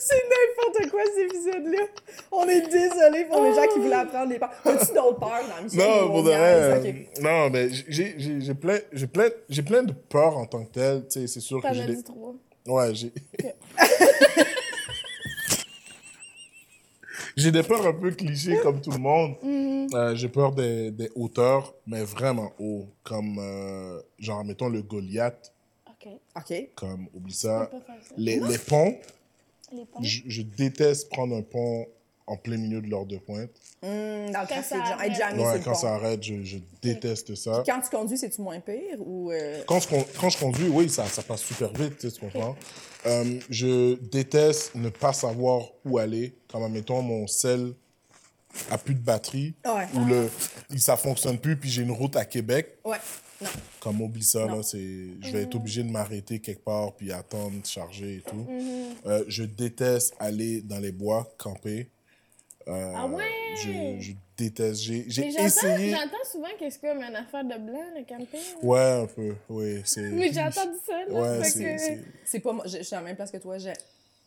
[SPEAKER 2] C'est n'importe quoi, cet épisode-là! On est désolé pour les gens qui voulaient apprendre les peurs. As-tu d'autres peurs dans le jeu?
[SPEAKER 4] Non,
[SPEAKER 2] Ou
[SPEAKER 4] pour
[SPEAKER 2] on
[SPEAKER 4] de vrai.
[SPEAKER 2] niaise?
[SPEAKER 4] euh,
[SPEAKER 2] Ok.
[SPEAKER 4] Non, mais j'ai- j'ai j'ai plein, j'ai plein, j'ai plein de peurs en tant que telles. Tu sais, c'est sûr que
[SPEAKER 3] T'en
[SPEAKER 4] j'ai
[SPEAKER 3] as
[SPEAKER 4] des.
[SPEAKER 3] dit trois.
[SPEAKER 4] Ouais, j'ai. J'ai des peurs un peu clichés comme tout le monde.
[SPEAKER 2] Mhm.
[SPEAKER 4] Euh, j'ai peur des, des hauteurs, mais vraiment haut. Comme, euh, genre, mettons le Goliath,
[SPEAKER 3] Ok.
[SPEAKER 2] OK.
[SPEAKER 4] comme, oublie
[SPEAKER 3] On
[SPEAKER 4] ça.
[SPEAKER 3] peut faire ça.
[SPEAKER 4] Les, les ponts,
[SPEAKER 3] Les ponts.
[SPEAKER 4] je, je déteste prendre un pont en plein milieu de l'heure de pointe.
[SPEAKER 2] Hum, dans le
[SPEAKER 3] Quand
[SPEAKER 2] trafic,
[SPEAKER 3] ça
[SPEAKER 2] genre, être
[SPEAKER 3] arrête.
[SPEAKER 2] jamais
[SPEAKER 4] Ouais,
[SPEAKER 2] sur
[SPEAKER 4] quand
[SPEAKER 2] le
[SPEAKER 4] ça
[SPEAKER 2] pont.
[SPEAKER 4] arrête, je, je déteste ça.
[SPEAKER 2] Quand tu conduis, c'est-tu moins pire ou... euh,
[SPEAKER 4] Quand je, con- quand je conduis, oui, ça, ça passe super vite, tu sais, tu comprends. Euh, je déteste ne pas savoir où aller. Comme, admettons, mon sel a plus de batterie.
[SPEAKER 2] Ouais.
[SPEAKER 4] Ou le, il- ça fonctionne plus, puis j'ai une route à Québec.
[SPEAKER 2] Ouais. Non.
[SPEAKER 4] Comme oublie ça,
[SPEAKER 2] Non.
[SPEAKER 4] là, c'est, je
[SPEAKER 3] Mm-hmm.
[SPEAKER 4] vais être obligé de m'arrêter quelque part, puis attendre, charger et tout.
[SPEAKER 3] Mm-hmm.
[SPEAKER 4] Euh, je déteste aller dans les bois, camper. Euh,
[SPEAKER 3] Ah ouais?
[SPEAKER 4] Je, je déteste. J'ai, j'ai
[SPEAKER 3] Mais j'entends
[SPEAKER 4] essayé.
[SPEAKER 3] j'entends souvent que c'est comme une affaire de blanc, le camping.
[SPEAKER 4] Ouais, un peu. Oui, c'est.
[SPEAKER 3] Mais j'ai entendu ça, là.
[SPEAKER 4] Ouais,
[SPEAKER 3] fait
[SPEAKER 4] c'est-
[SPEAKER 3] que-
[SPEAKER 4] c'est-
[SPEAKER 2] C'est pas moi. Je je suis à la même place que toi. J'ai...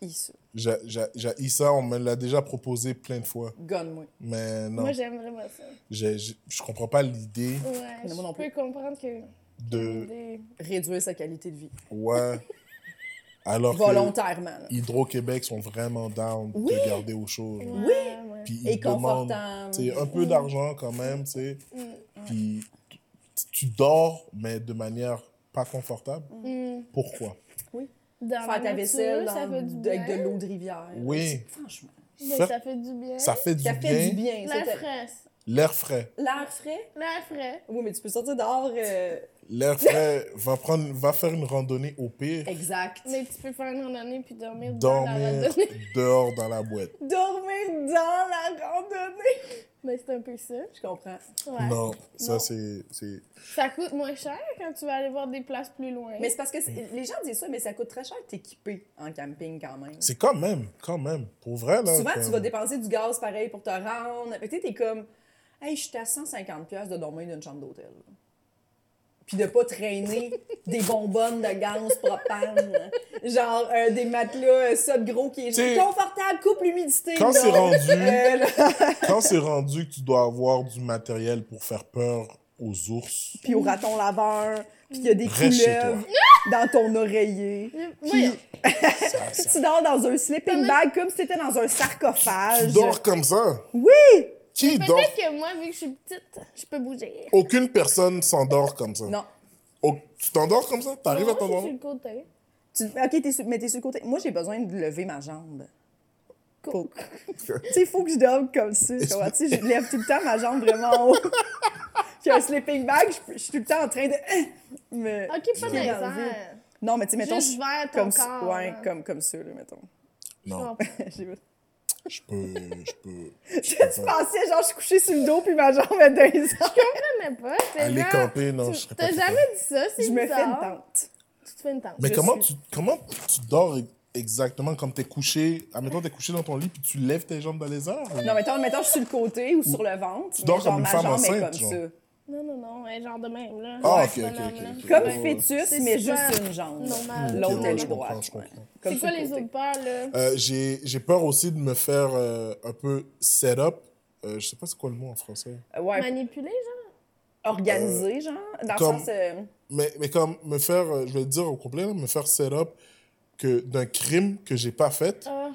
[SPEAKER 2] Issu.
[SPEAKER 4] J'a- j'a- J'ai ça, on me l'a déjà proposé plein de fois.
[SPEAKER 2] Gonne-moi.
[SPEAKER 4] Mais non,
[SPEAKER 3] Moi, j'aime vraiment ça.
[SPEAKER 4] j'ai- j'ai- je comprends pas l'idée
[SPEAKER 3] Ouais,
[SPEAKER 2] Mais
[SPEAKER 3] je
[SPEAKER 2] moi non
[SPEAKER 3] peux
[SPEAKER 2] plus.
[SPEAKER 3] comprendre que...
[SPEAKER 2] Euh,
[SPEAKER 4] de.
[SPEAKER 3] des-
[SPEAKER 2] Réduire sa qualité de vie.
[SPEAKER 4] Ouais. Alors que
[SPEAKER 2] Volontairement. là.
[SPEAKER 4] Hydro-Québec sont vraiment down
[SPEAKER 2] Oui.
[SPEAKER 4] de garder au chaud. là.
[SPEAKER 3] Ouais, ouais.
[SPEAKER 4] Puis
[SPEAKER 2] Et
[SPEAKER 4] ils demandent
[SPEAKER 2] confortable.
[SPEAKER 4] tu sais, un peu d'argent quand même, tu sais.
[SPEAKER 3] Mm.
[SPEAKER 4] Puis tu- tu dors, mais de manière pas confortable.
[SPEAKER 3] Mm.
[SPEAKER 4] Pourquoi
[SPEAKER 3] Dans la
[SPEAKER 2] Faire ta
[SPEAKER 3] nature,
[SPEAKER 2] vaisselle
[SPEAKER 3] ça
[SPEAKER 2] dans-
[SPEAKER 3] fait du bien.
[SPEAKER 2] avec de l'eau de rivière.
[SPEAKER 4] Oui.
[SPEAKER 2] Franchement.
[SPEAKER 3] Mais
[SPEAKER 4] Faire-
[SPEAKER 3] ça fait du bien.
[SPEAKER 4] Ça fait du
[SPEAKER 2] Ça fait du
[SPEAKER 4] bien,
[SPEAKER 2] bien.
[SPEAKER 3] La
[SPEAKER 2] c'était-
[SPEAKER 3] fraise.
[SPEAKER 4] l'air frais.
[SPEAKER 2] L'air frais?
[SPEAKER 3] La fraise.
[SPEAKER 2] Oui, mais tu peux sortir dehors. euh,
[SPEAKER 4] L'air frais, va, prendre, va faire une randonnée au pire,
[SPEAKER 2] Exact.
[SPEAKER 3] Mais tu peux faire une randonnée puis dormir, dans la
[SPEAKER 4] dormir
[SPEAKER 3] randonnée.
[SPEAKER 4] dehors dans la boîte.
[SPEAKER 2] Dormir dans la randonnée.
[SPEAKER 3] Mais c'est un peu ça.
[SPEAKER 2] Je comprends.
[SPEAKER 3] Ouais.
[SPEAKER 4] Non, ça
[SPEAKER 3] Non.
[SPEAKER 4] c'est. c'est-
[SPEAKER 3] Ça coûte moins cher quand tu vas aller voir des places plus loin.
[SPEAKER 2] Mais c'est parce que c'est- les gens disent ça, mais ça coûte très cher de t'équiper en camping quand même.
[SPEAKER 4] C'est quand même, quand même. Pour vrai, là.
[SPEAKER 2] Souvent,
[SPEAKER 4] comme-
[SPEAKER 2] tu vas dépenser du gaz pareil pour te rendre. Fait que tu es comme, hey, je suis à 150$ piastres de dormir d'une chambre d'hôtel. Puis de pas traîner des bonbonnes de gaz propane. Genre euh, des matelas, euh, ça de gros qui est
[SPEAKER 4] T'sais,
[SPEAKER 2] confortable, coupe l'humidité.
[SPEAKER 4] quand c'est
[SPEAKER 2] donc,
[SPEAKER 4] rendu-
[SPEAKER 2] euh, là,
[SPEAKER 4] Quand c'est rendu que tu dois avoir du matériel pour faire peur aux ours,
[SPEAKER 2] puis au raton laveur, puis il y a des
[SPEAKER 4] Reste chez
[SPEAKER 2] couleuvres dans ton oreiller.
[SPEAKER 3] Voyons.
[SPEAKER 4] ça- ça-
[SPEAKER 2] Tu dors dans un sleeping bag comme si t'étais dans un sarcophage.
[SPEAKER 4] tu dors comme ça.
[SPEAKER 2] Oui!
[SPEAKER 4] Qui dort
[SPEAKER 3] Peut-être que moi, vu que je suis petite, je peux bouger.
[SPEAKER 4] Aucune personne s'endort comme ça.
[SPEAKER 2] Non.
[SPEAKER 4] Au- Tu t'endors comme ça T'arrives à
[SPEAKER 3] Moi, je suis
[SPEAKER 4] t'endormir
[SPEAKER 3] sur le côté.
[SPEAKER 2] Tu, ok, t'es sur- mais t'es sur le côté. Moi, j'ai besoin de lever ma jambe.
[SPEAKER 3] Cool.
[SPEAKER 2] tu sais, il faut que je dorme comme ça. tu vois. Tu sais, je lève tout le temps ma jambe vraiment haut. J'ai un sleeping bag, je, je suis tout le temps en train de. hein, me-
[SPEAKER 3] Ok, pas
[SPEAKER 2] Je l'ai
[SPEAKER 3] dans
[SPEAKER 2] enlevé.
[SPEAKER 3] les
[SPEAKER 2] Non, mais tu sais, mettons.
[SPEAKER 3] Juste vers ton
[SPEAKER 2] comme,
[SPEAKER 3] corps.
[SPEAKER 2] ouais,
[SPEAKER 3] là.
[SPEAKER 2] comme, comme ça, là, mettons.
[SPEAKER 4] Non,
[SPEAKER 2] J'ai-
[SPEAKER 4] je peux. Je peux.
[SPEAKER 2] Je pensais, genre, je suis couchée sur le dos, puis ma jambe est dans les airs.
[SPEAKER 3] Je connais pas. c'est
[SPEAKER 4] Aller
[SPEAKER 3] genre-
[SPEAKER 4] camper, non,
[SPEAKER 3] tu-
[SPEAKER 4] je serais pas.
[SPEAKER 3] T'as
[SPEAKER 4] capable.
[SPEAKER 3] jamais dit ça, c'est
[SPEAKER 2] Je me fais une
[SPEAKER 3] bizarre.
[SPEAKER 2] tente.
[SPEAKER 3] Tu te fais une tente.
[SPEAKER 4] Mais
[SPEAKER 2] je
[SPEAKER 4] comment,
[SPEAKER 2] suis-
[SPEAKER 4] tu, comment tu dors e- exactement comme t'es couché Admettons, t'es couché dans ton lit, puis tu lèves tes jambes dans les airs ou-
[SPEAKER 2] Non, mettons, mettons, je suis sur le côté ou sur le ventre.
[SPEAKER 4] Tu dors
[SPEAKER 2] mais
[SPEAKER 4] comme
[SPEAKER 2] genre,
[SPEAKER 4] une
[SPEAKER 2] ma
[SPEAKER 4] femme
[SPEAKER 2] jambe est
[SPEAKER 4] enceinte,
[SPEAKER 2] comme
[SPEAKER 4] genre.
[SPEAKER 2] ça.
[SPEAKER 3] Non, non, non, elle est genre de même, là.
[SPEAKER 4] Ah,
[SPEAKER 3] Ouais,
[SPEAKER 4] ok,
[SPEAKER 3] ce
[SPEAKER 4] ok,
[SPEAKER 3] bonhomme-là.
[SPEAKER 4] ok, ok.
[SPEAKER 2] Comme
[SPEAKER 4] Ouais, ouais.
[SPEAKER 2] fœtus,
[SPEAKER 3] C'est
[SPEAKER 2] mais
[SPEAKER 3] super
[SPEAKER 2] juste une jambe.
[SPEAKER 3] normal.
[SPEAKER 2] L'autre,
[SPEAKER 4] Ok, ouais,
[SPEAKER 2] elle
[SPEAKER 4] je
[SPEAKER 2] est
[SPEAKER 4] comprends,
[SPEAKER 2] droite.
[SPEAKER 4] je comprends.
[SPEAKER 2] ouais. Comme
[SPEAKER 3] C'est quoi
[SPEAKER 2] sur le
[SPEAKER 3] les
[SPEAKER 2] côté.
[SPEAKER 3] autres peurs, là?
[SPEAKER 4] Euh, j'ai j'ai peur aussi de me faire euh, un peu set-up. Euh, je sais pas c'est quoi le mot en français.
[SPEAKER 2] Ouais,
[SPEAKER 3] Manipuler, genre?
[SPEAKER 2] organisé, genre. Dans
[SPEAKER 4] comme-
[SPEAKER 2] le sens. euh,
[SPEAKER 4] Mais, mais comme me faire, euh, je vais le dire au complet, là, me faire set-up que- d'un crime que j'ai pas fait,
[SPEAKER 3] Ah,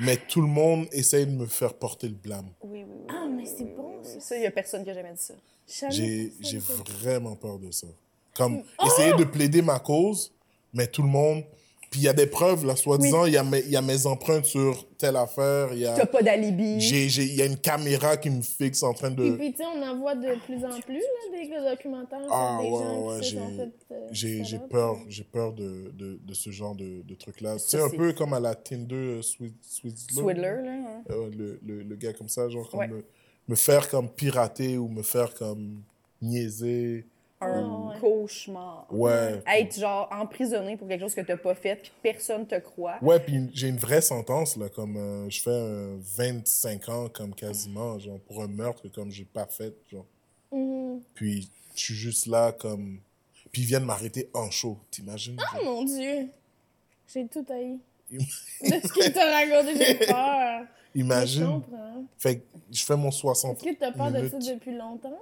[SPEAKER 4] mais tout le monde essaye de me faire porter le blâme.
[SPEAKER 2] Oui, oui, oui.
[SPEAKER 3] Ah, mais c'est bon, ça.
[SPEAKER 2] Ça, il n'y a personne qui a jamais dit ça.
[SPEAKER 3] Jamais
[SPEAKER 4] J'ai
[SPEAKER 3] personne
[SPEAKER 4] j'ai
[SPEAKER 3] fait Oh! ça.
[SPEAKER 4] vraiment peur de ça. Comme essayer de plaider ma cause, mais tout le monde. Puis il y a des preuves, là, soi-disant, il y, a mes- il y a mes empreintes sur telle affaire, il y
[SPEAKER 2] T'as
[SPEAKER 4] a,
[SPEAKER 2] pas d'alibi.
[SPEAKER 4] j'ai- j'ai- il y a une caméra qui me fixe en train
[SPEAKER 3] Et
[SPEAKER 4] de.
[SPEAKER 3] puis, tu sais, on en voit de plus en plus, là, des documentaires
[SPEAKER 4] Ah,
[SPEAKER 3] sur des
[SPEAKER 4] ouais,
[SPEAKER 3] gens
[SPEAKER 4] ouais,
[SPEAKER 3] qui se sont
[SPEAKER 4] j'ai-
[SPEAKER 3] fait... euh,
[SPEAKER 4] J'ai j'ai
[SPEAKER 3] salope.
[SPEAKER 4] peur, j'ai peur de, de, de ce genre de, de truc-là.
[SPEAKER 2] Ça,
[SPEAKER 4] C'est un
[SPEAKER 2] c'est-
[SPEAKER 4] peu comme à la Tinder euh, Swid- Swidler.
[SPEAKER 2] Swidler, là. hein.
[SPEAKER 4] Euh, le, le, le gars comme ça, genre comme
[SPEAKER 2] Ouais.
[SPEAKER 4] me, me faire comme pirater ou me faire comme niaiser.
[SPEAKER 2] Un
[SPEAKER 3] ouais.
[SPEAKER 2] cauchemar.
[SPEAKER 4] Ouais.
[SPEAKER 2] Être, genre, emprisonné pour quelque chose que t'as pas fait, puis personne te croit.
[SPEAKER 4] Ouais, puis j'ai une vraie sentence, là, comme euh, je fais euh, 25 ans, comme quasiment, genre, pour un meurtre, comme j'ai pas fait, genre.
[SPEAKER 3] Mhm.
[SPEAKER 4] Puis je suis juste là, comme. Puis ils viennent m'arrêter en show, t'imagines?
[SPEAKER 2] Ah,
[SPEAKER 3] Oh, mon Dieu! J'ai tout haï.
[SPEAKER 4] Il-
[SPEAKER 3] de ce qu'il t'a raconté, j'ai peur. Mais Je
[SPEAKER 4] Imagine.
[SPEAKER 3] comprends.
[SPEAKER 4] Fait que je fais mon 60
[SPEAKER 3] Est-ce que t'as peur de ça
[SPEAKER 4] minutes.
[SPEAKER 3] depuis longtemps?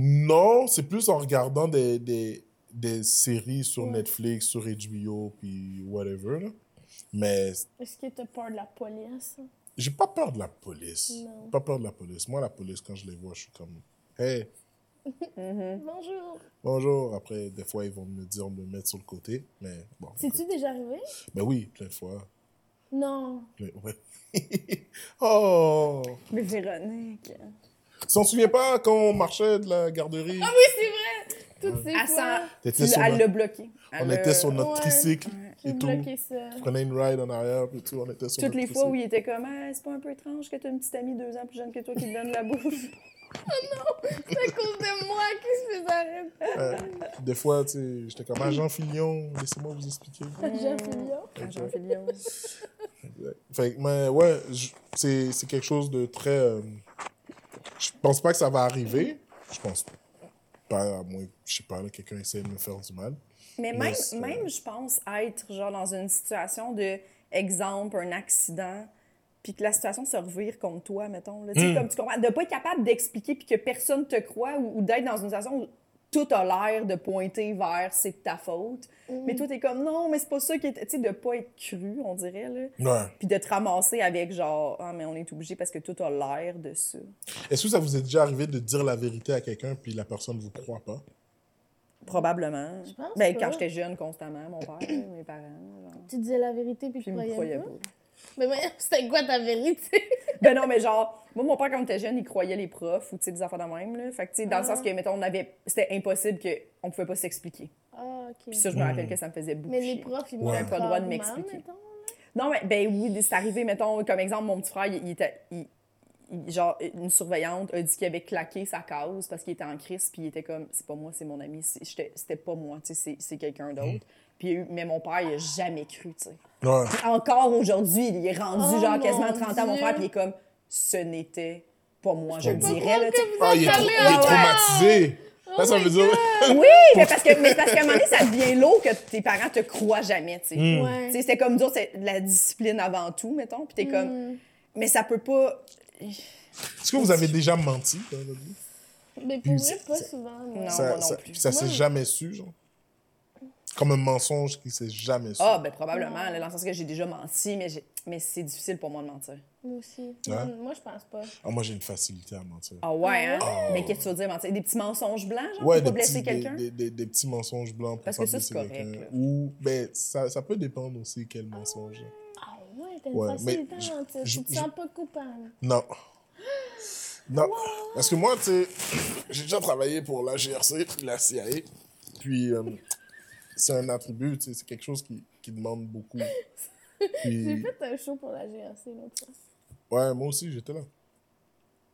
[SPEAKER 4] Non, c'est plus en regardant des, des, des séries sur
[SPEAKER 3] Ouais.
[SPEAKER 4] Netflix, sur HBO, puis whatever, là. Mais
[SPEAKER 3] Est-ce que t'as peur de la police?
[SPEAKER 4] J'ai pas peur de la police.
[SPEAKER 3] Non.
[SPEAKER 4] Pas peur de la police. Moi, la police, quand je les vois, je suis comme, hey,
[SPEAKER 3] Bonjour.
[SPEAKER 4] bonjour. Après, des fois, ils vont me dire, me mettre sur le côté. Mais bon.
[SPEAKER 3] C'est-tu déjà arrivé?
[SPEAKER 4] Ben oui, plein de fois.
[SPEAKER 3] Non.
[SPEAKER 4] Plein- ouais. oh!
[SPEAKER 2] Mais Véronique.
[SPEAKER 4] Tu t'en souviens pas quand on marchait de la garderie?
[SPEAKER 3] Ah Oui, c'est vrai! Toutes ces
[SPEAKER 2] À
[SPEAKER 4] Ah,
[SPEAKER 3] fois,
[SPEAKER 2] ça,
[SPEAKER 4] T'étais sur
[SPEAKER 2] elle
[SPEAKER 4] la-
[SPEAKER 2] l'a bloqué.
[SPEAKER 4] on
[SPEAKER 2] Elle euh,
[SPEAKER 4] était
[SPEAKER 2] l'a-
[SPEAKER 4] sur notre
[SPEAKER 3] Ouais.
[SPEAKER 4] tricycle
[SPEAKER 3] j'ai
[SPEAKER 4] et tout.
[SPEAKER 3] bloqué ça.
[SPEAKER 4] On prenait une ride en arrière et tout. On était sur
[SPEAKER 2] Toutes
[SPEAKER 4] notre
[SPEAKER 2] les fois où
[SPEAKER 4] tricycle.
[SPEAKER 2] il était comme Ah, c'est pas un peu étrange que t'as une petite amie deux ans plus jeune que toi qui te donne la bouffe.
[SPEAKER 3] C'est à cause de moi qui se faisait arrêter.
[SPEAKER 4] Euh, des fois, tu sais, j'étais comme, ah, Jean Fillon, laissez-moi vous expliquer.
[SPEAKER 3] J'ai un filion.
[SPEAKER 2] Ah, Jean Fillion.
[SPEAKER 4] Fait que, mais ouais, je- c'est c'est quelque chose de très. euh, je pense pas que ça va arriver. Je pense pas, à moins que, je sais pas, là, quelqu'un essaie de me faire du mal.
[SPEAKER 2] Mais
[SPEAKER 4] Mais
[SPEAKER 2] même,
[SPEAKER 4] ça-
[SPEAKER 2] même je pense être genre dans une situation de exemple, un accident, puis que la situation se revire contre toi, mettons. Là. Tu sais,
[SPEAKER 4] Mm.
[SPEAKER 2] Comme tu comprends, de pas être capable d'expliquer puis que personne te croit ou, ou d'être dans une situation où tout a l'air de pointer vers c'est de ta faute.
[SPEAKER 3] Hmm.
[SPEAKER 2] Mais toi, t'es comme non, mais c'est pas ça qui est. Tu sais, de pas être cru, on dirait. Là.
[SPEAKER 4] Ouais.
[SPEAKER 2] Puis de te ramasser avec genre ah, mais on est obligé parce que tout a l'air de ça.
[SPEAKER 4] Est-ce que ça vous est déjà arrivé de dire la vérité à quelqu'un puis la personne vous croit pas?
[SPEAKER 2] Probablement.
[SPEAKER 3] Je pense
[SPEAKER 2] Ben,
[SPEAKER 3] pas.
[SPEAKER 2] quand j'étais jeune, constamment, mon père, mes parents. Genre.
[SPEAKER 3] Tu disais la vérité puis
[SPEAKER 2] Puis
[SPEAKER 3] tu
[SPEAKER 2] ils me
[SPEAKER 3] croyais
[SPEAKER 2] croyaient
[SPEAKER 3] pas.
[SPEAKER 2] pas.
[SPEAKER 3] Mais voyons, c'était quoi ta vérité?
[SPEAKER 2] Ben non, mais genre, moi, mon père, quand on était jeune, il croyait les profs ou, tu sais, des enfants de même, là. Fait que, tu sais, dans le
[SPEAKER 3] Ah.
[SPEAKER 2] sens que, mettons, on avait... C'était impossible qu'on pouvait pas s'expliquer.
[SPEAKER 3] Ah, ok.
[SPEAKER 2] Puis ça, je me
[SPEAKER 4] Mm.
[SPEAKER 2] rappelle que ça me faisait beaucoup
[SPEAKER 3] Mais les
[SPEAKER 2] chier.
[SPEAKER 3] profs, ils
[SPEAKER 4] Ouais.
[SPEAKER 3] m'ont
[SPEAKER 4] J'avais
[SPEAKER 2] pas le droit de
[SPEAKER 3] clairement,
[SPEAKER 2] m'expliquer.
[SPEAKER 3] mettons.
[SPEAKER 2] Non, mais ben oui, c'est arrivé, mettons, comme exemple, mon petit frère, il, il était... il- il- genre, une surveillante a dit qu'il avait claqué sa cause parce qu'il était en crise, puis il était comme, c'est pas moi, c'est mon ami, c'est- j'étais- c'était pas moi, tu sais, c'est- c'est quelqu'un d'autre. Puis, il y a eu- mais mon père, il a jamais cru, tu sais.
[SPEAKER 4] Ouais.
[SPEAKER 2] encore aujourd'hui, il est rendu
[SPEAKER 3] Oh
[SPEAKER 2] genre
[SPEAKER 3] mon
[SPEAKER 2] quasiment 30 ans, mon
[SPEAKER 3] Dieu.
[SPEAKER 2] frère, puis il est comme ce n'était pas moi, je
[SPEAKER 4] Je
[SPEAKER 2] le
[SPEAKER 4] peux pas
[SPEAKER 2] dirais. Là, tu sais.
[SPEAKER 4] Ah, il est, trau-
[SPEAKER 3] allez,
[SPEAKER 4] il est
[SPEAKER 3] ouais.
[SPEAKER 4] traumatisé!
[SPEAKER 3] Oh
[SPEAKER 4] Là, ça
[SPEAKER 3] my
[SPEAKER 4] veut dire.
[SPEAKER 2] oui, mais parce que- mais c'est parce qu'à un moment donné, ça devient lourd que tes parents te croient jamais. tu sais.
[SPEAKER 4] Hmm.
[SPEAKER 2] Tu
[SPEAKER 3] Ouais.
[SPEAKER 2] sais, C'était comme dire, c'est de la discipline avant tout, mettons, puis t'es comme,
[SPEAKER 3] Mm.
[SPEAKER 2] mais ça peut pas.
[SPEAKER 4] Est-ce que vous avez déjà menti dans votre vie?
[SPEAKER 3] Mais pour vrai,
[SPEAKER 4] Ça-
[SPEAKER 3] pas souvent. moi.
[SPEAKER 2] Non.
[SPEAKER 4] ça, ça,
[SPEAKER 2] plus.
[SPEAKER 4] ça s'est
[SPEAKER 3] Moi,
[SPEAKER 4] jamais su, genre? Comme un mensonge qui s'est jamais su.
[SPEAKER 2] Ah, ben probablement,
[SPEAKER 3] Non.
[SPEAKER 2] là, dans le sens que j'ai déjà menti, mais, j'ai- mais c'est difficile pour moi de mentir.
[SPEAKER 3] Moi aussi.
[SPEAKER 4] Ouais.
[SPEAKER 3] Mm, Moi, je pense pas.
[SPEAKER 4] Ah, moi, j'ai une facilité à mentir.
[SPEAKER 2] Ah ouais, hein?
[SPEAKER 4] Ah.
[SPEAKER 2] Mais qu'est-ce que tu veux dire, mentir? Des petits mensonges blancs, genre,
[SPEAKER 4] Ouais,
[SPEAKER 2] pour
[SPEAKER 4] des
[SPEAKER 2] pas blesser
[SPEAKER 4] petits, des,
[SPEAKER 2] quelqu'un?
[SPEAKER 4] des- des- des petits mensonges blancs pour
[SPEAKER 2] Parce
[SPEAKER 4] pas
[SPEAKER 2] que ça,
[SPEAKER 4] blesser
[SPEAKER 2] c'est
[SPEAKER 4] quelqu'un.
[SPEAKER 2] correct, là.
[SPEAKER 4] Ou, ben, ça, ça peut dépendre aussi quel mensonge.
[SPEAKER 3] Ah ouais, t'as une
[SPEAKER 4] Ouais,
[SPEAKER 3] facilité
[SPEAKER 4] mais je-
[SPEAKER 3] à mentir.
[SPEAKER 4] je-
[SPEAKER 3] Tu te
[SPEAKER 4] je-
[SPEAKER 3] sens pas coupable.
[SPEAKER 4] Non. Non. Parce que moi, tu sais, j'ai déjà travaillé pour la GRC, puis la CIA. Puis, euh, c'est un attribut, tu sais, c'est quelque chose qui, qui demande beaucoup.
[SPEAKER 3] J'ai
[SPEAKER 4] Puis,
[SPEAKER 3] fait un show pour la GRC l'autre fois.
[SPEAKER 4] ouais, moi aussi, j'étais là.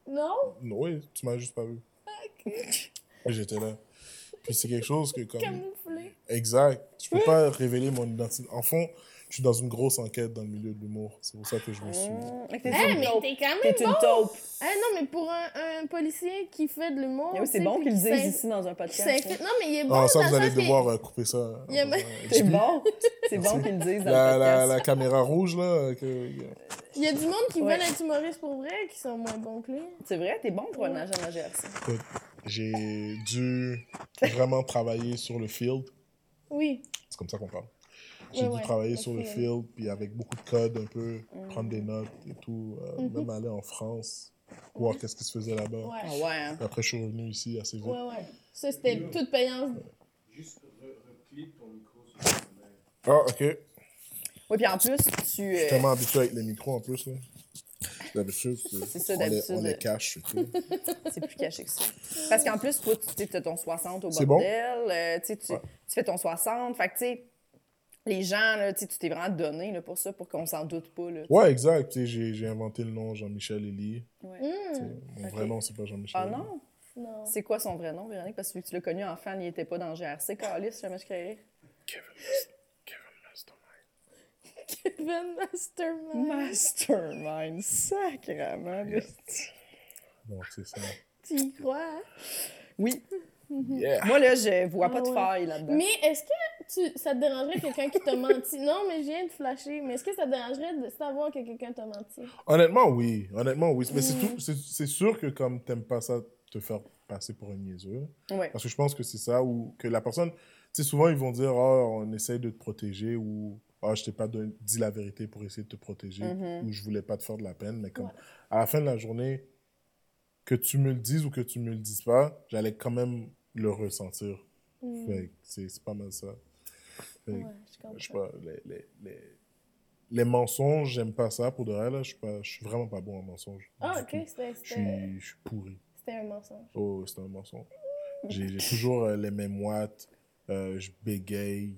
[SPEAKER 3] Non?
[SPEAKER 4] Non, Oui, tu m'as juste pas vu. J'étais là. Puis, c'est quelque chose que, comme.
[SPEAKER 3] Camouflé.
[SPEAKER 4] Exact. Je peux pas révéler mon identité. En fond, je suis dans une grosse enquête dans le milieu de l'humour. C'est pour ça que je me suis.
[SPEAKER 2] Mmh, mais
[SPEAKER 3] Eh,
[SPEAKER 2] t'es une
[SPEAKER 3] mais
[SPEAKER 2] taupe.
[SPEAKER 3] t'es quand même
[SPEAKER 2] T'es une taupe.
[SPEAKER 3] Ah non, mais pour un, un policier qui fait de l'humour.
[SPEAKER 2] Mais Eh oui, C'est
[SPEAKER 3] tu sais,
[SPEAKER 2] bon
[SPEAKER 3] puis
[SPEAKER 2] qu'ils le
[SPEAKER 3] qui
[SPEAKER 2] disent
[SPEAKER 3] s'in-
[SPEAKER 2] ici dans un
[SPEAKER 3] qui
[SPEAKER 2] podcast. hein.
[SPEAKER 3] s'inclut- Non, mais il est bon.
[SPEAKER 4] Ah, ça,
[SPEAKER 3] dans
[SPEAKER 4] vous
[SPEAKER 3] le
[SPEAKER 4] allez
[SPEAKER 3] sens qu'il-
[SPEAKER 4] devoir euh, couper ça.
[SPEAKER 3] Il y a même-
[SPEAKER 2] C'est
[SPEAKER 4] Explique.
[SPEAKER 2] bon. C'est bon qu'ils le disent dans
[SPEAKER 4] La,
[SPEAKER 2] le
[SPEAKER 4] la,
[SPEAKER 2] podcast.
[SPEAKER 4] la caméra rouge, là. que-
[SPEAKER 3] Il y a du monde qui
[SPEAKER 2] Ouais.
[SPEAKER 3] veulent être humoriste pour vrai qui sont moins bons que lui.
[SPEAKER 2] C'est vrai, t'es bon pour un agent de la GRC.
[SPEAKER 4] J'ai dû vraiment travailler sur le field.
[SPEAKER 3] Oui.
[SPEAKER 4] C'est comme ça qu'on parle. J'ai
[SPEAKER 3] Ouais,
[SPEAKER 4] dû
[SPEAKER 3] ouais,
[SPEAKER 4] travailler
[SPEAKER 3] le
[SPEAKER 4] sur le
[SPEAKER 3] field.
[SPEAKER 4] field, puis avec beaucoup de codes un peu,
[SPEAKER 2] Mm.
[SPEAKER 4] prendre des notes et tout. euh,
[SPEAKER 3] Mhm.
[SPEAKER 4] Même aller en France, voir qu'est-ce qui se faisait là-bas.
[SPEAKER 2] Ah
[SPEAKER 3] Mm-hmm. Ouais.
[SPEAKER 2] ouais. hein?
[SPEAKER 4] Après, je suis revenu ici assez vite.
[SPEAKER 3] Ouais, ouais. Ça, c'était toute payance.
[SPEAKER 5] Juste re- reclique ton micro sur ton mail.
[SPEAKER 4] Ah, OK.
[SPEAKER 2] Oui, puis en plus, tu.
[SPEAKER 4] Je
[SPEAKER 2] euh,
[SPEAKER 4] suis tellement habitué avec les micros en plus. Là. D'habitude, c'est-
[SPEAKER 2] C'est ça,
[SPEAKER 4] on, les,
[SPEAKER 2] d'habitude.
[SPEAKER 4] on les cache. c'est tout.
[SPEAKER 2] c'est plus caché que ça. Parce qu'en plus, toi, tu as ton 60 au
[SPEAKER 4] C'est
[SPEAKER 2] bordel.
[SPEAKER 4] bon?
[SPEAKER 2] euh, tu, sais, tu-
[SPEAKER 4] Ouais.
[SPEAKER 2] tu fais ton 60. Fait que, tu sais, les gens, là, tu sais, tu t'es vraiment donné là, pour ça, pour qu'on s'en doute pas. Là.
[SPEAKER 4] Ouais, exact. tu sais, J'ai j'ai inventé le nom Jean-Michel Elie.
[SPEAKER 2] Ouais.
[SPEAKER 3] Hum,
[SPEAKER 4] Mon
[SPEAKER 2] Ok.
[SPEAKER 4] vrai nom, c'est pas Jean-Michel.
[SPEAKER 2] Ah
[SPEAKER 4] Elie.
[SPEAKER 2] non?
[SPEAKER 3] Non.
[SPEAKER 2] C'est quoi son vrai nom, Véronique? Parce que vu que tu l'as connu enfant, il n'était pas dans le GRC. Calice, jamais je créais.
[SPEAKER 3] Kevin Masterman.
[SPEAKER 2] Mastermind, sacrément.
[SPEAKER 4] Donc, c'est ça.
[SPEAKER 3] Tu y crois? hein?
[SPEAKER 2] Oui. Mhm.
[SPEAKER 4] Yeah!
[SPEAKER 2] Moi, là, je vois pas
[SPEAKER 3] Ah
[SPEAKER 2] de
[SPEAKER 3] ouais.
[SPEAKER 2] faille là-dedans.
[SPEAKER 3] Mais est-ce que tu, ça te dérangerait quelqu'un qui t'a menti? Non, mais je viens de flasher. Mais est-ce que ça te dérangerait de savoir que quelqu'un t'a menti?
[SPEAKER 4] Honnêtement, oui. Honnêtement, oui. Mais c'est
[SPEAKER 3] Mm.
[SPEAKER 4] tout- c'est c'est sûr que comme t'aimes pas ça, te faire passer pour un niaiseux.
[SPEAKER 2] Ouais.
[SPEAKER 4] Parce que ah, je pense que c'est ça, ou que la personne... Tu sais, souvent, ils vont dire, oh, on essaye de te protéger, ou... oh, je t'ai pas don- dit la vérité pour essayer de te protéger
[SPEAKER 3] Mm-hmm.
[SPEAKER 4] ou je voulais pas te faire de la peine. Mais comme à la fin de la journée, que tu me le dises ou que tu me le dises pas, j'allais quand même le ressentir.
[SPEAKER 3] Mm.
[SPEAKER 4] Fait que c'est c'est pas mal ça. Fait que,
[SPEAKER 3] Ouais, je comprends.
[SPEAKER 4] je sais pas, les, les, les, les mensonges, j'aime pas ça. Pour de vrai, là, je suis, pas, je suis vraiment pas bon en mensonges.
[SPEAKER 3] Ah,
[SPEAKER 4] du
[SPEAKER 3] ok,
[SPEAKER 4] tout.
[SPEAKER 3] c'était-
[SPEAKER 4] Je
[SPEAKER 3] c'était
[SPEAKER 4] suis, je suis pourri.
[SPEAKER 3] c'était un mensonge.
[SPEAKER 4] Oh, c'est un mensonge. J'ai j'ai toujours euh, les mêmes watts, euh, je bégaye.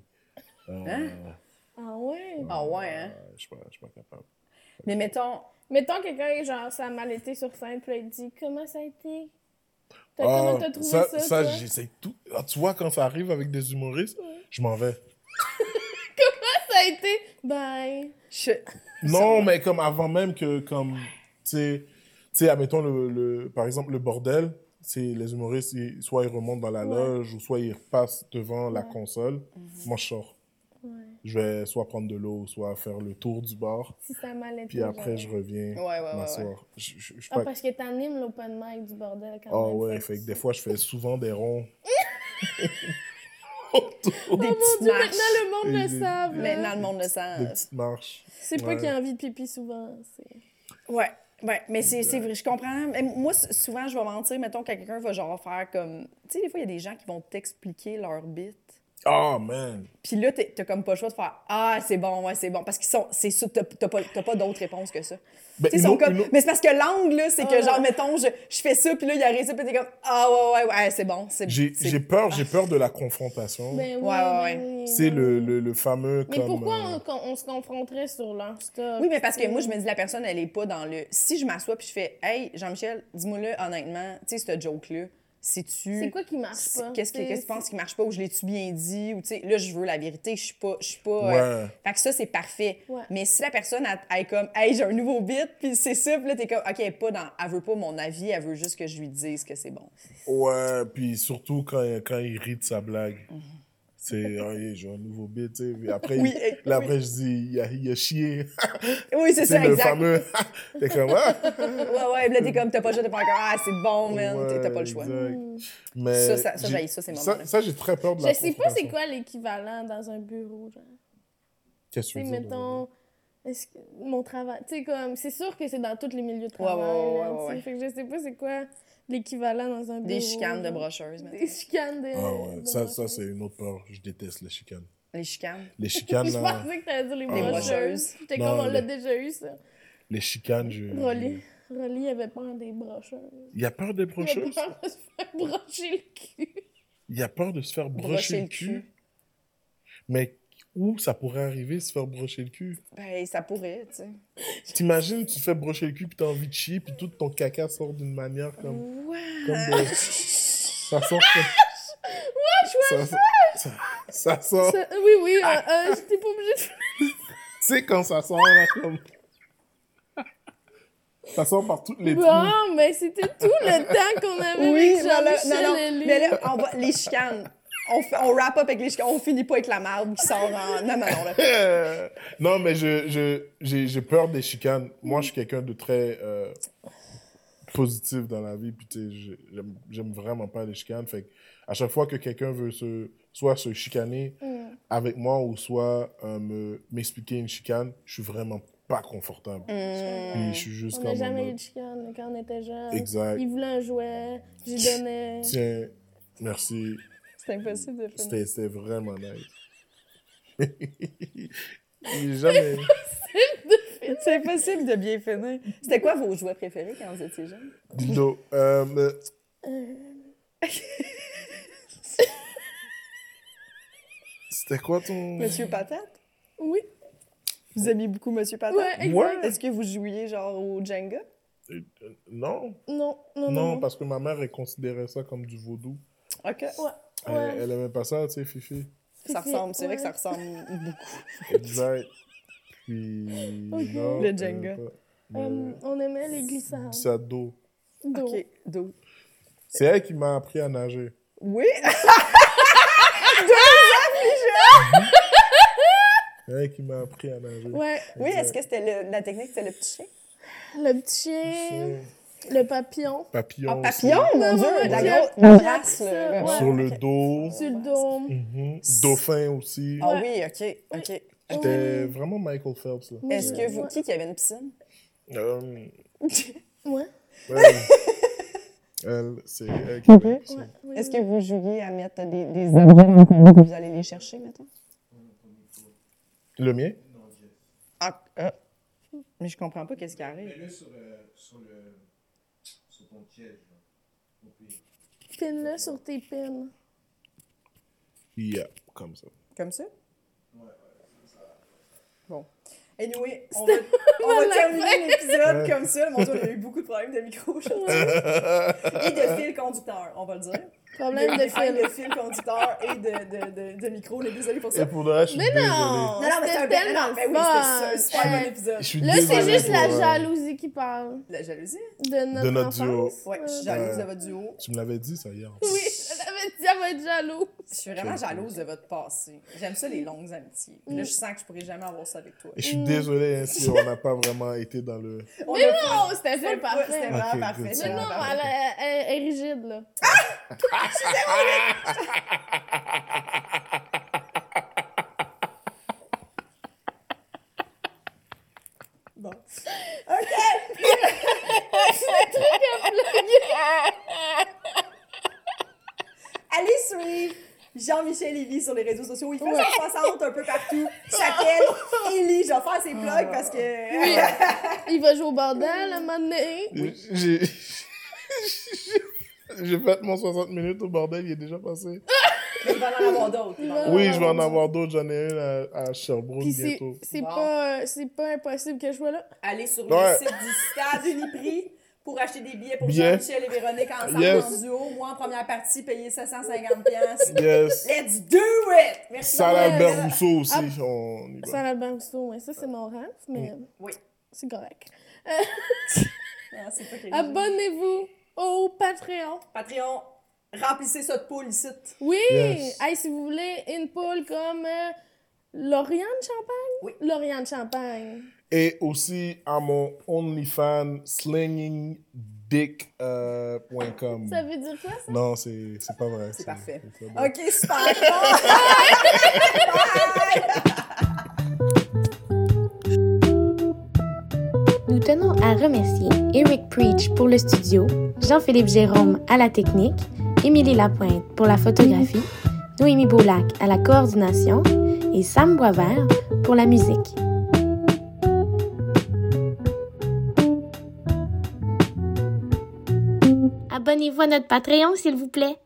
[SPEAKER 4] euh,
[SPEAKER 2] Hein?
[SPEAKER 3] Ah ouais?
[SPEAKER 2] Ah ouais, hein?
[SPEAKER 4] euh, je suis pas, je suis pas capable.
[SPEAKER 2] Mais mettons,
[SPEAKER 3] Mettons quelqu'un, genre, ça a mal été sur scène, puis là, il dit Comment ça a été? T'as-
[SPEAKER 4] Ah,
[SPEAKER 3] comment t'as trouvé ça?
[SPEAKER 4] ça,
[SPEAKER 3] toi?
[SPEAKER 4] j'essaie tout. Ah, tu vois, quand ça arrive avec des humoristes, je m'en vais.
[SPEAKER 3] ça a été Ben, Bye!
[SPEAKER 2] je...
[SPEAKER 4] Non, mais comme avant même que, comme, tu sais, tu sais, admettons, le, le, par exemple, le bordel, c'est les humoristes, ils- soit ils remontent dans la
[SPEAKER 3] Ouais. Mhm.
[SPEAKER 4] loge, ou soit ils repassent devant la console. Moi, je sors.
[SPEAKER 3] Ouais.
[SPEAKER 4] Je vais soit prendre de l'eau, soit faire le tour du bar,
[SPEAKER 3] Si ça a mal été.
[SPEAKER 4] puis après,
[SPEAKER 3] genre.
[SPEAKER 4] je reviens
[SPEAKER 2] Ouais, ouais, ouais,
[SPEAKER 4] m'asseoir.
[SPEAKER 2] ouais.
[SPEAKER 4] Je, je, je suis
[SPEAKER 3] Ah,
[SPEAKER 4] pas...
[SPEAKER 3] parce que t'animes l'open mic du bordel quand
[SPEAKER 4] Ah
[SPEAKER 3] même.
[SPEAKER 4] ouais, fait que des fois, je fais souvent des ronds.
[SPEAKER 2] des petites
[SPEAKER 3] Oh Mon Dieu, maintenant
[SPEAKER 2] marches.
[SPEAKER 3] le monde le hein.
[SPEAKER 4] Et-
[SPEAKER 3] savent. là.
[SPEAKER 2] Maintenant, le monde le
[SPEAKER 4] des
[SPEAKER 2] sent.
[SPEAKER 4] petites marches.
[SPEAKER 3] C'est pas
[SPEAKER 4] Ouais.
[SPEAKER 3] qui a envie de pipi souvent. c'est-
[SPEAKER 2] Ouais, ouais, mais c'est c'est vrai, je comprends. Mais moi, s- souvent, je vais mentir, mettons, quand quelqu'un va genre faire comme. Tu sais, des fois, il y a des gens qui vont t'expliquer leur bit.
[SPEAKER 4] Oh, man!
[SPEAKER 2] Puis là, t'es- t'as comme pas le choix de faire Ah, c'est bon, ouais, c'est bon. Parce qu'ils sont. c'est sûr, T'as t'as pas, t'as pas d'autres réponses que ça.
[SPEAKER 4] Ben,
[SPEAKER 2] Tu sais, ils
[SPEAKER 4] une
[SPEAKER 2] sont
[SPEAKER 4] autre-
[SPEAKER 2] comme-
[SPEAKER 4] une autre-
[SPEAKER 2] Mais c'est parce que l'angle, là, c'est que
[SPEAKER 3] Ah.
[SPEAKER 2] genre, mettons, je, je fais ça, puis là, il arrive ça, puis t'es comme Ah, ouais, ouais, ouais, c'est bon. c'est-
[SPEAKER 4] J'ai
[SPEAKER 2] c'est- Ah.
[SPEAKER 4] j'ai peur, j'ai peur de la confrontation.
[SPEAKER 3] Ben oui,
[SPEAKER 2] Ouais, ouais,
[SPEAKER 3] ben oui,
[SPEAKER 4] C'est
[SPEAKER 3] ben
[SPEAKER 4] le,
[SPEAKER 3] oui.
[SPEAKER 4] le, le fameux
[SPEAKER 3] Mais
[SPEAKER 4] comme...
[SPEAKER 3] pourquoi
[SPEAKER 4] euh,
[SPEAKER 3] on, qu'on- on se confronterait sur leur stuff?
[SPEAKER 2] Oui, mais parce que moi, je me dis, la personne, elle est pas dans le. Si je m'assois puis je fais, hey, Jean-Michel, dis-moi-le honnêtement, tu sais, ce joke-là, si tu.
[SPEAKER 3] C'est quoi qui marche
[SPEAKER 2] C'est-
[SPEAKER 3] pas?
[SPEAKER 2] Qu'est-ce que,
[SPEAKER 3] C'est-
[SPEAKER 2] qu'est-ce que tu penses qui marche pas ou je l'ai-tu bien dit ou tu sais, là, je veux la vérité, je suis pas. Je suis pas
[SPEAKER 4] Ouais.
[SPEAKER 2] euh, fait que ça, c'est parfait.
[SPEAKER 3] Ouais.
[SPEAKER 2] Mais si la personne, elle, elle est comme, hey, j'ai un nouveau beat, puis c'est ça, puis là, t'es comme, OK, elle, est pas dans, elle veut pas mon avis, elle veut juste que je lui dise que c'est bon.
[SPEAKER 4] Ouais, puis surtout quand, quand il rit de sa blague. C'est, ah, yeah, j'ai un nouveau beat, tu sais. Puis après,
[SPEAKER 2] Mhm. Oui,
[SPEAKER 4] il-
[SPEAKER 2] eh,
[SPEAKER 4] là, après, je dis, il a, il a chié.
[SPEAKER 2] Oui, c'est
[SPEAKER 4] C'est
[SPEAKER 2] ça,
[SPEAKER 4] le
[SPEAKER 2] exact.
[SPEAKER 4] fameux. T'es comme, ah!
[SPEAKER 2] Ouais, ouais, puis là, t'es comme, t'as pas le choix, t'es pas encore, ah, c'est bon, man, t'as- t'as pas le choix.
[SPEAKER 4] Ouais, exact. Mais
[SPEAKER 2] Ça, ça- ça,
[SPEAKER 4] j'ai-
[SPEAKER 2] j'haïs ça, ces
[SPEAKER 4] Ça,
[SPEAKER 2] moments-là.
[SPEAKER 4] ça, j'ai très peur de la
[SPEAKER 3] Hmm. Je sais pas c'est
[SPEAKER 4] confrontation.
[SPEAKER 3] quoi l'équivalent dans un bureau, genre.
[SPEAKER 4] Qu'est-ce
[SPEAKER 3] Tu
[SPEAKER 4] que
[SPEAKER 3] sais,
[SPEAKER 4] tu veux dire, Dorian?
[SPEAKER 3] mettons, est-ce que mon travail. Tu sais, comme, c'est sûr que c'est dans tous les milieux de
[SPEAKER 2] Ouais, ouais,
[SPEAKER 3] travail.
[SPEAKER 2] ouais,
[SPEAKER 3] là,
[SPEAKER 2] ouais,
[SPEAKER 3] tu sais.
[SPEAKER 2] ouais.
[SPEAKER 3] Fait que je sais pas c'est quoi l'équivalent dans un bureau.
[SPEAKER 2] Des chicanes de
[SPEAKER 3] genre.
[SPEAKER 2] brocheuses, man.
[SPEAKER 3] Des chicanes de.
[SPEAKER 4] Ah ouais,
[SPEAKER 3] de
[SPEAKER 4] ça, ça
[SPEAKER 3] brocheuses.
[SPEAKER 4] c'est une autre peur. Je déteste les chicanes.
[SPEAKER 2] Les chicanes.
[SPEAKER 4] Les chicanes,
[SPEAKER 3] Je
[SPEAKER 4] là,
[SPEAKER 3] pensais que t'allais dire les
[SPEAKER 4] Ah,
[SPEAKER 3] brocheuses.
[SPEAKER 2] brocheuses.
[SPEAKER 3] J'étais
[SPEAKER 4] Non,
[SPEAKER 3] comme, on l'a
[SPEAKER 4] les-
[SPEAKER 3] déjà eu, ça.
[SPEAKER 4] les chicanes, je...
[SPEAKER 3] Rolly. Rolly avait peur des brocheuses.
[SPEAKER 4] Il y a peur
[SPEAKER 3] Il
[SPEAKER 4] des
[SPEAKER 3] avait
[SPEAKER 4] brocheuses?
[SPEAKER 3] peur de se faire brocher le cul.
[SPEAKER 4] Il a peur de se faire brocher,
[SPEAKER 2] Brocher
[SPEAKER 4] le
[SPEAKER 2] le
[SPEAKER 4] cul. Mais où ça pourrait arriver, se faire brocher le cul?
[SPEAKER 2] Ben, ça pourrait, tu sais.
[SPEAKER 4] T'imagines, tu te fais brocher le cul, puis t'as envie de chier, puis tout ton caca sort d'une manière comme... comme de- Ça sort comme... ça, ça, ça
[SPEAKER 2] Oh.
[SPEAKER 4] sort... Tu
[SPEAKER 3] Ça- oui, oui,
[SPEAKER 2] Ah.
[SPEAKER 3] euh, euh, j'étais pas obligée de
[SPEAKER 4] sais, quand ça sort, là, comme... ça sort par toutes les trous.
[SPEAKER 3] Bon, Ah, mais c'était tout le temps qu'on avait
[SPEAKER 2] Oui,
[SPEAKER 3] avec
[SPEAKER 2] non, là,
[SPEAKER 3] Jean-Michel
[SPEAKER 2] non, non.
[SPEAKER 3] Hélène.
[SPEAKER 2] Mais là, on va, les chicanes. On, fait- on wrap up avec les chicanes. On finit pas avec la marde qui sort en. Non, non, non. là.
[SPEAKER 4] Euh, non, mais je, je, j'ai, j'ai peur des chicanes. Moi, je suis quelqu'un de très euh, positif dans la vie. Puis, tu sais, je- j'aime, j'aime vraiment pas les chicanes. Fait que à chaque fois que quelqu'un veut se, soit se chicaner
[SPEAKER 3] Mm.
[SPEAKER 4] avec moi ou soit euh, me, m'expliquer une chicane, je suis vraiment pas confortable.
[SPEAKER 2] Hmm.
[SPEAKER 4] Puis, je suis juste
[SPEAKER 3] On
[SPEAKER 4] comme.
[SPEAKER 3] n'a
[SPEAKER 4] en
[SPEAKER 3] jamais eu
[SPEAKER 4] mode,
[SPEAKER 3] de chicane mais quand on était jeunes.
[SPEAKER 4] Exact.
[SPEAKER 3] Il voulait un jouet, j'y donnais.
[SPEAKER 4] Tiens, merci.
[SPEAKER 2] C'est impossible de finir.
[SPEAKER 4] C'était, c'était vraiment nice. J'ai jamais.
[SPEAKER 2] C'est impossible de bien finir. C'était quoi vos jouets préférés quand vous étiez jeune?
[SPEAKER 4] Dildo. Euh, mais-
[SPEAKER 3] Euh,
[SPEAKER 4] C'était quoi ton.
[SPEAKER 2] Monsieur Patate?
[SPEAKER 3] Oui,
[SPEAKER 2] Vous aimiez beaucoup Monsieur Patate?
[SPEAKER 3] ouais, exact.
[SPEAKER 4] Ouais.
[SPEAKER 2] Est-ce que vous jouiez genre au Jenga?
[SPEAKER 4] Euh, euh, Non.
[SPEAKER 3] Non, non,
[SPEAKER 4] non,
[SPEAKER 3] non.
[SPEAKER 4] parce que ma mère, elle considérait ça comme du vaudou.
[SPEAKER 2] OK. Oh,
[SPEAKER 4] Elle,
[SPEAKER 3] Ouais.
[SPEAKER 4] elle aimait pas ça, tu sais, Fifi.
[SPEAKER 2] Ça ressemble, c'est vrai que ça
[SPEAKER 3] Ouais.
[SPEAKER 2] ressemble beaucoup.
[SPEAKER 4] Exact. Puis.
[SPEAKER 3] Ok.
[SPEAKER 4] non,
[SPEAKER 2] Le
[SPEAKER 4] elle
[SPEAKER 2] Jenga.
[SPEAKER 4] aimait pas.
[SPEAKER 3] Euh,
[SPEAKER 4] Mais
[SPEAKER 3] on aimait les glissades.
[SPEAKER 4] Ça d'eau.
[SPEAKER 3] d'eau.
[SPEAKER 2] OK. D'eau.
[SPEAKER 4] C'est elle qui m'a appris à nager.
[SPEAKER 2] Oui!
[SPEAKER 4] C'est elle qui m'a appris à nager.
[SPEAKER 3] Ouais,
[SPEAKER 2] Oui,
[SPEAKER 4] Exact.
[SPEAKER 2] est-ce que c'était le- la technique, c'était le petit chien?
[SPEAKER 3] le petit chien,
[SPEAKER 4] C'est
[SPEAKER 3] le papillon.
[SPEAKER 4] Papillon.
[SPEAKER 2] Ah,
[SPEAKER 4] aussi.
[SPEAKER 2] papillon, mon Dieu!
[SPEAKER 3] Ouais.
[SPEAKER 2] La
[SPEAKER 3] Ouais.
[SPEAKER 2] grosse
[SPEAKER 3] Ouais.
[SPEAKER 2] glace, là.
[SPEAKER 3] Ouais.
[SPEAKER 4] Sur le dos.
[SPEAKER 3] Sur le dôme.
[SPEAKER 4] Mhm. Dauphin aussi.
[SPEAKER 2] Mm-hmm. Ah
[SPEAKER 3] Ouais.
[SPEAKER 2] oui, OK, OK.
[SPEAKER 4] J'étais
[SPEAKER 3] Oh.
[SPEAKER 4] vraiment Michael Phelps, là.
[SPEAKER 2] Est-ce que vous.
[SPEAKER 3] Ouais.
[SPEAKER 2] Qui qui avait une piscine?
[SPEAKER 4] Euh,
[SPEAKER 3] Ouais.
[SPEAKER 4] elle, elle, c'est elle qui paye, ça.
[SPEAKER 3] ouais, oui,
[SPEAKER 2] Est-ce que
[SPEAKER 3] oui.
[SPEAKER 2] vous jouiez à mettre des, des objets dans le condo que vous allez les chercher, maintenant?
[SPEAKER 4] Le mien?
[SPEAKER 2] Ah, ah. Mais je comprends pas qu'est-ce qui arrive.
[SPEAKER 5] Mets-le sur, euh, sur, le, sur ton piège. là. Au pire.
[SPEAKER 3] Pine-le sur tes pins.
[SPEAKER 4] Yeah, comme ça.
[SPEAKER 2] Comme ça? Bon. Anyway, on va, on va terminer l'épisode comme ça. Mon Dieu, on a eu beaucoup de problèmes de micro aujourd'hui. Et de fil conducteur, on va le dire.
[SPEAKER 3] Problème de
[SPEAKER 2] Ah,
[SPEAKER 3] fil.
[SPEAKER 2] de fil conducteur et de, de, de, de micro. On est désolé pour ça.
[SPEAKER 4] Et pour le reste, je suis
[SPEAKER 3] Mais non!
[SPEAKER 4] désolé.
[SPEAKER 2] Non, non, mais c'est un
[SPEAKER 3] C'était
[SPEAKER 2] bel
[SPEAKER 3] tellement
[SPEAKER 2] non, ben oui,
[SPEAKER 3] fun.
[SPEAKER 2] c'était ça, super bon
[SPEAKER 3] Eh,
[SPEAKER 2] épisode.
[SPEAKER 4] Je suis
[SPEAKER 3] Là,
[SPEAKER 4] désolé
[SPEAKER 3] c'est juste
[SPEAKER 4] pour,
[SPEAKER 3] la
[SPEAKER 4] euh,
[SPEAKER 3] jalousie qui parle.
[SPEAKER 2] La jalousie?
[SPEAKER 3] De notre,
[SPEAKER 4] De notre
[SPEAKER 3] enfance.
[SPEAKER 2] Ouais, je suis
[SPEAKER 3] Euh,
[SPEAKER 2] jalouse de votre duo.
[SPEAKER 4] Tu me l'avais dit, ça, hier.
[SPEAKER 3] Oui, je l'avais dit, elle va être jaloux.
[SPEAKER 2] Je suis vraiment jalouse de votre passé. J'aime ça, les longues amitiés. Puis Là, je sens que je pourrais jamais avoir ça avec toi.
[SPEAKER 4] Et je
[SPEAKER 3] Mm.
[SPEAKER 4] suis désolé hein, si on n'a pas vraiment été dans le...
[SPEAKER 2] On
[SPEAKER 3] Mais
[SPEAKER 2] a-
[SPEAKER 3] non, c'était
[SPEAKER 2] C'était
[SPEAKER 3] pas
[SPEAKER 2] pas- c'était
[SPEAKER 3] parfait.
[SPEAKER 2] vraiment
[SPEAKER 4] Ok,
[SPEAKER 2] parfait.
[SPEAKER 4] good,
[SPEAKER 2] c'était
[SPEAKER 3] Mais non,
[SPEAKER 2] vraiment parfait.
[SPEAKER 3] elle, elle- elle- elle est rigide, là.
[SPEAKER 2] Ah! Bon. Allez suivre Jean-Michel Lévy sur les réseaux sociaux. Il fait
[SPEAKER 3] Ouais.
[SPEAKER 2] sa passante un peu partout. S'appelle Élie. Je vais faire ses
[SPEAKER 4] Ah.
[SPEAKER 2] blogs parce que... euh,
[SPEAKER 3] Oui. Il va jouer au bordel, à un moment donné.
[SPEAKER 4] J'ai... J'ai fait mon 60 minutes au bordel, il est déjà passé.
[SPEAKER 2] Mais il va en avoir d'autres. il va en avoir
[SPEAKER 4] Oui, je vais en avoir d'autres, j'en ai une à, à Sherbrooke
[SPEAKER 3] Oh Puis c'est
[SPEAKER 4] bientôt.
[SPEAKER 3] c'est
[SPEAKER 2] Wow.
[SPEAKER 3] pas, euh, c'est pas impossible que je sois là.
[SPEAKER 2] Allez sur
[SPEAKER 4] Ouais.
[SPEAKER 2] le site du Stade Uniprix pour acheter des billets pour
[SPEAKER 4] Billets.
[SPEAKER 2] Jean-Michel et Véronique ensemble
[SPEAKER 4] Yes.
[SPEAKER 2] en duo. Moi, en première partie, payer 750 pièces.
[SPEAKER 4] Yes.
[SPEAKER 2] Let's do it! Merci.
[SPEAKER 4] Salle
[SPEAKER 2] beaucoup.
[SPEAKER 4] Albert Rousseau aussi,
[SPEAKER 3] Ah.
[SPEAKER 4] on y va.
[SPEAKER 3] Sans l'album Rousseau, ouais, ça c'est mon rêve, mais
[SPEAKER 2] Oui.
[SPEAKER 3] c'est correct.
[SPEAKER 2] Ah, c'est pas quelque chose.
[SPEAKER 3] Abonnez-vous au Patreon.
[SPEAKER 2] Patreon, remplissez ça de poule ici.
[SPEAKER 3] Oui!
[SPEAKER 4] Yes.
[SPEAKER 3] Hey, si vous voulez une poule comme euh, Lauriane Champagne?
[SPEAKER 2] Oui.
[SPEAKER 3] Lauriane Champagne.
[SPEAKER 4] Et aussi à mon OnlyFans slingingdick.com.
[SPEAKER 3] Ça veut dire quoi, ça?
[SPEAKER 4] non, c'est c'est pas vrai.
[SPEAKER 2] C'est parfait.
[SPEAKER 4] c'est pas vrai.
[SPEAKER 2] OK, super. Bye. Bye.
[SPEAKER 6] Nous tenons à remercier Eric Preach pour le studio, Jean-Philippe Jérôme à la technique, Émilie Lapointe pour la photographie, Noémie Boulac à la coordination et Sam Boisvert pour la musique. Abonnez-vous à notre Patreon, s'il vous plaît.